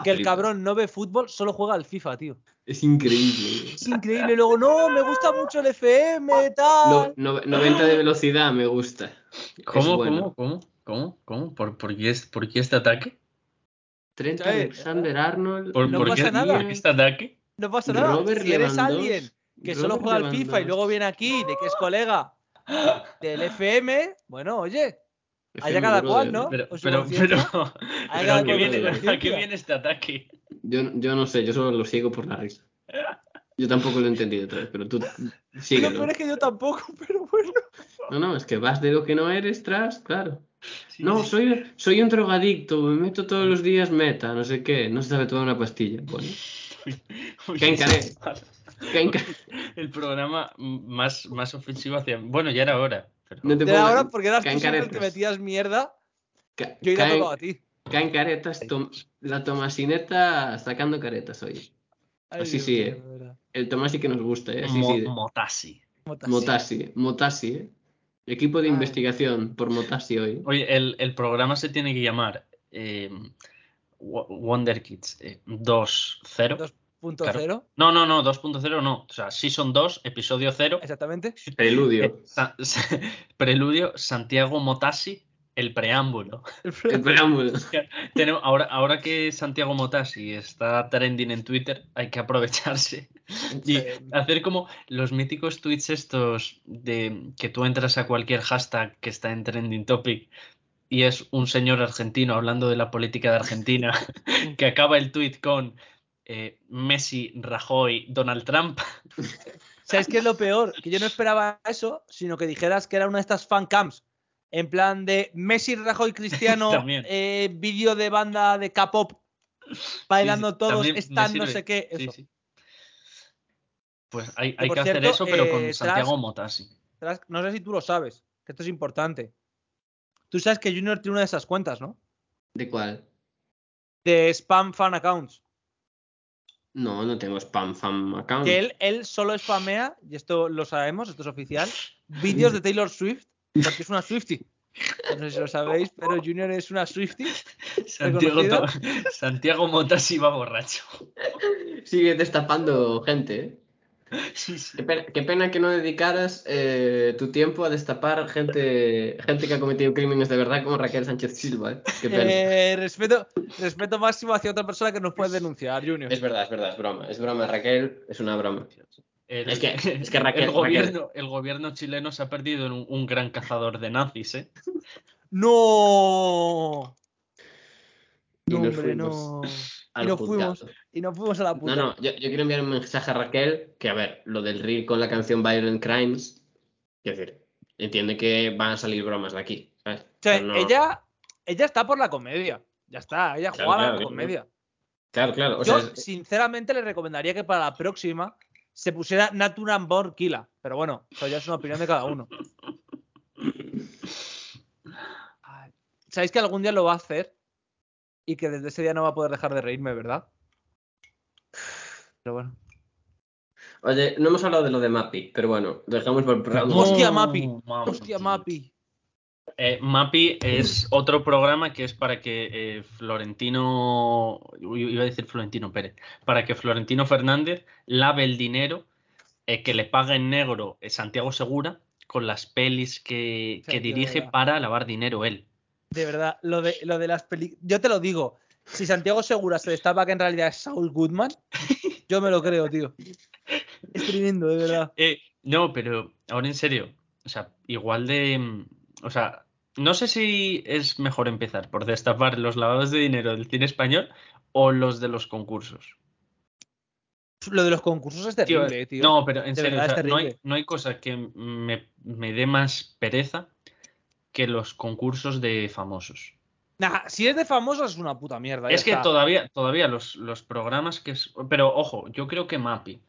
E: Que el
F: Fácil.
E: cabrón no ve fútbol, solo juega al FIFA, tío.
F: Es increíble. ¿eh?
E: <laughs> Es increíble. Luego, no, me gusta mucho el FM, tal.
F: No- no- 90 de velocidad me gusta.
G: ¿Cómo,
F: bueno.
G: cómo, cómo, cómo, cómo? ¿Por, por qué, es- por qué este ataque?
F: 30
E: ¿Sabes?
F: Alexander Arnold.
G: ¿Por,
E: eh, No
G: por
E: pasa
G: qué,
E: nada.
G: por qué este ataque?
E: No pasa nada.
F: Robert
E: si eres
F: Lewandowski-
E: alguien que solo
F: Robert
E: juega al FIFA y
F: Lewandowski.
E: luego viene aquí, de que es colega del FM, bueno, oye, allá
F: FM,
E: cada
F: brother.
E: cual, ¿no?
G: Pero,
E: O su
G: pero, pero,
E: conciencia.
G: pero
E: cada
G: ¿a, qué
E: cual
G: viene,
E: con su
G: ¿a qué
E: conciencia.
G: viene este ataque?
F: Yo, yo no sé, yo solo lo sigo por la risa. Yo tampoco lo he entendido otra vez, pero tú
E: Lo
F: síguelo.
E: peor es que yo tampoco, <laughs> pero bueno.
F: No, no, es que vas de lo que no eres tras, claro.
G: Sí,
F: <laughs> No,
G: sí.
F: soy, soy un drogadicto, me meto todos los días meta, no sé qué, no se sabe tomar una pastilla. Bueno,
G: Uy,
F: Ken Canet. Ken Ca-
G: El programa más, más ofensivo hacia... Bueno, ya era hora. pero-
F: no te
E: De
F: pongas-
E: ahora, porque eras tú
F: Ken
E: siempre el que
F: Canetas.
E: metías mierda,
F: Ca-
E: yo iba
F: Ken-
E: tocado a ti.
F: Ken Caretas, tom- la Tomasineta sacando caretas hoy.
E: Ay,
F: Así
E: Dios
F: sí,
E: mío,
F: eh.
E: de verdad.
F: El Tomás sí que nos gusta, ¿eh? Así
G: Mo-
F: sí. de-
G: Motasi.
E: Mota, sí.
F: Motasi, Motasi, ¿eh? Equipo de
E: Ay.
F: investigación por
E: <laughs>
F: Motasi hoy.
G: Oye, el, el programa se tiene que llamar eh, Wo- Wonder Kids eh, 2.0.
E: Dos- Punto
G: Claro.
E: cero,
G: No, no, no, 2.0 no. O sea, Season 2, episodio 0. <laughs>
E: exactamente.
F: Preludio.
G: Eh, ah, preludio, Santiago Motasi, el preámbulo. <laughs>
F: El preámbulo.
G: Tenemos, ahora, ahora que Santiago Motasi está trending en Twitter, hay que aprovecharse <laughs> y hacer como los míticos tweets estos de que tú entras a cualquier hashtag que está en trending topic y es un señor argentino hablando de la política de Argentina <laughs> que acaba el tweet con eh, Messi, Rajoy, Donald Trump.
E: ¿Sabes qué es lo peor? Que yo no esperaba eso, sino que dijeras que era una de estas fan camps. En plan de Messi, Rajoy, Cristiano,
G: <laughs> También.
E: eh, vídeo de banda de K-pop, bailando
G: Sí, sí,
E: todos,
G: también me
E: están no
G: sirve.
E: sé qué.
G: Sí,
E: Eso.
G: sí. Pues hay, hay
E: por
G: que hacer
E: cierto,
G: eso, pero con
E: eh, tras-
G: Santiago Motasi.
E: Tras- No sé si tú lo sabes, que esto es importante. Tú sabes que Junior tiene una de esas cuentas, ¿no?
F: ¿De cuál?
E: De spam fan accounts.
F: No, no tengo spam fan account.
E: Que él, él solo spamea, y esto lo sabemos, esto es
F: <laughs>
E: oficial, vídeos de Taylor Swift, porque es una Swiftie. No sé si lo sabéis, pero Junior es una Swiftie.
G: Santiago, To- <laughs> Santiago Motasi va borracho.
F: Sigue destapando gente, ¿eh?
G: Sí, sí.
F: Qué pena, qué pena que no dedicaras eh, tu tiempo a destapar gente, gente que ha cometido crímenes de verdad como Raquel Sánchez Silva, ¿eh? Qué pena.
E: Eh, respeto, respeto máximo hacia otra persona que nos puede denunciar, Junior.
F: Es verdad, es verdad, es broma. Es broma, Raquel, es una broma.
G: El,
F: Es que- es que Raquel-
G: el, gobierno, el gobierno chileno se ha perdido en un, un gran cazador de nazis, ¿eh?
E: ¡No!
F: Y
E: No,
F: nos
E: hombre, no.
F: fuimos
E: Y
F: al
E: nos
F: juzgado.
E: fuimos. Y nos fuimos a la
F: No,
E: puta.
F: no, yo, yo quiero enviar un mensaje a Raquel, que a ver, lo del reel con la canción Violent Crimes, quiero decir, entiende que van a salir bromas de aquí, ¿sabes?
E: O sea,
F: Pero no-
E: ella, ella está por la comedia. Ya está, ella
F: Claro,
E: juega a la
F: claro, claro.
E: comedia.
F: Claro, claro, o
E: Yo,
F: sea, es- eh,
E: sinceramente, le recomendaría que para la próxima se pusiera Natural Born Killer. Pero bueno, eso ya es una opinión de cada
F: <laughs>
E: uno. Ay, Sabéis que algún día lo va a hacer y que desde ese día no va a poder dejar de reírme, ¿verdad? Pero bueno.
F: Oye, no hemos hablado de lo de Mappy, pero bueno, dejamos por el programa.
E: Hostia,
G: Oh,
E: Mapi.
G: Mapi.
E: Hostia, Mapi.
G: Eh, Mapi es otro programa que es para que eh, Florentino, uy, iba a decir Florentino Pérez, para que Florentino Fernández lave el dinero eh, que le paga en negro eh, Santiago Segura con las pelis que,
E: Sí,
G: que
E: tío,
G: dirige
E: verdad.
G: para lavar dinero él.
E: De verdad, lo de, lo de las películas. Yo te lo digo. Si Santiago Segura se destapa que en realidad es Saul Goodman, yo me lo creo,
F: <laughs>
E: tío. Es tremendo, de verdad.
G: Eh, no, pero ahora en serio, o sea, igual de, mm, o sea, no sé si es mejor empezar por destapar los lavados de dinero del cine español o los de los concursos.
E: Lo de los concursos es
G: Tío,
E: terrible, eh, tío.
G: No, pero en
E: De
G: serio,
E: verdad
G: o sea,
E: es
G: no, hay,
E: terrible.
G: no hay cosa que me, me dé más pereza que los concursos de famosos.
E: Nah, si es de famosos es una puta mierda. ya
G: es que
E: está.
G: todavía, todavía los, los programas que es. Pero ojo, yo creo que MAPI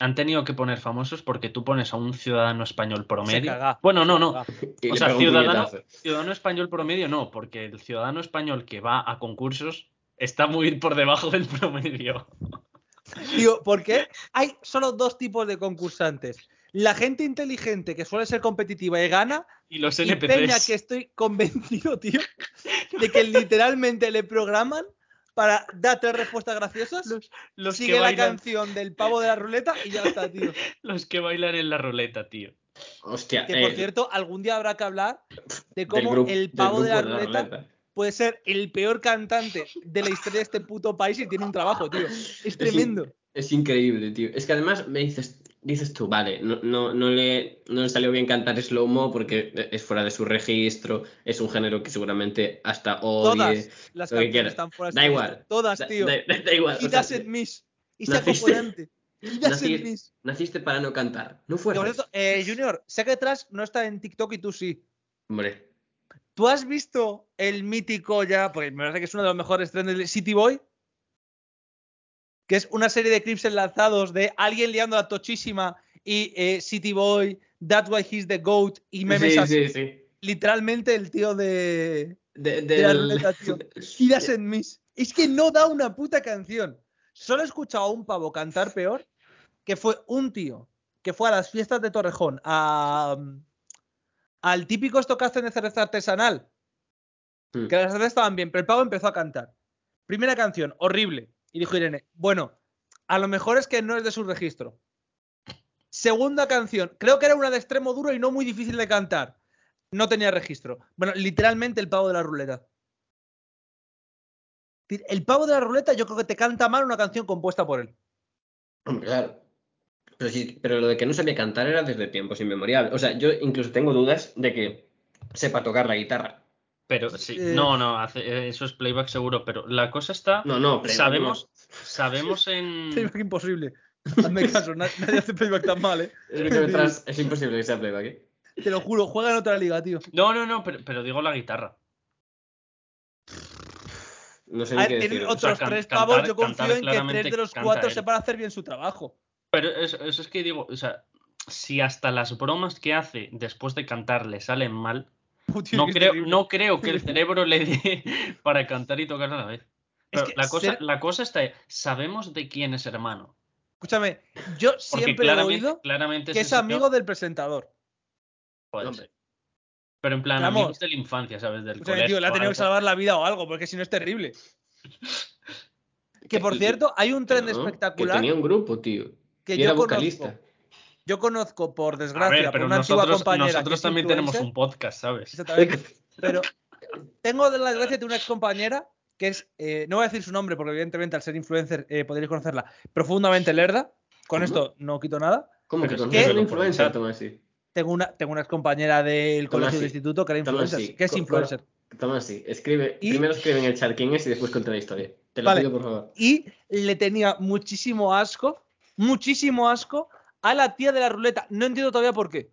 G: han tenido que poner famosos porque tú pones a un ciudadano español promedio.
E: caga.
G: Bueno, no, no.
E: Ah,
F: Y
G: O
F: le
G: sea,
F: pego un
G: ciudadano,
F: puñetazo.
G: ciudadano español promedio no, porque el ciudadano español que va a concursos está muy por debajo del promedio.
E: Tío, porque hay solo dos tipos de concursantes. La gente inteligente que suele ser competitiva y gana,
G: Y los
E: y Peña
G: NPCs.
E: que estoy convencido, tío, de que literalmente le programan para dar tres respuestas graciosas,
G: los que
E: sigue la
G: bailan-
E: canción del pavo de la ruleta y ya está, tío.
G: Los que bailan en la ruleta, tío.
F: Hostia,
E: Que por
F: eh,
E: cierto, algún día habrá que hablar de
F: del
E: cómo
F: grupo-
E: el
F: del
E: pavo de la
F: grupo
E: ruleta puede ser el peor cantante de la historia de este puto país y tiene un trabajo, tío. Es tremendo.
F: Es increíble, tío. Es que además me dices, dices tú, vale, no, no, no, le, no le salió bien cantar slow mo porque es fuera de su registro, es un género que seguramente hasta odie.
E: Todas las
F: lo que
E: canciones
F: quieras.
E: están fuera de
F: Da
E: su
F: igual.
E: registro. Todas,
F: Da-
E: tío.
F: Da, da igual.
E: Y
F: o sea,
E: das en mis. Y sea
F: naciste-
E: acojonante. Y das en
F: naciste-
E: mis.
F: naciste para no cantar. No
E: Que,
F: fuera.
E: por cierto, eh, Junior, sé que Trash no está en TikTok y tú sí.
F: Hombre,
E: ¿Tú has visto el mítico ya? Porque me parece que es uno de los mejores trenes de City Boy. Que es una serie de clips enlazados de alguien liando la tochísima y eh, City Boy, That's Why He's the Goat y memes
F: sí,
E: así.
F: sí, sí.
E: Literalmente el tío de,
F: De-
E: de la
F: del-
E: ruleta, tío. Y das en mis. Es que no da una puta canción. Solo he escuchado a un pavo cantar peor, que fue un tío que fue a las fiestas de Torrejón, a, mm, al típico esto que hacen de cerveza artesanal,
F: Mm.
E: que las cervezas estaban bien, pero el pavo empezó a cantar. Primera canción, horrible. Y dijo Irene, bueno, a lo mejor es que no es de su registro. Segunda canción, creo que era una de extremo duro y no muy difícil de cantar. No tenía registro. Bueno, literalmente el pavo de la ruleta. El pavo de la ruleta yo creo que te canta mal una canción compuesta por él.
F: Hombre, <laughs> claro. Pero, sí, pero lo de que no sabía cantar era desde tiempos inmemoriales. O sea, yo incluso tengo dudas de que sepa tocar la guitarra.
G: Pero sí,
E: Eh.
G: no, no, hace- eh, eso es playback seguro, pero la cosa está,
F: No, no, pero
G: Sabemos. sabemos en...
E: <laughs> Playback imposible. Hazme caso, na- nadie hace playback tan mal, ¿eh?
F: Es, lo que me
E: <laughs>
F: tras- es imposible que sea playback. ¿eh?
E: Te lo juro, juega en otra liga, tío.
G: No, no, no, pero, pero digo la guitarra.
F: No sé
E: A
F: ni
E: ver,
F: qué
E: tienen
F: decir.
E: otros
G: can-
E: tres
G: cantar-
E: pavos, yo
G: cantar
E: confío en que
G: claramente
E: tres de los
G: canta
E: cuatro
G: él.
E: sepan hacer bien su trabajo.
G: Pero eso, eso es que digo, o sea, si hasta las bromas que hace después de cantar le salen mal,
E: <laughs> Oh, tío,
G: no
E: que es
G: creo,
E: terrible.
G: no
E: <laughs>
G: creo que el cerebro le dé <laughs> para cantar y tocar a la vez. Pero
E: que
G: la, cosa,
E: ser-
G: la cosa está, sabemos de quién es hermano.
E: Escúchame, yo
G: Porque
E: siempre he
G: claramente,
E: oído
G: claramente
E: que es
G: ese señor-
E: amigo del presentador.
G: Puede
F: Hombre.
G: ser. Pero en plan,
E: Vamos.
G: amigos de la infancia, ¿sabes? Del
E: Escúchame,
G: colegio,
E: tío, le ha tenido que
G: algo.
E: salvar la vida o algo, porque si no es
G: <laughs>
E: terrible. Que por
F: Que-
E: cierto, hay un tren
F: No, Que
E: espectacular
F: tenía un grupo, tío.
E: que
F: y
E: yo
F: era
E: conozco.
F: vocalista.
E: Yo conozco, por
G: A
E: desgracia,
G: ver,
E: por
G: pero
E: una antigua
G: nosotros,
E: compañera. que
G: nosotros
E: es
G: también tenemos
E: influencer.
G: un podcast, ¿sabes?
E: Exactamente. Pero tengo la desgracia de una ex compañera que es, eh, no voy a decir su nombre porque evidentemente al ser influencer eh, podréis conocerla, profundamente lerda. Con esto no quito nada.
F: ¿Cómo
G: Pero
F: que
G: es
F: conoces
G: que
F: a
G: lo
F: una influencer,
G: conectas.
F: Tomasi?
E: Tengo una, tengo una compañera del
F: Toma
E: colegio
F: así,
E: del instituto que era
F: toma
E: influencer.
F: así,
E: que es
F: co- co-
E: influencer?
F: Tomasi, escribe,
E: Y-
F: primero escribe en el chat quién es y después cuenta la historia. Te lo
E: Vale.
F: pido, por favor.
E: y le tenía muchísimo asco, muchísimo asco a la tía de la ruleta. No entiendo todavía por qué.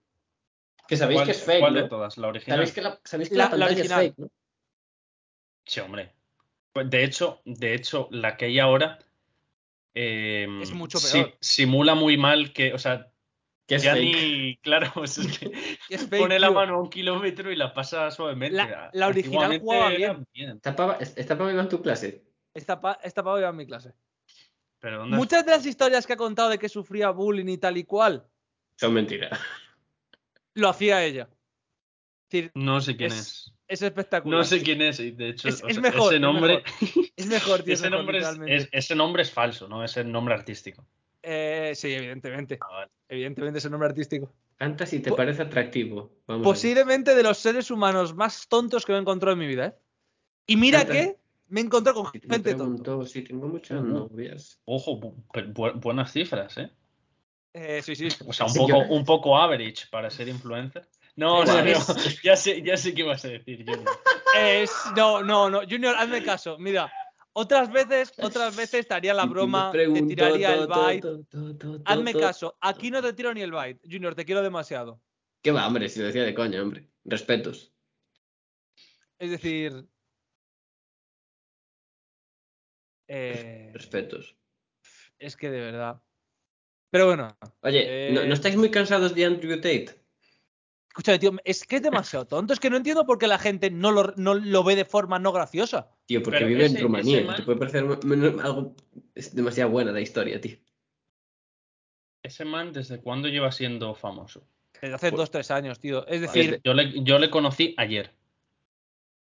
F: Que sabéis
G: ¿Cuál-
F: que es fake,
G: ¿Cuál
F: ¿no?
G: de todas? La original.
F: Sabéis que la, sabéis que
E: La-
F: la
E: la
F: pantalla es
E: original.
F: fake, ¿no?
G: Sí, hombre. Pues, de hecho, de hecho, la que hay ahora em,
E: Es mucho
G: si-
E: peor.
G: simula muy mal que, o sea,
F: Que es
G: ya
F: fake.
G: ni, <laughs> claro, o sea, es que
E: Es fake,
G: pone la
E: tío.
G: mano a un kilómetro y la pasa suavemente.
E: La-
G: Ah,
E: la original
G: Antiguamente
E: jugaba
G: era
E: bien.
F: Estaba, estaba en tu clase.
E: Esta, pa esta pava iba en mi clase.
G: pero ¿dónde
E: Muchas de las historias que ha contado de que sufría bullying y tal y cual,
F: Son mentiras.
E: <laughs> lo hacía ella. Es decir,
G: No sé quién
E: Es-
G: es.
E: es espectacular.
G: No sé quién es, y de hecho,
E: Es-
G: o
E: es
G: sea,
E: mejor,
G: ese
E: es
G: nombre,
E: Es mejor, tío. es
G: ese,
E: mejor,
G: nombre es,
E: literalmente.
G: es- ese nombre es falso, ¿no? Es el nombre artístico.
E: Eh, sí, evidentemente.
G: Ah, vale.
E: Evidentemente es el nombre artístico.
F: Canta si te
E: Po-
F: parece atractivo. Vamos a ver.
E: Posiblemente de los seres humanos más tontos que me he encontrado en mi vida, ¿eh? Y mira
F: Canta.
E: que me he encontrado con
F: Si te
E: gente tonta.
F: pregunto si tengo muchas novias.
G: Ojo, bu- pero bu- buenas cifras, ¿eh?
E: Eh, sí, sí.
G: O sea, un
F: Sí,
G: poco,
F: yo-
G: un poco average para ser influencer. No,
F: Sí,
G: no,
F: vale.
G: no. <laughs> Ya sé, ya sé qué vas a decir, Junior.
E: Es, no, no, no. Junior, hazme caso. Mira, otras veces, otras veces te haría la
F: Si
E: broma, te
F: pregunto,
E: tiraría
F: to,
E: el
F: to,
E: bite.
F: to, to, to, to,
E: Hazme
F: to.
E: caso. Aquí no te tiro ni el bite. Junior, te quiero demasiado.
F: ¿Qué va, hombre? Si lo decía de coña, hombre. Respetos.
E: Es decir.
F: <laughs>
E: eh,
F: Respetos.
E: es que de verdad. Pero bueno,
F: Oye, ¿no,
E: Eh.
F: no estáis muy cansados de Andrew Tate?
E: escúchame, tío, es que es demasiado tonto. Es que no entiendo por qué la gente no lo, no lo ve de forma no graciosa.
F: Tío, porque
G: Pero
F: vive
G: ese-
F: en Rumanía.
G: ese man-
F: Te puede parecer un- un- algo es demasiado buena la historia, tío.
G: Ese man, ¿desde cuándo lleva siendo famoso?
E: Desde hace
F: Pues-
E: dos, tres años, tío. Es
F: Vale.
E: decir,
G: Yo le, yo le conocí ayer.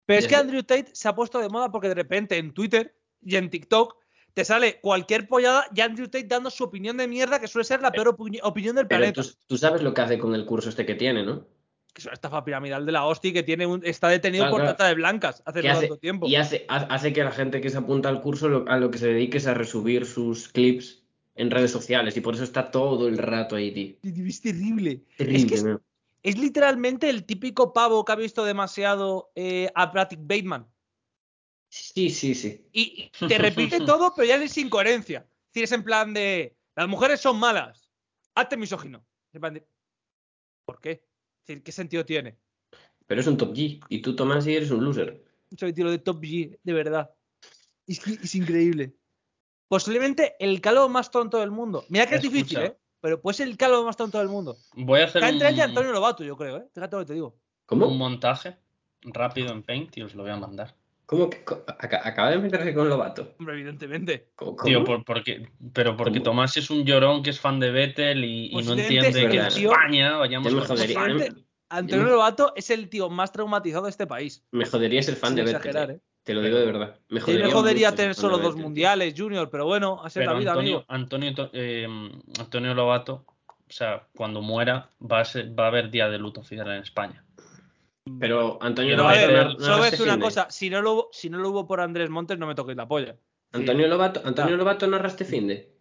E: Pero es que
F: Desde-
E: Andrew Tate se ha puesto de moda porque de repente en Twitter y en TikTok te sale cualquier pollada y Andrew Tate dando su opinión de mierda, que suele ser la peor opi- opinión del
F: Eh, Pero
E: planeta.
F: tú, tú sabes lo que hace con el curso este que tiene, ¿no?
E: Que es una estafa piramidal de la hostia y que tiene un- está detenido
F: Claro,
E: por
F: claro.
E: trata de blancas hace
F: ¿Qué
E: no
F: hace?
E: tanto tiempo.
F: Y hace, ha- hace que la gente que se apunta al curso lo- a lo que se dedique es a resubir sus clips en redes sociales y por eso está todo el rato ahí, tío.
E: Es terrible.
F: Terrible,
E: es que es,
F: ¿no?
E: es literalmente el típico pavo que ha visto demasiado eh, a Patrick Bateman.
F: Sí, sí, sí.
E: Y y te repite todo, pero ya es sin coherencia. Es decir, es en plan de. Las mujeres son malas. Hazte misógino. Es en plan de, ¿Por qué? Es decir, ¿qué sentido tiene?
F: Pero es un top G. Y tú, Tomás, y eres un loser.
E: Mucho tiro de Top G, de verdad. Es, que es increíble. Posiblemente el calvo más tonto del mundo. Mira que es
G: Escucha.
E: difícil, ¿eh? Pero puede ser el calvo más tonto del mundo.
G: Voy a hacer
E: Está
G: un,
E: entre él y Antonio Lobato, yo creo, ¿eh? Fíjate lo que te digo.
G: un
F: ¿Cómo?
G: montaje rápido en Paint y os lo voy a mandar.
F: ¿Cómo que, co- aca- acaba de meterse con Lobato?
E: Hombre, evidentemente.
F: Co- ¿Cómo?
G: Tío, por- porque, pero porque
F: ¿Cómo?
G: Tomás es un llorón que es fan de Vettel y, y
E: Pues
G: no
E: evidente,
G: entiende que en
F: es verdad.
G: España
F: Ya
G: vayamos
F: me
G: con-
F: jodería. ya me-
E: Antonio
F: Dime.
E: Lobato es el tío más traumatizado de este país.
F: Me jodería ser fan
E: Sin
F: de Vettel.
E: exagerar, ¿eh?
F: Te lo digo de verdad. Me
E: Sí,
F: jodería,
E: me jodería
F: mucho
E: tener
F: ser fan
E: solo
F: de
E: dos
F: Vettel, tío.
E: mundiales, Junior, pero bueno, así es
G: Pero
E: la vida,
G: Antonio,
E: amigo.
G: Antonio, To- eh, Antonio Lobato, o sea, cuando muera va a, ser- va a haber día de luto oficial en España.
F: Pero Antonio
G: Pero
E: a
F: Lobato.
E: ver,
F: nar-
E: solo voy a
F: narra
E: decir
F: este
E: una
F: fin de.
E: cosa, si no, lo, hubo- si no lo hubo por Andrés Montes, no me toquéis la polla.
F: Antonio Lobato, Antonio
E: Ah.
F: Lobato narra este fin de.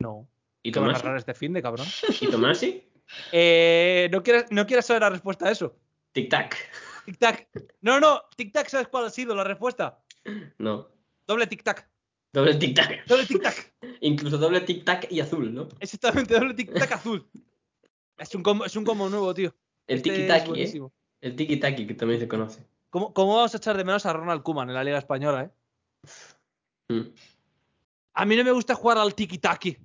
E: No.
F: ¿Y
E: ¿Qué va a
F: Tomás?
E: narrar este fin de cabrón?
F: ¿Y Tomasi?
E: Eh, no, quieres, no quieres saber la respuesta a eso.
F: Tic Tac.
E: Tic tac. No, no, tic tac, ¿sabes cuál ha sido la respuesta?
F: No.
E: Doble tic tac.
F: Doble
E: <laughs>
F: tic tac.
E: Doble tic
F: <laughs>
E: tac.
F: Incluso doble tic tac y azul, ¿no?
E: Exactamente, doble tic tac azul. Es un combo, es un combo nuevo, tío.
F: El
E: Este
F: tiki
E: es
F: taki, ¿eh?
E: buenísimo.
F: El tiki taki que también se conoce.
E: ¿Cómo, ¿Cómo vamos a echar de menos a Ronald Kuman en la Liga Española, eh?
F: Mm,
E: A mí no me gusta jugar al tiki taki.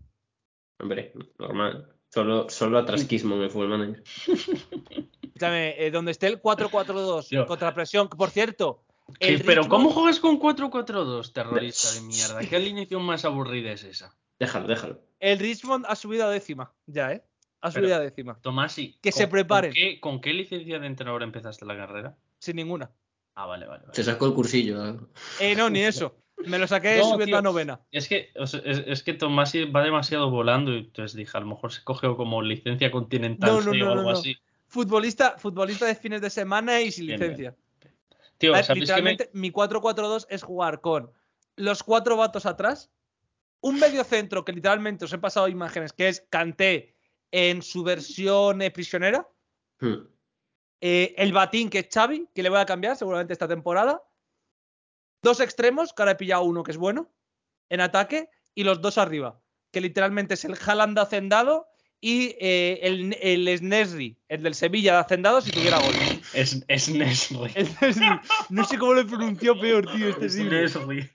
F: hombre, normal. Solo, solo atrasquismo en el fútbol manager.
E: Escúchame, eh, donde esté el 4-4-2,
G: Yo.
E: contrapresión, que por cierto. el
G: ¿Qué- pero
E: ritmo-
G: ¿cómo juegas con 4-4-2, terrorista de mierda? ¿Qué alineación más aburrida es esa?
F: Déjalo, déjalo.
E: El Richmond ha subido a décima, ya, ¿eh? Ha
G: Pero-
E: subido a décima,
G: Tomás, y
E: Que
G: con-
E: se preparen.
G: ¿con qué, con qué licencia de entrenador empezaste la carrera?
E: sin ninguna.
G: Ah, vale, vale. vale.
F: Se sacó el cursillo. ¿eh?
E: Eh, no, ni eso. Me lo saqué
G: No,
E: subiendo
G: tío.
E: a novena.
G: Es que, o sea, es, es que Tomás va demasiado volando y entonces dije, a lo mejor se coge como licencia continental
E: No, no,
G: C
E: no,
G: o
E: no, no.
G: algo así.
E: Futbolista, futbolista de fines de semana y sin
G: Bien,
E: licencia.
G: Tío,
E: Eh,
G: ¿sabéis que me-
E: Literalmente, mi 4-4-2 es jugar con los cuatro vatos atrás, un medio centro que literalmente os he pasado imágenes, que es Kanté en su versión eh, prisionera,
F: Mm.
H: Hmm.
E: eh, el batín que es Xavi, que le voy a cambiar seguramente esta temporada, dos extremos, que ahora he pillado uno que es bueno, en ataque, y los dos arriba, que literalmente es el Haaland de Hacendado y eh, el, el Snesri, el del Sevilla de Hacendado, si tuviera gol. <laughs>
G: Es, es Nesri.
E: El Snesri, no sé cómo lo he pronunciado peor, tío, este sí.
G: Nesri.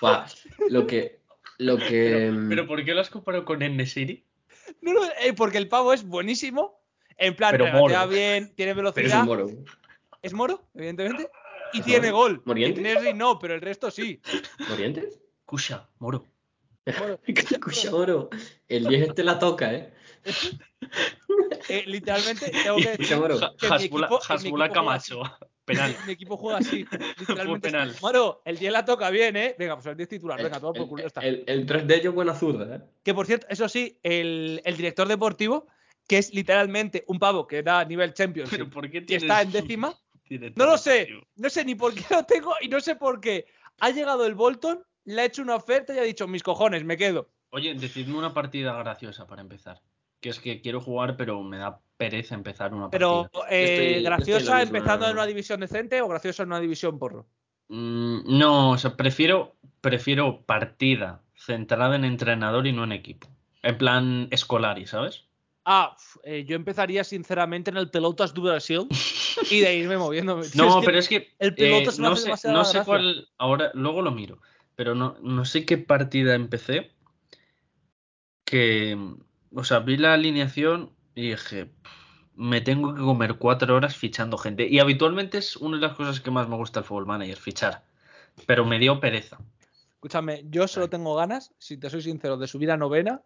F: Buah, lo que. Lo que.
G: Pero,
F: mm,
G: pero ¿por qué lo has comparado con Nesiri?
E: No, no, eh, porque el pavo es buenísimo. En plan,
G: Pero
E: regatea
G: moro.
E: bien, tiene
F: pero es un
E: velocidad.
F: moro.
E: Es moro, evidentemente. Y
F: ¿Es
E: tiene
F: moro?
E: gol.
F: ¿Morientes?
E: Nesri no, pero el resto sí.
F: ¿Morientes? <laughs>
G: Cusha, moro.
F: Escucha, moro. El 10 este la toca,
E: <laughs>
F: ¿eh?
E: Eh,
F: <laughs>
E: literalmente, tengo que
F: Escucha,
E: decir
F: moro.
E: que mi
G: Hasbula,
E: equipo- que mi
G: Hasbula
E: equipo juega así.
G: Camacho. Penal.
E: <laughs> Mi equipo juega
G: <laughs>
E: así. Literalmente.
G: penal.
E: es, Moro, el 10 la toca bien, ¿eh? Venga, pues el 10 titular. Venga, todo por culo. ya está".
F: El, el, el tres de ellos, buena zurda, ¿eh?
E: Que por cierto, eso sí, el, el director deportivo, que es literalmente un pavo que da nivel Champions
G: Pero ¿por qué
E: y
G: tienes-
E: está en décima.
G: tiene
E: No lo
G: todo,
E: sé,
G: tío?
E: no sé ni por qué lo tengo y no sé por qué. Ha llegado el Bolton, le ha hecho una oferta y ha dicho, mis cojones, me quedo.
G: Oye, decidme una partida graciosa para empezar. Que es que quiero jugar, pero me da pereza empezar una
E: Pero
G: partida.
E: eh,
F: estoy- yo estoy en la
E: graciosa
F: misma-
E: empezando en una división decente o graciosa en una división porro.
G: Mm, no, o sea, prefiero, prefiero partida centrada en entrenador y no en equipo. En plan escolar, ¿y ¿sabes?
E: Ah, f- eh, yo empezaría sinceramente en el Pelotas do Brasil y de ahí irme moviéndome. tío. <laughs> Es
G: No,
E: que
G: pero es que eh,
E: el piloto se me
G: no
E: hace
G: sé,
E: demasiada
G: no sé
E: gracia.
G: cuál. Ahora, luego lo miro. Pero no, no sé qué partida empecé. Que. O sea, vi la alineación y dije. "Pff, Me tengo que comer cuatro horas fichando gente. Y habitualmente es una de las cosas que más me gusta el Football Manager, fichar. Pero me dio pereza. <laughs>
E: Escúchame, yo solo tengo ganas, si te soy sincero, de subir a novena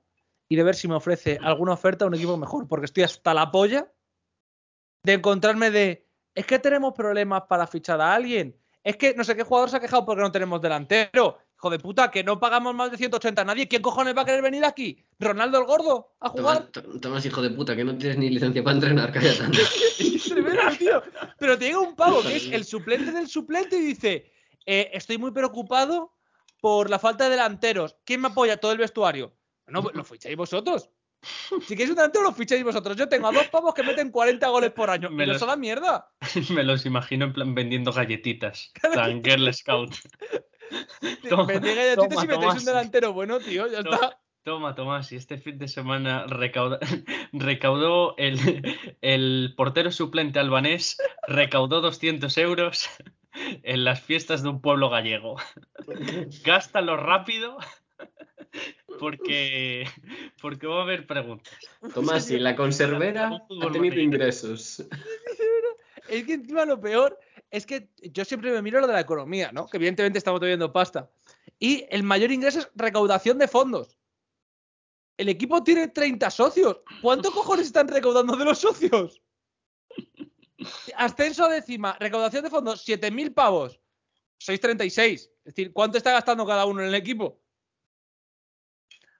E: y de ver si me ofrece alguna oferta a un equipo mejor, porque estoy hasta la polla de encontrarme de, es que tenemos problemas para fichar a alguien, es que no sé qué jugador se ha quejado porque no tenemos delantero, hijo de puta, que no pagamos más de 180 a nadie, ¿quién cojones va a querer venir aquí? ¿Ronaldo el Gordo a jugar?
F: Tomás, to- Tomás, hijo de puta, que no tienes ni licencia para entrenar,
E: <laughs>
F: cállate.
E: Es tremendo, tío. Pero te llega un pavo que es el suplente del suplente y dice: eh, Estoy muy preocupado por la falta de delanteros. ¿Quién me apoya? Todo el vestuario. No, pues, lo ficháis vosotros. Si queréis un delantero, lo ficháis vosotros. Yo tengo a dos pavos que meten 40 goles por
G: <laughs>
E: año.
G: Me
E: y no
G: los-
E: son la mierda.
G: me los imagino en plan vendiendo
E: <laughs>
G: galletitas. Tan Girl Scout. Toma,
E: Vendéis galletitas
G: toma,
E: y metéis
G: Tomás.
E: un delantero bueno, tío. Ya
G: Toma.
E: está.
G: Toma, Tomás, y este fin de semana recauda- <laughs> recaudó el, el portero suplente albanés, recaudó 200 euros en las fiestas de un pueblo gallego. <laughs> Gástalo rápido porque, porque va a haber preguntas.
F: Tomás, y la conservera ha tenido ingresos.
E: Es que encima lo peor es que yo siempre me miro lo de la economía, ¿no? Que evidentemente estamos debiendo pasta. Y el mayor ingreso es recaudación de fondos. El equipo tiene 30 socios. ¿Cuánto cojones están recaudando de los socios? Ascenso a décima, recaudación de fondos, 7.000 pavos. 636. Es decir, ¿cuánto está gastando cada uno en el equipo?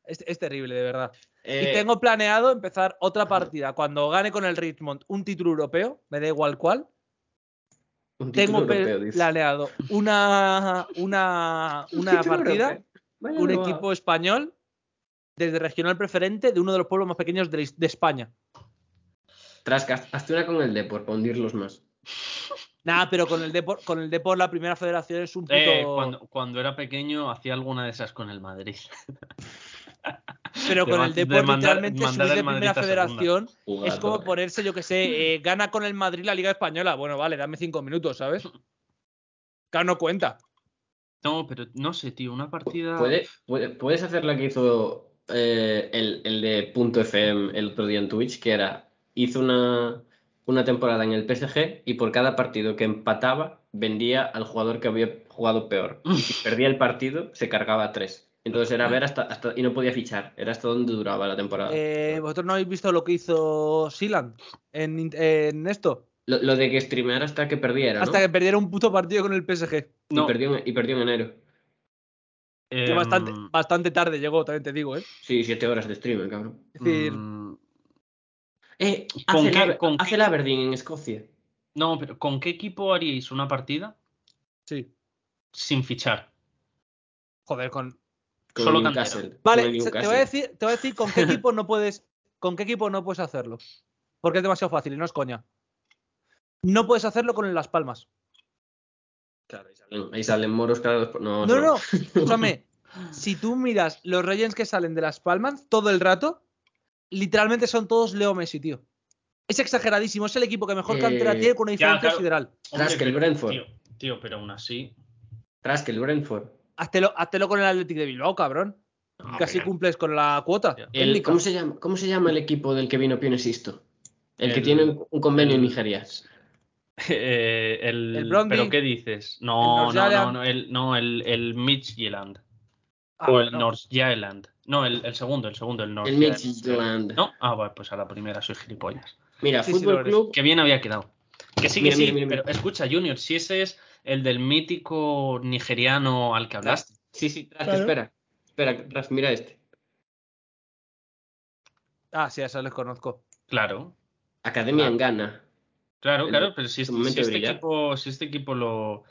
E: Es- es terrible, de verdad.
F: Eh,
E: Y tengo planeado empezar otra partida. Cuando gane con el Richmond un título europeo, me da igual cuál.
F: un título
E: Tengo pe-
F: europeo, dice.
E: planeado una, una,
F: Un
E: una
F: título
E: partida,
F: europeo. Vaya
E: un
F: broma.
E: equipo español desde regional preferente de uno de los pueblos más pequeños de, de España.
F: Trascas, hazte una con el Depor, para hundirlos más.
E: Nada, pero con el Depor, con el Depor la primera federación es un puto.
G: Eh, cuando, cuando era pequeño hacía alguna de esas con el Madrid.
E: pero
G: de
E: con
G: man-
E: el
G: de
E: Depor
G: mandar-
E: literalmente
G: mandar
E: subir
G: al
E: de
G: Madrid
E: primera
G: a segunda.
E: federación es
F: Jugador.
E: como ponerse, yo que sé, eh, gana con el Madrid la Liga Española. Bueno, vale, dame cinco minutos, ¿sabes? Claro, no cuenta.
G: No, pero no sé, tío, una partida...
F: Puede- puede- puedes hacer la que hizo eh, el, el de punto .fm el otro día en Twitch, que era, hizo una, una temporada en el PSG y por cada partido que empataba vendía al jugador que había jugado peor. Si perdía el partido, se cargaba a tres. Entonces era ver hasta, hasta y no podía fichar, era hasta donde duraba la temporada.
E: Eh, ¿Vosotros no habéis visto lo que hizo Silan en, in- en esto?
F: Lo, lo de que streamear hasta que perdiera, ¿no?
E: Hasta que perdiera un puto partido con el PSG.
F: Y,
G: No,
F: perdió, en- y perdió en enero.
E: Que
G: em,
E: bastante, bastante tarde llegó, también te digo, ¿eh?
F: Sí, siete horas de streaming, cabrón.
E: Es decir,
G: mm,
F: Eh,
G: ¿Con
F: hace, el
G: qué-
F: Aber-
G: con
F: hace
G: qué-
F: el Aberdeen en Escocia.
G: No, pero ¿con qué equipo haríais una partida
E: sí.
G: sin fichar?
E: Joder, con.
F: Con
D: Solo
F: el Newcastle. con
E: Vale,
F: el
E: se- te
F: Newcastle.
E: voy a decir, te voy a decir <laughs> con qué equipo no puedes. Con qué equipo no puedes hacerlo. Porque es demasiado fácil y no es coña. No puedes hacerlo con el Las Palmas.
F: Claro, ahí salen, ahí salen moros cada dos por- No,
E: No, no, escúchame. Si tú miras los Reyes que salen de Las Palmas todo el rato, literalmente son todos Leo Messi, tío. Es exageradísimo, es el equipo que mejor cantera
F: Eh,
E: tiene con una
G: ya,
E: diferencia
G: claro.
E: sideral.
F: Tras que el
G: pero-
F: Brentford.
G: Tío, tío, pero aún así.
F: Tras que el Brentford.
E: Háztelo, háztelo con el Athletic de Bilbao, cabrón. Casi cumples con la cuota.
G: Ya.
F: El-
E: técnica.
F: ¿cómo, se llama, ¿Cómo se llama el equipo del que vino Pionesisto? El, que
G: El-
F: tiene un- un convenio en
G: el-
F: Nigeria.
G: eh, el,
E: El Brondby,
G: ¿Pero qué dices? No,
E: el
G: no,
E: North
G: no, no, el, no, el, el Midtjylland.
E: Ah,
G: o el
E: no.
G: North Jylland. No, el, el segundo, el segundo, el North
F: El
G: Jylland.
F: Midland.
G: No, ah, vale, pues a la primera soy gilipollas.
F: Mira,
E: Sí, sí, lo
F: Fútbol
E: eres.
F: Club.
G: Que bien había quedado. Que sí, que
F: Mira,
G: sí,
F: mira, mira, mira.
G: pero escucha, Junior, si ese es el del mítico nigeriano al que hablaste.
F: Sí, sí, Tras, espera. Espera, Tras, mira este.
E: Ah, sí, a esos les conozco.
G: Claro,
F: Academia
G: Ah.
F: en Ghana.
G: claro,
F: El-
G: claro, pero si este,
F: su momento
G: si
F: de
G: este
F: brillar.
G: equipo, si este equipo lo,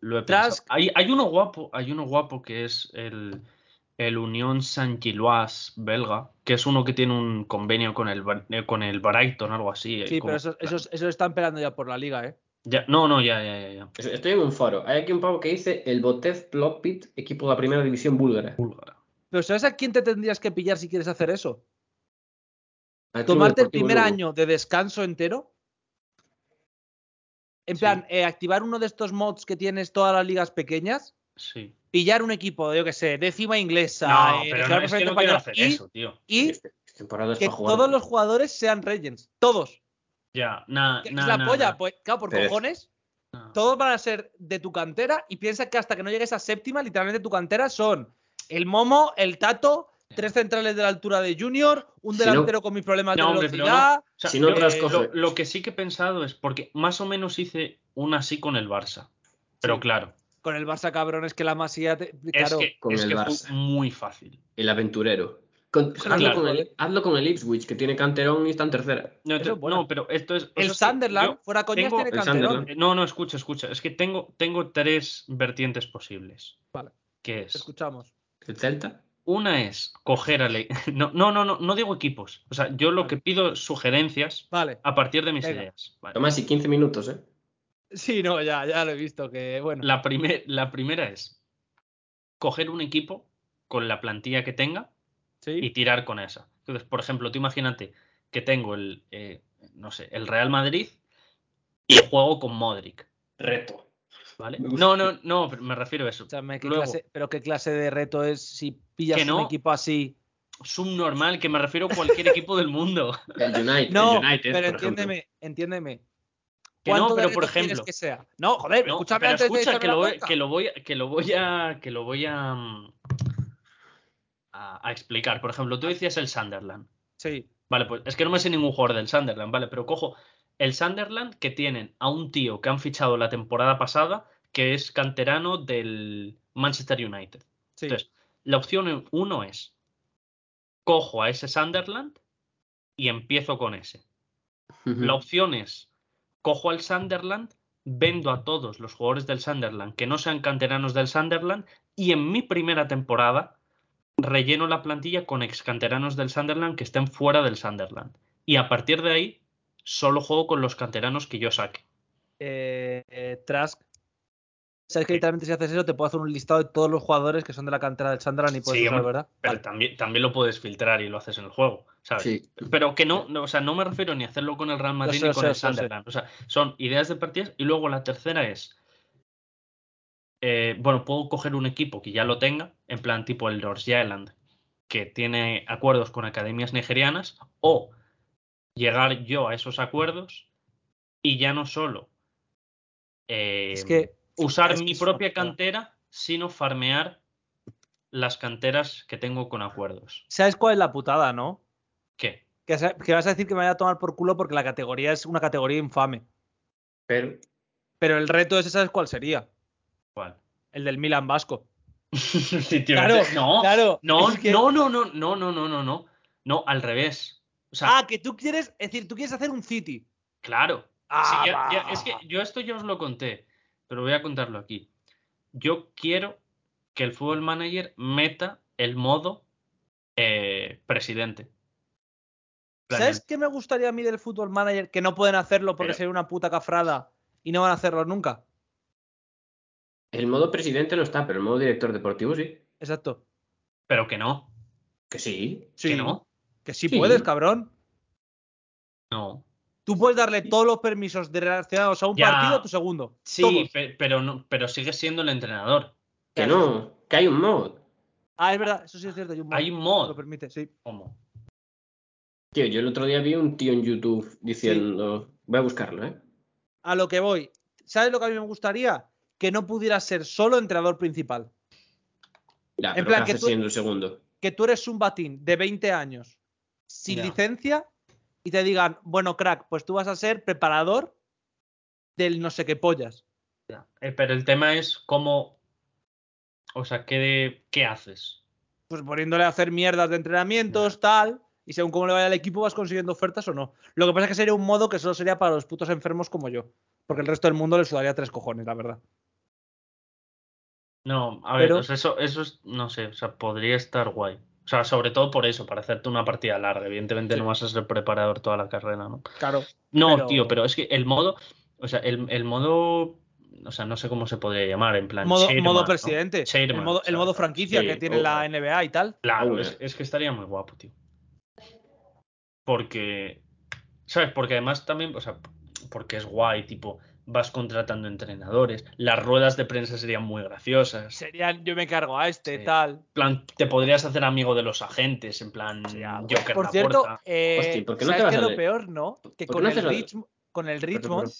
G: lo he
E: Tras-
G: pensado. Hay, hay uno guapo, hay uno guapo que es el, el Unión Saint-Gilloise belga, que es uno que tiene un convenio con el, Bar- eh, con el Brighton, algo así. eh,
E: Sí,
G: como-
E: pero esos, esos, esos están peleando ya por la liga, ¿eh?
G: Ya- no, no, ya, ya, ya, ya.
F: Es- Estoy en un foro. Hay aquí un pavo que dice el Botev Plopit, equipo de la primera división búlgara.
G: Búlgara.
E: Pero ¿sabes a quién te tendrías que pillar si quieres hacer eso?
F: Al Club
E: Tomarte el
F: Deportivo
E: primer
F: Lugo.
E: año de descanso entero. En plan, eh, activar uno de estos mods que tienes todas las ligas pequeñas.
G: Sí.
E: Pillar un equipo, yo que sé, décima inglesa.
G: No,
E: eh, regional
G: pero no, es que
E: preferente
G: no quiero
E: española,
G: hacer
E: y-
G: eso, tío.
E: Y
F: Esta temporada es
E: que
F: pa' jugar.
E: todos los jugadores sean Regents. Todos.
G: Ya, nada,
E: Que es la polla. Pues, claro, por
H: Pero-
E: cojones. Todos van a ser de tu cantera y piensa que hasta que no llegues a séptima, literalmente tu cantera son el Momo, el Tato, tres centrales de la altura de Junior, un
F: Si no-
E: delantero con mis problemas
G: No,
E: de
G: hombre, pero
E: velocidad.
G: O sea,
F: Si no
G: lo,
F: te las
G: eh,
F: coge.
G: lo- lo que sí que he pensado es porque más o menos hice una así con el Barça. Pero
E: Sí.
G: claro,
E: Con el Barça, cabrón, es que la masía. Te, claro,
G: es que,
F: con
G: es
F: el
G: que
F: Barça.
G: fue muy fácil.
F: El aventurero. Con-
E: Claro.
F: hazlo, con el, hazlo con el Ipswich, que tiene canterón y está en tercera.
G: No,
E: Eso
G: te-
E: es bueno.
G: no, pero esto es. o sea,
E: el
G: es que
E: Sunderland, fuera coñas,
G: tengo
E: tiene
F: el
E: canterón.
F: Sunderland.
G: yo- no, no, escucha, escucha. Es que tengo, tengo tres vertientes posibles.
E: Vale.
G: Que es.
E: Escuchamos.
F: El Celta.
G: Una es coger a. Le- <laughs> No, no, no, no, no digo equipos. O sea, yo lo que pido es sugerencias
E: Vale. <laughs>
G: a partir de mis
E: Venga.
G: ideas. Vale.
F: Tomás, y 15 minutos, ¿eh?
E: Sí, no, ya, ya lo he visto. Que bueno.
G: La, primer- la primera es coger un equipo con la plantilla que tenga y
E: sí.
G: tirar con esa. Entonces, por ejemplo, tú imagínate que tengo el, eh, no sé, el Real Madrid y juego con Modric,
F: Reto.
G: ¿vale?
F: Me gusta.
G: No, no, no, pero me refiero a eso.
E: Escúchame, ¿qué
G: Luego.
E: clase- pero qué clase de reto es si pillas
G: Que no.
E: un equipo así.
G: Subnormal, que me refiero a
E: <laughs>
G: cualquier equipo del mundo.
F: El United.
E: No,
F: el United,
E: pero
F: por ejemplo.
E: entiéndeme, entiéndeme.
G: Que no,
E: ¿Cuánto de
G: pero por
E: reto quieres
G: ejemplo-
E: que sea? No, joder,
G: No,
E: escúchame
G: pero
E: antes de
G: escucha,
E: echarme
G: que
E: la
G: lo, voy,
E: bronca.
G: que lo voy a, que lo voy a, que lo voy a, mm, a- a explicar. Por ejemplo, tú decías el Sunderland.
E: Sí,
G: Vale, pues es que no me sé ningún jugador del Sunderland, vale, pero cojo el Sunderland que tienen a un tío que han fichado la temporada pasada, que es canterano del Manchester United.
E: sí.
G: Entonces, la opción uno es, cojo a ese Sunderland y empiezo con ese.
F: Ujú.
G: La opción es, cojo al Sunderland, vendo a todos los jugadores del Sunderland que no sean canteranos del Sunderland y en mi primera temporada relleno la plantilla con ex canteranos del Sunderland que estén fuera del Sunderland. Y a partir de ahí, solo juego con los canteranos que yo saque.
E: Eh, eh, Trask. Sabes que literalmente si haces eso te puedo hacer un listado de todos los jugadores que son de la cantera del Sunderland y puedes
G: Sí,
E: usar,
G: hombre,
E: ¿verdad?
G: Pero
E: Vale.
G: también, también lo puedes filtrar y lo haces en el juego, ¿sabes?
F: Sí.
G: Pero que no, no, o sea, no me refiero ni a hacerlo con el Real Madrid
E: sé,
G: ni
E: lo
G: con
E: sé,
G: el
E: lo sé, lo sé.
G: Sunderland. O sea, son ideas de partidas. Y luego la tercera es. eh, bueno, puedo coger un equipo que ya lo tenga, en plan tipo el North Island, que tiene acuerdos con academias nigerianas, o llegar yo a esos acuerdos y ya no solo eh,
E: es que
G: usar
E: es que
G: mi
E: es una
G: propia
E: putada.
G: cantera, sino farmear las canteras que tengo con acuerdos.
E: ¿Sabes cuál es la putada, no?
G: ¿Qué?
E: Que, sa- que vas a decir que me vaya a tomar por culo porque la categoría es una categoría infame.
F: Pero
E: Pero el reto ese, ¿sabes cuál sería?
G: ¿Cuál?
E: El del Milan Vasco.
G: Sí, tío,
E: Claro,
G: no,
E: claro.
G: no,
E: es que-
G: no, no, no, no, no, no, no, no, no, al revés. O sea,
E: Ah, que tú quieres, es decir, tú quieres hacer un City.
G: claro.
E: Ah,
G: Sí, ya- ya-
E: va.
G: es que yo esto ya os lo conté, pero voy a contarlo aquí. Yo quiero que el Football Manager meta el modo eh, presidente.
E: ¿Sabes qué me gustaría a mí del Football Manager que no pueden hacerlo porque
G: Pero-
E: sería una puta cafrada y no van a hacerlo nunca?
F: El modo presidente no está, pero el modo director deportivo sí.
E: Exacto.
G: Pero que no,
F: Que sí.
E: Sí,
G: que no,
E: que sí,
F: Sí.
E: puedes, cabrón.
G: no.
E: Tú puedes darle todos los permisos de relacionados a un
G: Ya.
E: partido a tu segundo.
G: Sí,
E: Todos.
G: pe- pero, no, pero sigue siendo el entrenador.
F: Que no. Que hay un mod.
E: Ah, es verdad, eso sí es cierto. Hay un mod.
G: Hay un
E: Lo
G: mod.
E: permite, sí.
G: ¿Cómo?
F: Tío, yo el otro día vi un tío en YouTube diciendo. Voy a buscarlo, ¿eh?
E: A lo que voy. ¿Sabes lo que a mí me gustaría? Que no pudiera ser solo entrenador principal.
F: Ya, pero
E: plan,
F: ¿qué
E: que
F: haces
E: tú-
F: siendo el segundo?
E: Que tú eres un batín de 20 años sin
G: Ya.
E: licencia y te digan, bueno, crack, pues tú vas a ser preparador del no sé qué pollas.
G: Eh, pero el tema es cómo. O sea, ¿qué, qué haces?
E: pues poniéndole a hacer mierdas de entrenamientos, tal, y según cómo le vaya al equipo vas consiguiendo ofertas o no. Lo que pasa es que sería un modo que solo sería para los putos enfermos como yo, porque el resto del mundo le sudaría tres cojones, la verdad.
G: No, a ver,
E: Pero-
G: o sea, eso, eso es, no sé, o sea, podría estar guay. O sea, sobre todo por eso, para hacerte una partida larga. Evidentemente
E: Sí.
G: no vas a ser preparador toda la carrera, ¿no?
E: Claro.
G: No,
E: Pero-
G: tío, pero es que el modo, o sea, el, el modo, o sea, no sé cómo se podría llamar, en plan.
E: Modo,
G: chairman,
E: modo
G: ¿no?
E: presidente,
G: Chairman,
E: el, modo, el
G: o sea,
E: modo franquicia
F: sí,
E: que tiene
G: uh.
F: o-
E: la NBA y tal.
G: Claro,
F: Hombre.
G: es, es que estaría muy guapo, tío. Porque, ¿sabes? Porque además también, o sea, porque es guay, tipo, vas contratando entrenadores, las ruedas de prensa serían muy graciosas. En
E: Serían, yo me cargo a este,
G: Sí.
E: tal.
G: plan, te podrías hacer amigo de los agentes, en plan, Joker
E: Por
G: la
E: cierto,
G: puerta.
E: eh,
F: Hostia, ¿por qué no te
E: ¿sabes
F: vas
E: qué
F: a
E: es lo
F: leer?
E: peor, no? Que
F: ¿Por qué
E: con
F: no
E: el,
F: haces la de-
E: Richmond, con el
F: Perdón,
E: Richmond
F: perdón.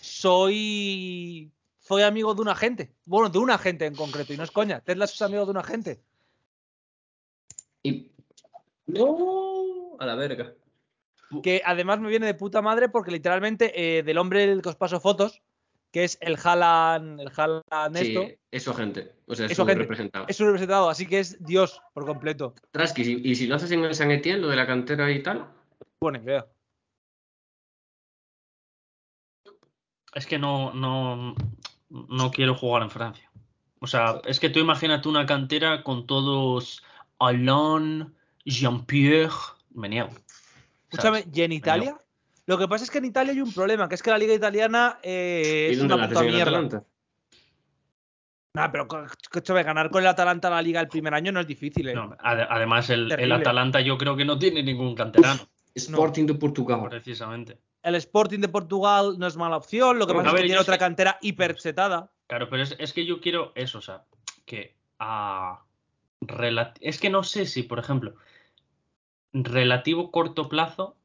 E: soy soy amigo de un agente. Bueno, de un agente en concreto, y no es coña. Tesla es amigo de un agente.
F: Y. ¡No! A la verga.
E: que además me viene de puta madre porque literalmente eh, del hombre del que os paso fotos, que es el Haaland, el Haaland esto,
F: Sí, es su agente. O sea, es
E: Es
F: su
E: su agente.
F: representado.
E: es un representado, así que es Dios por completo.
F: Trasky, y, y si lo haces en el San Etienne, lo de la cantera y tal.
E: Buena idea.
G: Es que no, no, no quiero jugar en Francia. O sea, es que tú imagínate una cantera con todos Alain, Jean-Pierre. Me niego.
E: Escúchame,
G: ¿sabes?
E: ¿y en Italia? Lo que pasa es que en Italia hay un problema, que es que la liga italiana eh,
F: ¿Y
E: es
F: dónde lo
E: una
F: haces
E: puta
F: en el
E: mierda.
F: Atalanta?
E: Nah, pero co- escúchame, ganar con el Atalanta la liga el primer año no es difícil. eh.
G: No, ade- además, el, el
E: Terrible.
G: Atalanta yo creo que no tiene ningún canterano,
F: Sporting de Portugal.
G: precisamente.
E: El Sporting de Portugal no es mala opción, lo que
F: A
E: pasa es
G: ver,
E: que
G: yo
E: tiene
G: es
E: otra
G: que-
E: cantera hiperchetada.
G: Claro, pero es, es que yo quiero eso, o sea, que a. relati- es que no sé si, por ejemplo, relativo corto plazo,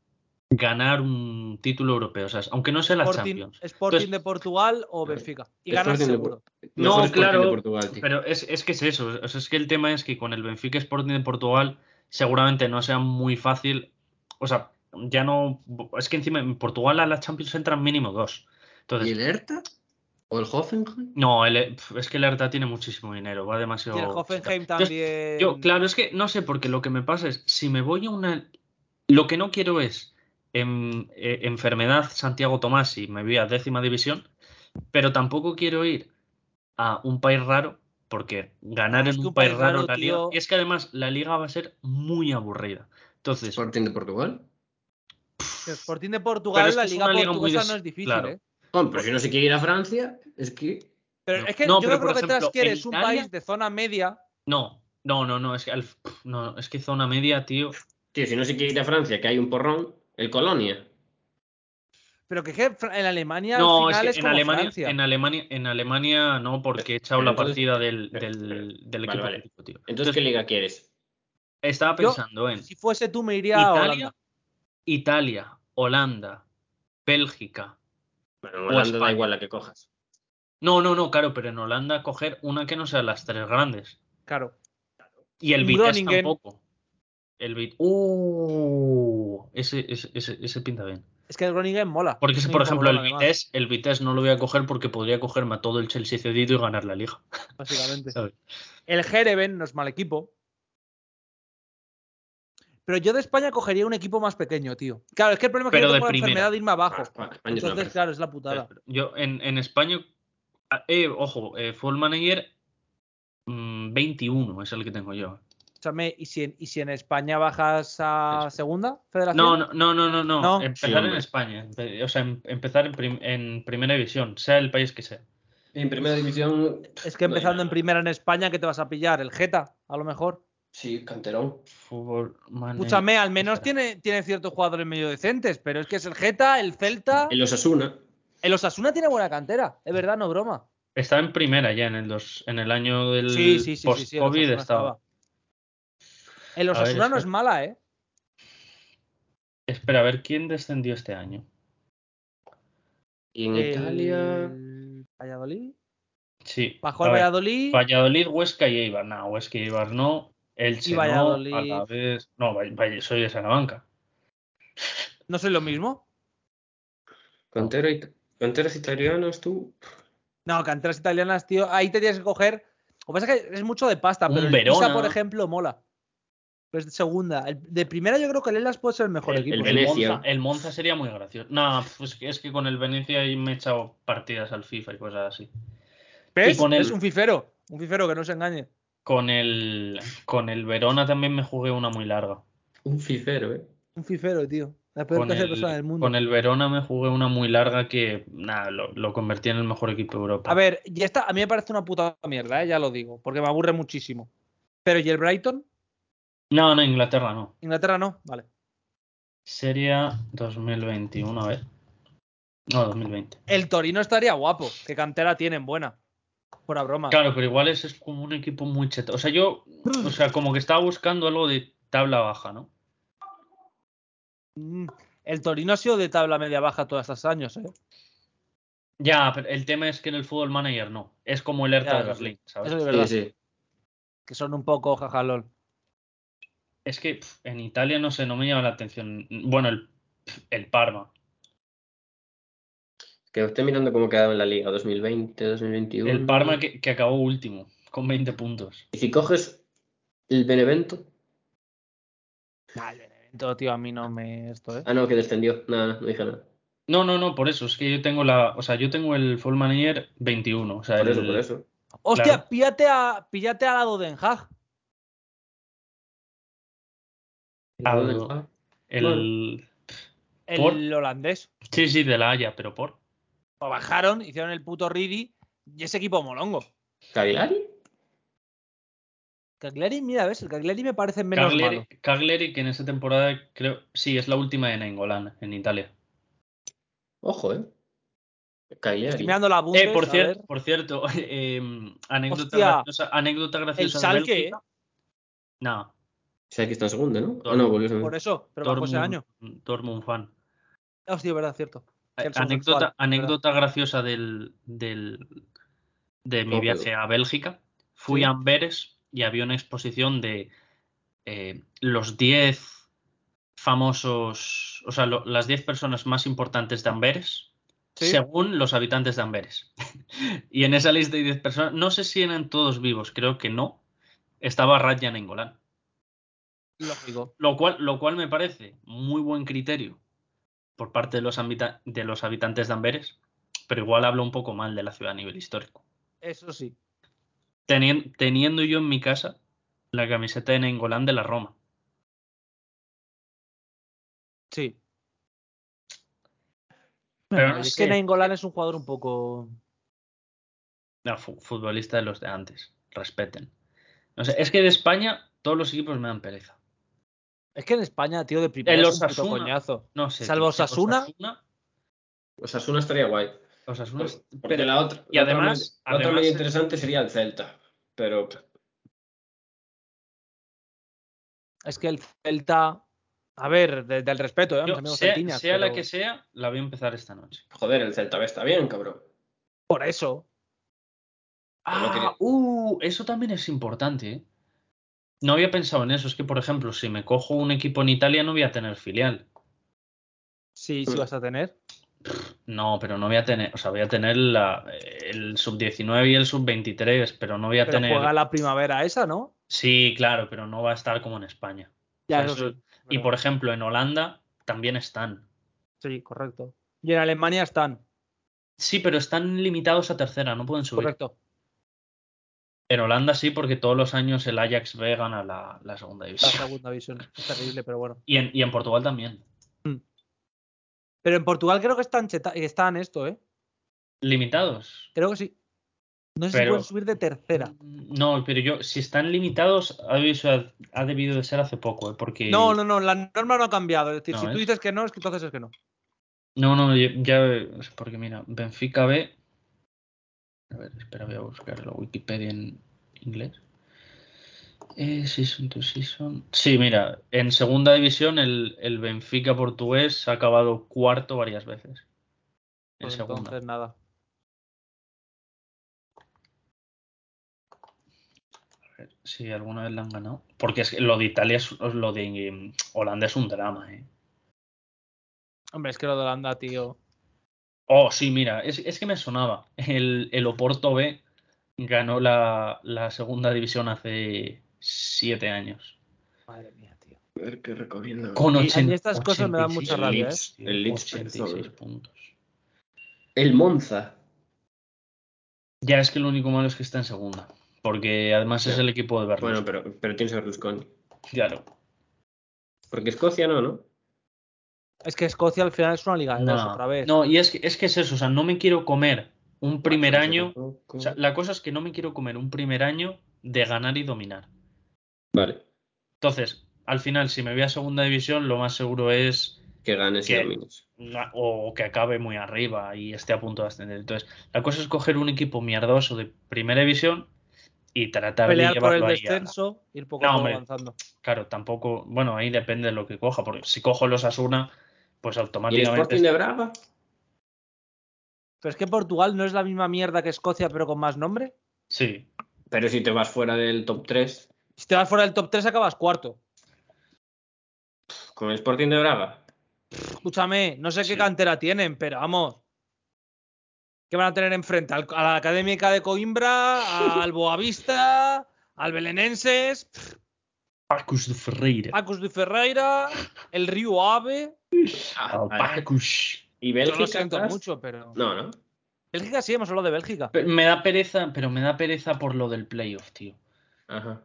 G: ganar un título europeo, o sea, aunque no sea la
E: Sporting,
G: Champions.
E: Sporting
G: Entonces-
E: de Portugal o Benfica. Y ganas
F: Sporting de
E: seguro.
G: No,
F: Mejor Sporting
G: claro,
F: de Portugal, tío.
G: Pero es, es que es eso, o sea, es que el tema es que con el Benfica Sporting de Portugal seguramente no sea muy fácil, o sea, ya no, es que encima en Portugal a la Champions entran mínimo dos.
F: ¿Y
G: Entonces,
F: el Hertha? ¿O el Hoffenheim?
G: no, el- pf, es que el Hertha tiene muchísimo dinero, va demasiado...
E: Y el Hoffenheim
G: Entonces,
E: también.
G: Yo, claro, es que no sé, porque lo que me pasa es, si me voy a una... Lo que no quiero es em, eh, enfermedad Santiago Tomás y me voy a décima división, pero tampoco quiero ir a un país raro, porque ganar
E: Ah, es
G: en
E: que
G: un,
E: un
G: país,
E: país
G: raro
E: raro,
G: la liga...
E: tío.
G: Y es que además la liga va a ser muy aburrida. Entonces,
F: ¿Sporting de Portugal?
E: El Sporting de
G: Pero
E: Portugal,
G: es que
E: la
G: es
E: liga
G: una liga muy
E: portuguesa
G: des-
E: no es difícil,
G: claro.
E: ¿eh?
F: Hombre, pero si no se quiere ir a Francia, es que.
E: Pero
G: No.
E: es que
G: No,
E: yo
G: pero
E: creo que lo
G: por
E: que Tras
G: ejemplo,
E: quiere
G: en
E: es un
G: Italia-
E: país de zona media.
G: no, no, no, no, es que, al- no, es que zona media, tío.
F: Tío, si no se quiere ir a Francia, que hay un porrón, el Colonia.
E: Pero que, es que Fra- en Alemania
G: No,
E: al
G: es
E: final
G: que
E: es,
G: en
E: como
G: Alemania,
E: Francia.
G: en Alemania, en Alemania no, porque he echado
F: Pero
G: la
F: entonces-
G: partida del,
F: pero-
G: del, del
F: vale,
G: equipo
F: vale.
G: atlético, tío.
F: Entonces, ¿qué liga quieres?
G: Estaba
E: Yo-
G: pensando en
E: Si fuese tú, me iría a
G: Italia,
E: Holanda.
G: Italia, Holanda, Bélgica.
F: Bueno, en
G: O
F: Holanda da
G: España.
F: igual la que cojas.
G: No, no, no, claro, pero en Holanda coger una que no sea las tres grandes.
E: Claro.
G: Y el
E: Un
G: Vitesse
E: Groningen.
G: tampoco. El Vitesse. Uh, ese, ese, ese, ese pinta bien.
E: Es que el Groningen mola.
G: Porque,
E: Es
G: si,
E: un
G: por
E: equipo
G: ejemplo, el
E: molón, además,
G: Vitesse, el Vitesse no lo voy a coger porque podría cogerme a todo el Chelsea cedido y ganar la liga.
E: Básicamente.
G: ¿sabes?
E: El Jereven no es mal equipo. Pero yo de España cogería un equipo más pequeño, tío. Claro, es que el problema es que
G: Pero
E: yo
G: de
E: tengo la
G: primera.
E: enfermedad de irme abajo.
F: Ah, España es una
E: Entonces,
F: verga.
E: claro, es la putada.
G: Yo en, en España, ah, eh, ojo, eh, Full Manager Mm, 21 es el que tengo yo.
E: Escúchame, ¿y si, en, ¿y si en España bajas a
G: Eso.
E: segunda federación?
G: No, no, no, no, no. no.
E: No.
H: Sí,
G: Empezar en
H: hombre.
G: España. empe- O sea, em- empezar en, prim- en primera división, sea el país que sea.
F: En primera división.
E: Es que
F: no hay
E: empezando en
F: nada.
E: primera en España, ¿qué te vas a pillar? El Geta, a lo mejor.
F: Sí, Canterón.
G: Fútbol, eh, manager,
E: Escúchame, al menos
G: etcétera.
E: tiene, tiene ciertos jugadores medio decentes, pero es que es el Geta, el Celta.
F: El Osasuna.
E: El Osasuna tiene buena cantera, es verdad, no broma.
G: Estaba en primera ya en el, dos, en el año del
E: Sí, sí, sí, sí, sí, el
G: post-COVID
E: Osasuna
G: estaba.
E: El
G: A ver,
E: Osasuna no
G: espera.
E: es mala, ¿eh?
G: Espera, a ver quién descendió este año.
F: Y en
E: El
F: Italia.
E: Valladolid.
G: Sí.
E: Bajó
G: a
E: el
G: ver,
E: Valladolid.
G: Valladolid, Huesca y Eibar. No, Huesca y Eibar no. El
E: Y
G: no,
E: Valladolid.
G: a la vez. No, Valle- Valle- soy de Salamanca.
E: No soy lo mismo.
F: Cantero it- Canteras italianas, tú.
E: No, canteras italianas, tío. Ahí te tienes que coger. Lo que pasa es que es mucho de pasta,
G: Un
E: pero el
G: Verona.
E: Pisa, por ejemplo, mola. Pues de segunda. El- de primera, yo creo que el Elas puede ser el mejor
G: El,
E: equipo.
G: el
F: Venecia.
G: Monza, el Monza sería muy gracioso. No, pues es que con el Venecia ahí me he echado partidas al FIFA y cosas así.
E: ¿Ves?
G: y con el-
E: Es un fifero. Un fifero que no se engañe.
G: Con el, con el Verona también me jugué una muy larga.
F: Un fifero, eh.
E: Un fifero, tío. La peor
G: Con
E: clase de
G: el,
E: persona del mundo.
G: con el Verona me jugué una muy larga que nada, lo, lo convertí en el mejor equipo de Europa.
E: A ver, y esta a mí me parece una puta mierda, ¿eh? ya lo digo, porque me aburre muchísimo. Pero ¿y el Brighton?
G: No, no, Inglaterra no.
E: Inglaterra no, vale.
G: Sería 2021, a ver. No, 2020.
E: El Torino estaría guapo, que cantera tienen buena. Fuera broma.
G: Claro, pero igual es, es como un equipo muy cheto. O sea, yo, o sea, como que estaba buscando algo de tabla baja, ¿no?
E: Mm, El Torino ha sido de tabla media baja todos estos años, ¿eh?
G: Ya, pero el tema es que en el fútbol manager no. Es como el Hertha
E: Ya,
G: de
E: eso sí.
G: Berlín, ¿sabes?
E: Eso es verdad.
F: Sí, sí.
E: Que son un poco jajalol.
G: Es que pf, en Italia no sé, no me llama la atención. Bueno, el, pf, el Parma.
F: Que estoy mirando cómo quedaba en la liga 2020, 2021.
G: El Parma que, que acabó último, con 20 puntos.
F: Y si coges el Benevento.
E: Nah, el Benevento, tío, a mí no me esto, ¿eh?
F: Ah, no, que descendió. Nada, no, no dije nada.
G: No, no, no, por eso. Es que yo tengo la. O sea, yo tengo el Full Manager 21. O sea,
F: Por
G: el-
F: eso, por eso.
E: Hostia,
G: Claro.
E: píllate a píllate al lado de Enjag.
G: al- el-
E: el
G: Por-
E: holandés.
G: Sí, sí, de la Haya, pero por.
E: Lo bajaron, hicieron el puto Ridi y ese equipo molongo.
F: ¿Cagliari?
E: Cagliari, mira, ves, el Cagliari me parece menos malo.
G: Cagliari, Cagliari, que en esta temporada creo. Sí, es la última de Nainggolan, en Italia.
F: Ojo, eh.
E: Estoy
F: Cagliari.
E: mirando la Bundes,
G: eh, por,
E: a
G: cier-
E: ver.
G: por cierto, <laughs> em, anécdota,
E: Hostia.
G: graciosa, anécdota
E: El ¿eh?
G: graciosa. de
E: Salque,
G: Bélgica. No,
F: O sea, que está en segunda, ¿no? Ah, no, volvió
E: por
F: a segunda.
E: eso, pero bajó ese año.
G: Dortmund fan.
E: Ah, Hostia, verdad, cierto. Que el Salzburg actual,
G: Eh, Anécdota,
E: es
G: anécdota graciosa del, del- de mi
F: Cómo
G: viaje
F: quedó.
G: a Bélgica. Fui
F: Sí.
G: a Amberes y había una exposición de eh, los 10 famosos, o sea, lo- las 10 personas más importantes de Amberes,
E: Sí.
G: según los habitantes de Amberes. <laughs> y en esa lista de 10 personas, no sé si eran todos vivos, creo que no, estaba Rajan Engolán.
E: Lógico.
G: Lo cual, lo cual me parece muy buen criterio por parte de los, habita- de los habitantes de Amberes, pero igual habla un poco mal de la ciudad a nivel histórico.
E: Eso sí.
G: Tenien- teniendo yo en mi casa la camiseta de Nainggolan de la Roma.
E: Sí.
G: Pero no
E: es
G: sé,
E: que Nainggolan es un jugador un poco.
G: no, fu- futbolista de los de antes, respeten. No sé, es que de España todos los equipos me dan pereza.
E: Es que en España, tío, de primera
G: El
E: es un puto
G: Osasuna.
E: coñazo.
G: No sé.
E: Salvo
G: tío, es que
E: Osasuna.
G: Osasuna,
F: Osasuna estaría guay.
G: Osasuna es-
F: Por- Pues, Porque la otra.
G: y
F: la otra
G: además-
F: medio- La otra
G: además-
F: medio interesante sería el Celta. Pero.
E: Es que el Celta. A ver, desde el respeto, ¿eh? a mis
G: yo,
E: amigos
G: sea
E: celtiñas,
G: sea la
E: pero
G: que sea, la voy a empezar esta noche.
F: Joder, el Celta B está bien, cabrón.
E: Por eso.
F: Pero no
G: Ah,
F: quería-
G: uh, eso también es importante, ¿eh? No había pensado en eso. Es que, por ejemplo, si me cojo un equipo en Italia, no voy a tener filial.
E: Sí, sí
F: Mm.
E: vas a tener.
G: No, pero no voy a tener. O sea, voy a tener la- el sub-19 y el sub-23, pero no voy a
E: Pero
G: tener.
E: juega la primavera esa, ¿no?
G: Sí, claro, pero no va a estar como en España.
E: Ya,
G: Eso
E: eso sí.
G: es- Y, por ejemplo, en Holanda también están.
E: Sí, correcto. Y en Alemania están.
G: Sí, pero están limitados a tercera, no pueden subir.
E: Correcto.
G: En Holanda sí, porque todos los años el Ajax B gana la, la segunda
E: La
G: división.
E: segunda división. Es terrible, pero bueno.
G: Y en, y en Portugal también.
E: Pero en Portugal creo que están, cheta- están esto, ¿eh?
G: Limitados.
E: Creo que sí. No sé si
G: Pero-
E: pueden subir de tercera.
G: No, pero yo, si están limitados, ha debido, ha debido de ser hace poco, ¿eh? porque...
E: No, no, no, la norma no ha cambiado. Es decir,
G: No,
E: si tú
G: ¿eh?
E: dices que no, es que entonces es que no.
G: No, no, ya, ya- porque mira, Benfica B. A ver, espera, voy a buscar la Wikipedia en inglés. Eh, season to season. Sí, mira, en segunda división el, el Benfica portugués ha acabado cuarto varias veces. En
E: Pues
G: segunda.
E: entonces nada.
G: Si alguna vez la han ganado. Porque es que lo de Italia es lo de eh, Holanda es un drama, eh.
E: Hombre, es que lo de Holanda, tío.
G: Oh, sí, mira, es, es que me sonaba. El, el Oporto B ganó la, la segunda división hace siete años.
E: Madre mía, tío.
F: A ver qué recomiendo.
G: Con
E: a mí
G: 80
E: estas cosas me dan mucha
G: 86,
E: rabia,
F: ¿eh?
G: tío,
F: El Leeds
G: 86
F: Penzol.
G: puntos.
F: El Monza.
G: Ya es que lo único malo es que está en segunda. Porque además es el equipo de
F: Bueno,
G: Berlusconi.
F: pero, pero tienes a Berlusconi.
G: Claro.
F: Porque Escocia no, ¿no?
E: Es que Escocia al final es una liga de dos
G: No,
E: Ah, otra vez.
G: no, y es que, es que es eso. O sea, no me quiero comer
F: Ah,
G: un primer año.
F: Tampoco.
G: O sea, la cosa es que no me quiero comer un primer año de ganar y dominar.
F: Vale.
G: Entonces, al final, si me voy a segunda división, lo más seguro es
F: Que ganes y
G: Que-
F: domines.
G: na- o que acabe muy arriba y esté a punto de ascender. Entonces, la cosa es coger un equipo mierdoso de primera división y tratar
E: Pelear
G: de
E: por
G: llevarlo
E: el
G: ahí a-
E: descenso, ir poco
G: No,
E: a poco
G: hombre.
E: avanzando.
G: Claro, tampoco, bueno, ahí depende de lo que coja, porque si cojo los Asuna, pues
F: ¿Y el
G: automáticamente
F: Sporting de Braga?
E: Pero es que Portugal no es la misma mierda que Escocia, pero con más nombre.
G: sí.
F: Pero si te vas fuera del top 3,
E: Si te vas fuera del top 3, acabas cuarto.
F: con el Sporting de Braga.
E: Escúchame, no sé
G: Sí.
E: qué cantera tienen, pero vamos. ¿Qué van a tener enfrente? Al- a la Académica de Coimbra, al Boavista, al Belenenses,
G: Pacus de Ferreira.
E: Acus de Ferreira, el Río Ave.
G: Al
F: Ah,
G: Pacus.
F: ¿Y
E: Yo
F: Bélgica?
E: lo siento
F: atrás?
E: mucho, pero.
F: No, ¿no?
E: Bélgica sí, hemos hablado de Bélgica.
G: Pero Me da pereza, pero me da pereza por lo del playoff, tío.
F: Ajá.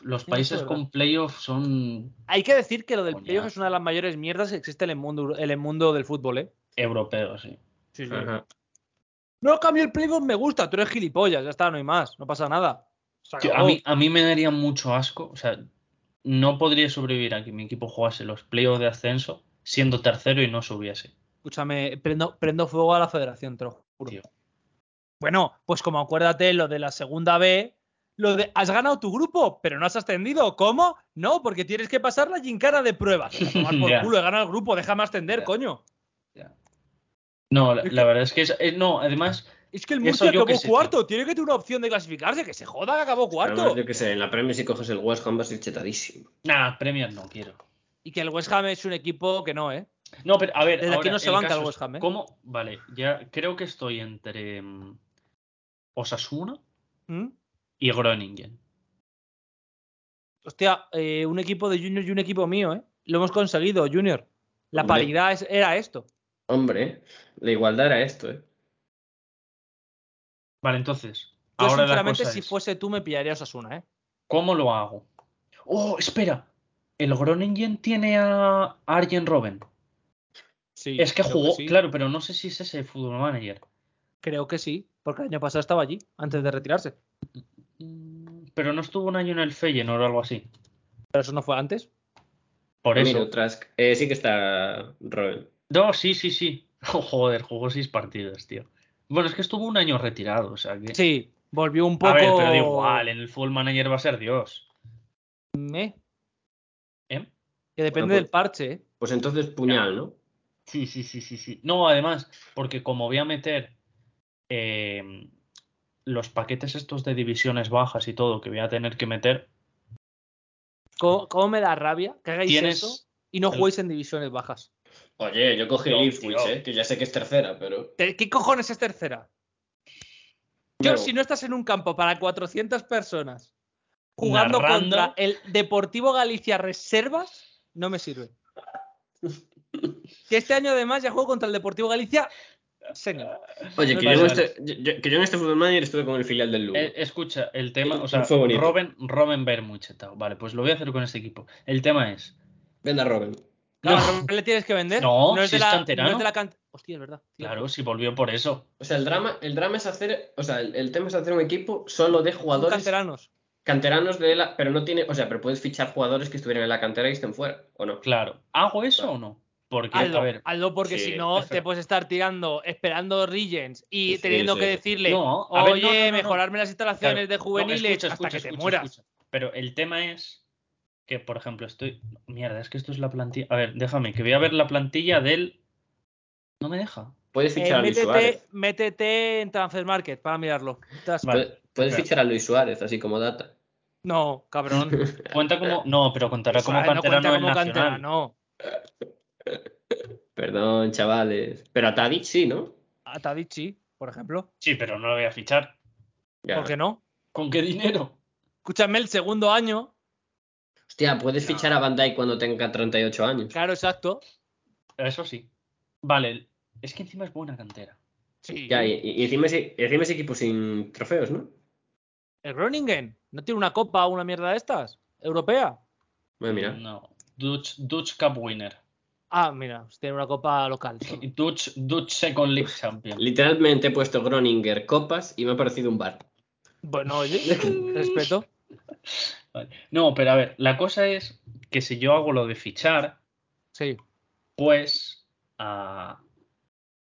G: Los
E: es
G: países
E: verdad.
G: con playoff son
E: Hay que decir que lo del
G: Coñazo.
E: playoff es una de las mayores mierdas que existe en el mundo, en el mundo del fútbol, ¿eh?
G: europeos, sí.
E: Sí, sí.
F: Ajá.
E: No cambio el playoff, me gusta, tú eres gilipollas, ya está, no hay más, no pasa nada. Se
G: Tío, a,
E: acabó.
G: mí, a mí me daría mucho asco. O sea, no podría sobrevivir a que mi equipo jugase los playoffs de ascenso siendo tercero y no subiese.
E: Escúchame, prendo, prendo fuego a la federación, te lo juro.
G: Tío.
E: Bueno, pues como acuérdate lo de la segunda B, lo de has ganado tu grupo, pero no has ascendido. ¿Cómo? No, porque tienes que pasar la gincana de pruebas. A tomar por
G: <laughs> Ya.
E: culo, he ganado el grupo, déjame ascender,
G: Ya.
E: coño.
G: No, la, la verdad es que es- eh, no, además,
E: Es que el
G: Eso
E: Murcia
G: yo que
E: acabó
G: sé, tío.
E: cuarto, tiene que tener una opción de clasificarse, que se joda que acabó cuarto.
F: Además, yo que sé, en la Premier si coges el West Ham vas a ir chetadísimo.
G: nada, Premier no quiero.
E: Y que el West Ham es un equipo que no, ¿eh?
G: No, pero a ver,
E: Desde aquí
G: ahora,
E: no se
G: el
E: banca
G: caso
E: el
G: es,
E: West Ham, ¿eh?
G: ¿Cómo? Vale, ya creo que estoy entre mm, Osasuna
E: ¿Mm?
G: y Groningen.
E: Hostia, eh, un equipo de Junior y un equipo mío, ¿eh? Lo hemos conseguido, Junior. La
F: Hombre.
E: paridad es- era esto.
F: Hombre, ¿eh? la igualdad era esto, ¿eh?
G: Vale, entonces,
E: Yo,
G: ahora la
E: sinceramente,
G: cosa
E: si
G: es,
E: fuese tú, me pillaría a Osasuna, ¿eh?
G: ¿cómo lo hago? Oh, espera, el Groningen tiene a Arjen Robben.
E: Sí.
G: Es que
E: creo
G: jugó,
E: sí.
G: claro, pero no sé si es ese fútbol manager.
E: Creo que sí, porque el año pasado estaba allí, antes de retirarse.
G: Mm, Pero no estuvo un año en el Feyenoord o algo así.
E: Pero eso no fue antes.
G: Por eso.
F: Mira, Trask. Eh, sí que está Robin.
G: No, sí, sí, sí. <laughs> Oh, Joder, jugó seis partidos, tío. Bueno, es que estuvo un año retirado, o sea que.
E: Sí, volvió un poco.
G: A ver, pero da igual, ¿eh? en el fútbol manager va a ser Dios.
E: eh,
G: ¿Eh?
E: Que depende
F: Bueno, pues-
E: del parche, ¿eh?
F: Pues entonces puñal, ¿no?
G: Sí, sí, sí, sí, sí. No, además, porque como voy a meter eh, los paquetes estos de divisiones bajas y todo que voy a tener que meter,
E: ¿Cómo, cómo me da rabia que hagáis
G: Tienes
E: eso y no
G: el-
E: juguéis en divisiones bajas?
F: Oye, yo cogí
G: Tío,
F: el Ipswich,
G: tío.
F: ¿eh? Que ya sé que es tercera, pero...
E: ¿Te- ¿Qué cojones es tercera? Yo,
F: No.
E: si no estás en un campo para 400 personas jugando
G: Narrando.
E: contra el Deportivo Galicia Reservas, no me sirve. Que este año además ya juego contra el Deportivo Galicia Señor.
F: Oye,
G: No
F: que
G: te
F: yo, en
G: sales.
F: este, yo- yo- que yo en este Football Manager estuve con el filial del Lugo.
G: Eh, escucha, el tema,
F: Eh,
G: o sea,
F: fue bonito.
G: Robin, Robin Bermuchetao. Vale, pues lo voy a hacer con este equipo. El tema es.
F: Venda Robin.
G: No,
E: Claro, no le tienes que vender.
G: No,
E: es
G: si
E: de
G: es
E: la,
G: canterano.
E: No es de la can- Hostia, es verdad. tío.
G: claro, si volvió por eso.
F: O sea, el drama, el drama es hacer. O sea, el, el tema es hacer un equipo solo de
E: Son
F: jugadores
E: canteranos.
F: canteranos de la. Pero no tiene. O sea, pero puedes fichar jugadores que estuvieran en la cantera y estén fuera, ¿o no?
G: Claro. ¿Hago eso o no? Porque, a
E: Hazlo,
G: ver.
E: hazlo porque
F: Sí,
E: si no
F: eso.
E: te puedes estar tirando, esperando Regents y
F: Sí,
E: teniendo
F: sí.
E: que decirle,
G: No, a ver,
E: oye,
G: no, no, no, no.
E: mejorarme las instalaciones
G: Claro,
E: de
G: no,
E: juveniles
G: escucha,
E: hasta
G: escucha,
E: que te
G: escucha,
E: mueras.
G: escucha. Pero el tema es que, por ejemplo, estoy. Mierda, es que esto es la plantilla. A ver, déjame, que voy a ver la plantilla del. No me deja.
F: Puedes
E: Eh,
F: fichar a Luis
E: métete,
F: Suárez.
E: métete en Transfer Market para mirarlo. Tras-
G: Vale.
F: Puedes- Puedes
G: espera.
F: fichar a Luis Suárez, así como data.
E: No, cabrón.
G: <laughs> Cuenta como. No, pero contará como
E: Suárez eh, no
G: canterano
E: cuenta
G: el
E: como
G: Nacional.
E: canterano.
F: Perdón, chavales. Pero a Tadic sí, ¿no?
E: A Tadic sí, por ejemplo.
G: Sí, pero no lo voy a fichar.
F: Ya.
E: ¿Por qué no?
G: ¿Con qué dinero?
E: Escúchame, el segundo año.
F: Hostia, puedes fichar a Bandai cuando tenga 38 años.
E: Claro, exacto.
G: Eso sí. Vale, es que encima es buena cantera.
E: Sí.
F: Ya, y, y- y encima, ese, encima ese equipo sin trofeos, ¿no?
E: ¿El Groningen? ¿No tiene una copa o una mierda de estas? ¿Europea?
F: Bueno, mira.
G: No. Dutch, Dutch Cup Winner.
E: Ah, mira, tiene una copa
G: <laughs>
E: local. solo.
G: Dutch, Dutch Second League Champion.
F: Literalmente he puesto Groninger copas y me ha parecido un bar.
E: Bueno, oye,
G: <laughs>
E: respeto.
G: Vale. No, pero a ver, la cosa es que si yo hago lo de fichar,
E: Sí.
G: pues a,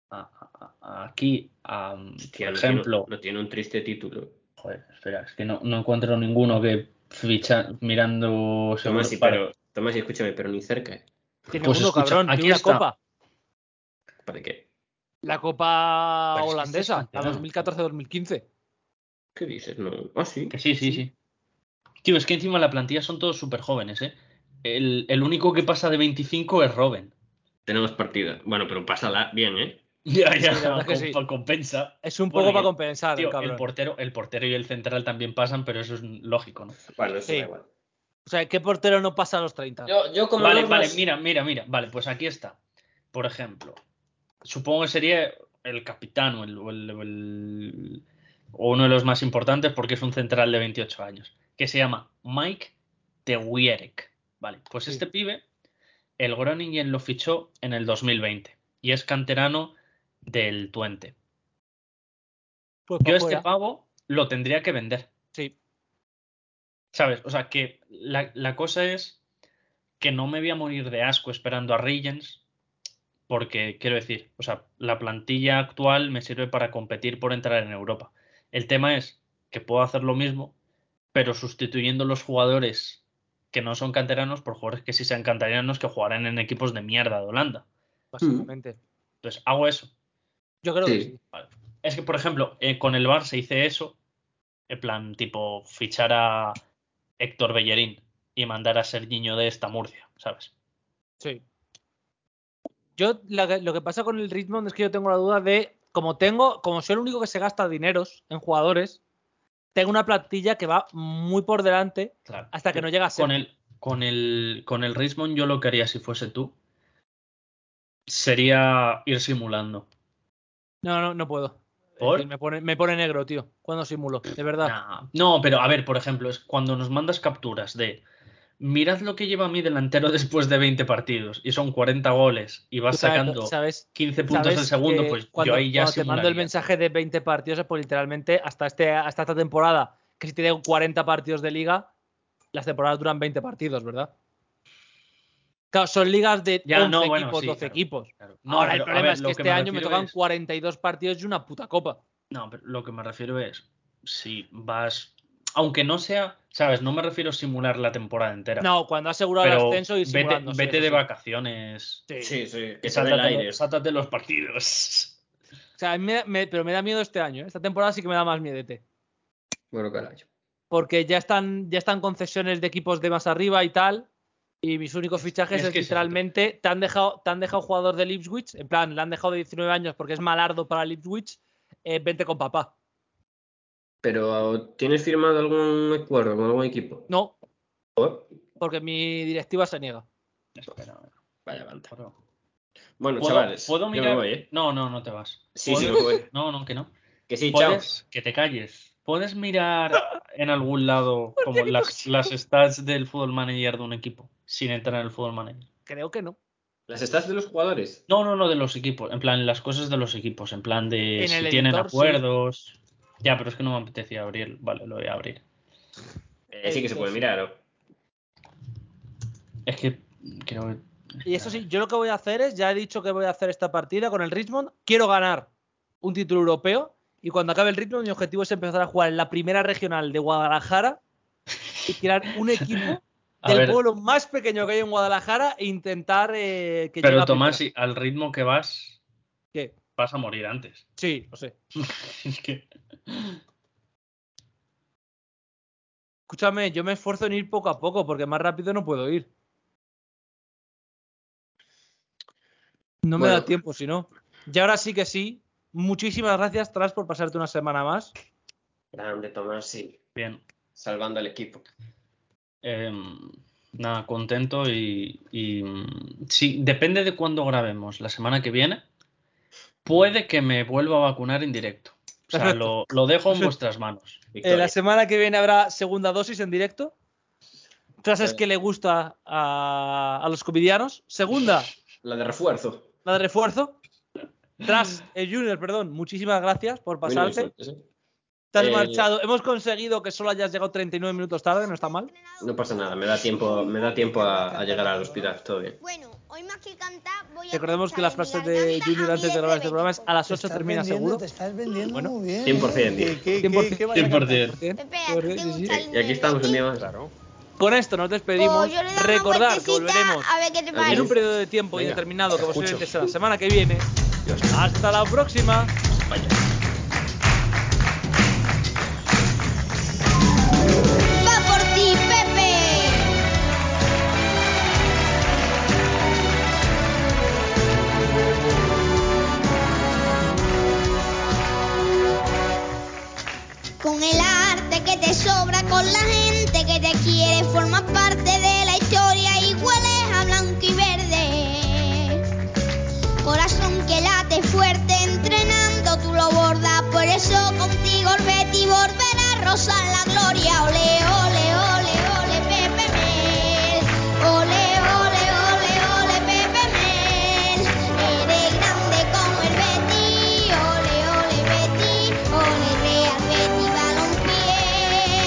G: a- a- a- aquí, a,
F: Hostia,
G: por
F: no tiene-
G: ejemplo,
F: no tiene un triste título.
G: joder, espera, es que no, no encuentro ninguno que ficha mirando seguro
F: Tomás, y,
G: para-
F: pero, Tomás, y escúchame, pero ni cerca. ¿eh?
E: Tiene
G: Pues
E: uno,
G: escucha,
E: cabrón.
G: aquí
E: tiene una
G: está.
E: copa.
F: ¿Para qué?
E: La copa
G: Pero es que este
E: holandesa,
G: es
E: la
G: canterano.
E: 2014-2015.
F: ¿Qué dices? No. Ah, sí.
G: Que sí, sí, sí. Tío, es que encima la plantilla son todos súper jóvenes, ¿eh? El, el único que pasa de 25 es Robin. <laughs>
F: Tenemos partida. Bueno, pero pásala bien, ¿eh?
G: Ya,
E: Sí, la verdad que sí.
G: compensa.
E: Es un
G: Bueno,
E: poco
G: y-
E: para compensar, el
G: Tío, el
E: cabrón.
G: portero, el portero y el central también pasan, pero eso es lógico, ¿no?
F: Bueno, eso
E: Sí.
F: da igual.
E: O sea, ¿qué portero no pasa a los 30?
F: Yo, yo como
G: Vale,
F: normas-
G: vale, mira, mira, mira. Vale, pues aquí está. Por ejemplo, supongo que sería el capitán o, el, o el- o el- o uno de los más importantes porque es un central de 28 años, que se llama Mike Tewierek. Vale, pues
E: Sí.
G: este pibe, el Groningen lo fichó en el 2020 y es canterano del Twente.
E: Pues
G: Yo
E: para
G: este
E: fuera.
G: pavo lo tendría que vender.
E: Sí.
G: ¿Sabes? O sea, que la, la cosa es que no me voy a morir de asco esperando a Regents, porque quiero decir, o sea, la plantilla actual me sirve para competir por entrar en Europa. El tema es que puedo hacer lo mismo, pero sustituyendo los jugadores que no son canteranos por jugadores que sí sean canteranos que jugarán en equipos de mierda de Holanda.
E: Básicamente.
G: Entonces, hago eso.
E: Yo creo que
F: Sí.
E: sí.
G: Es que, por ejemplo, eh, con el Barça hice eso, en plan, tipo, fichar a Héctor Bellerín y mandar a Sergiño de esta Murcia, ¿sabes?
E: Sí. Yo la que- lo que pasa con el Richmond es que yo tengo la duda de, como tengo, como soy el único que se gasta dineros en jugadores, tengo una plantilla que va muy por delante
G: Claro.
E: hasta que no llega a ser.
G: Eh, Con el, con el, con el Richmond yo lo que haría si fuese tú sería ir simulando.
E: No, no, no puedo. Es
G: ¿Por?
E: decir, Me pone, me pone negro, tío. Cuando simulo, de verdad.
G: Nah. No, pero a ver, por ejemplo, es cuando nos mandas capturas de mirad lo que lleva mi delantero después de 20 partidos y son 40 goles y vas
E: Tú sabes-
G: sacando
E: ¿Sabes?
G: 15 puntos
E: sabes
G: al segundo,
E: que
G: pues
E: cuando,
G: yo ahí ya
E: cuando te mando el
G: simularía.
E: mensaje de 20 partidos es pues literalmente hasta, este, hasta esta temporada, que si te digo 40 partidos de liga, las temporadas duran 20 partidos, ¿verdad? Claro, son ligas de
G: Ya,
E: 11
G: no, bueno,
E: equipos,
G: sí,
E: 12
G: claro.
E: equipos.
G: Claro.
E: Ahora,
G: pero,
E: el
G: a
E: problema
G: ver,
E: es
G: lo
E: que este año me
G: refiero
E: tocan
G: es-
E: 42 partidos y una puta copa.
G: No, pero lo que me refiero es, si vas, aunque no sea, sabes, no me refiero a simular la temporada entera.
E: No, cuando ha asegurado el
G: pero
E: ascenso y
G: vete,
E: simulando. sí,
G: vete
E: eso
G: de
E: sí.
G: vacaciones.
E: Sí.
F: Sí, sí.
G: y
F: Que sale el
G: sáltate
F: aire.
G: los- sáltate los partidos. <laughs>
E: O sea, me- me- pero me da miedo este año. ¿eh? Esta temporada sí que me da más miedete.
F: Bueno, carajo.
E: porque ya están, ya están concesiones de equipos de más arriba y tal. Y mis únicos fichajes
G: es
E: es,
G: que es
E: literalmente, te han, dejado, te han dejado jugador de Ipswich, en plan, le han dejado de 19 años porque es malardo para el Ipswich, eh, vente con papá.
F: Pero, ¿tienes firmado algún acuerdo con algún equipo?
E: No,
F: ¿Por?
E: porque mi directiva se niega.
G: Espera, a ver,
F: Vaya, banda.
G: por favor.
F: Bueno,
G: eh. ¿Puedo,
F: chavales,
G: puedo
F: yo me
G: mirar?
F: voy, ¿eh?
G: No, no, no te vas.
F: Sí, sí,
G: ¿Puedo-
F: me voy.
G: No, no, que no.
F: Que sí, chao.
G: ¿Puedes, que te calles. ¿Puedes mirar
E: <laughs>
G: en algún lado como las, las stats del fútbol manager de un equipo sin entrar en el fútbol manager?
E: Creo que no.
F: ¿Las estás de los jugadores?
G: No, no, no, de los equipos. En plan, las cosas de los equipos. En plan de
E: En
G: si
E: el
G: tienen
E: editor, sí.
G: acuerdos. Ya, pero es que no me apetecía abrir. Vale, lo voy a abrir.
F: Eh, sí que se puede mirar, ¿o?
G: Es que creo que.
E: Y eso sí, yo lo que voy a hacer es, ya he dicho que voy a hacer esta partida con el Richmond, quiero ganar un título europeo y cuando acabe el Richmond mi objetivo es empezar a jugar en la primera regional de Guadalajara y tirar
G: <laughs>
E: un equipo
G: A
E: del
G: ver.
E: pueblo más pequeño que hay en Guadalajara e intentar eh, que llegue
G: Pero
E: a
G: Tomás,
E: primera.
G: si al ritmo que vas,
E: ¿Qué?
G: vas a morir antes. <laughs>
E: Sí, lo sé.
G: Es que-
E: Escúchame, yo me esfuerzo en ir poco a poco porque más rápido no puedo ir. No me
F: Bueno.
E: da tiempo, si no. Y ahora sí que sí. Muchísimas gracias, Tras, por pasarte una semana más.
F: Grande, Tomás, sí.
G: Bien.
F: Salvando al equipo.
G: Em, nada, contento y, y, mm, sí, depende de cuándo grabemos la semana que viene. Puede que me vuelva a vacunar en directo. O sea,
E: Perfecto.
G: lo, lo dejo
E: <laughs>
G: en vuestras manos.
E: Eh,
F: Victoria.
E: la semana que viene habrá segunda dosis en directo. Frases
F: Eh.
E: que le gusta a, a los covidianos. Segunda,
F: La de refuerzo.
E: la de refuerzo. Tras, el Junior, perdón. Muchísimas gracias por
F: Muy
E: pasarte.
F: interesante, sí.
E: Te has
F: Eh,
E: marchado. Hemos conseguido que solo hayas llegado 39 minutos tarde, no está mal.
F: No pasa nada, me da tiempo, me da tiempo a, a llegar al hospital, todo bien.
D: Bueno, hoy más que cantar, voy a.
E: Recordemos que
D: cortar
E: las
D: en
E: frases
D: mi
E: de
D: garganta
E: Junior
D: a
E: antes
D: mi
E: de grabar este programa es a las
I: Te
E: 8
I: estás
E: termina
I: vendiendo,
E: seguro.
I: Te estás vendiendo
E: Bueno,
I: muy bien.
F: 100%,
I: ¿eh?
F: tío.
I: ¿Qué- qué-
E: 100%.
I: qué vaya a cantar?
G: 100%.
E: Bien,
D: Pepe, ¿a
E: bien,
D: ti te
E: sí, sí.
D: gusta el
F: Y aquí estamos un día más.
E: Con esto nos despedimos.
D: Pues yo le doy una
E: Recordar que
D: vueltecita,
E: volveremos
D: A ver qué te
E: en
F: ver.
D: parece.
E: un periodo de tiempo
F: Venga,
E: indeterminado que
F: escucho.
E: posiblemente sea la semana que viene. Hasta la próxima.
F: Vaya.
D: Va por ti, Pepe. Con el arte que te sobra, con la gente que te quiere, formas parte de la historia y hueles a blanco y verde. Corazón que late fuerte, entrenando tú lo bordas, por eso contigo el Betty volverá a rozar la gloria. Ole, ole, ole, ole, Pepe Mel. Ole, ole, ole, ole, Pepe Mel. Eres grande como el Betty. Ole, ole, Betty. Ole, Real Betty, balompié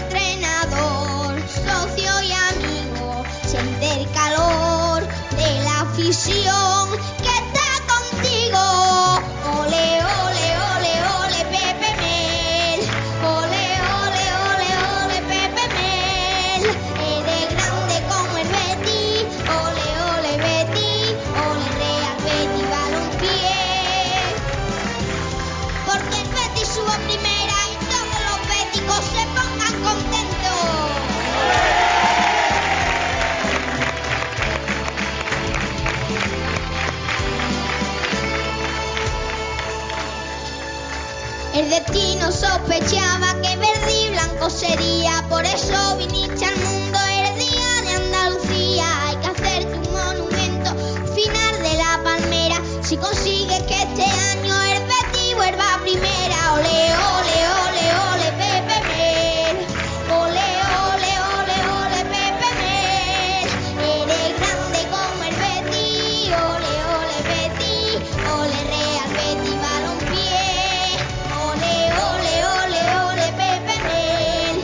D: entrenador, socio y amigo, siente el calor de la afición que está contigo. Ole, ole, ole, ole, Pepe Mel. Ole, ole, ole, ole, Pepe Mel. Eres grande como el Betty. Ole, ole, Betty. Ole, Real Betty, balompié porque el Betis suba a primera y todos los béticos se pongan contentos. El destino sospechaba que verde y blanco sería, por eso viniste al mundo el día de Andalucía. Hay que hacerte un monumento, final de la palmera, si consigues que este año el Betis vuelva a primera. Ole, ole, ole, ole, Pepe Mel. Ole, ole, ole, ole, Pepe Mel. Eh. Eres grande como el Betis, ole, ole, Betis, ole, Real Betis, balompié. Ole, ole, ole, ole, Pepe Mel.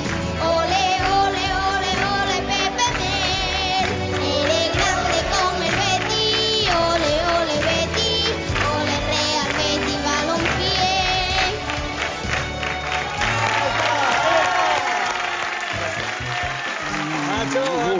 D: Ole, ole, ole, ole, Pepe Mel. Eres grande como el Betis. Ole, ole, Betis. Ole, Real Betis, balompié.
E: Macho.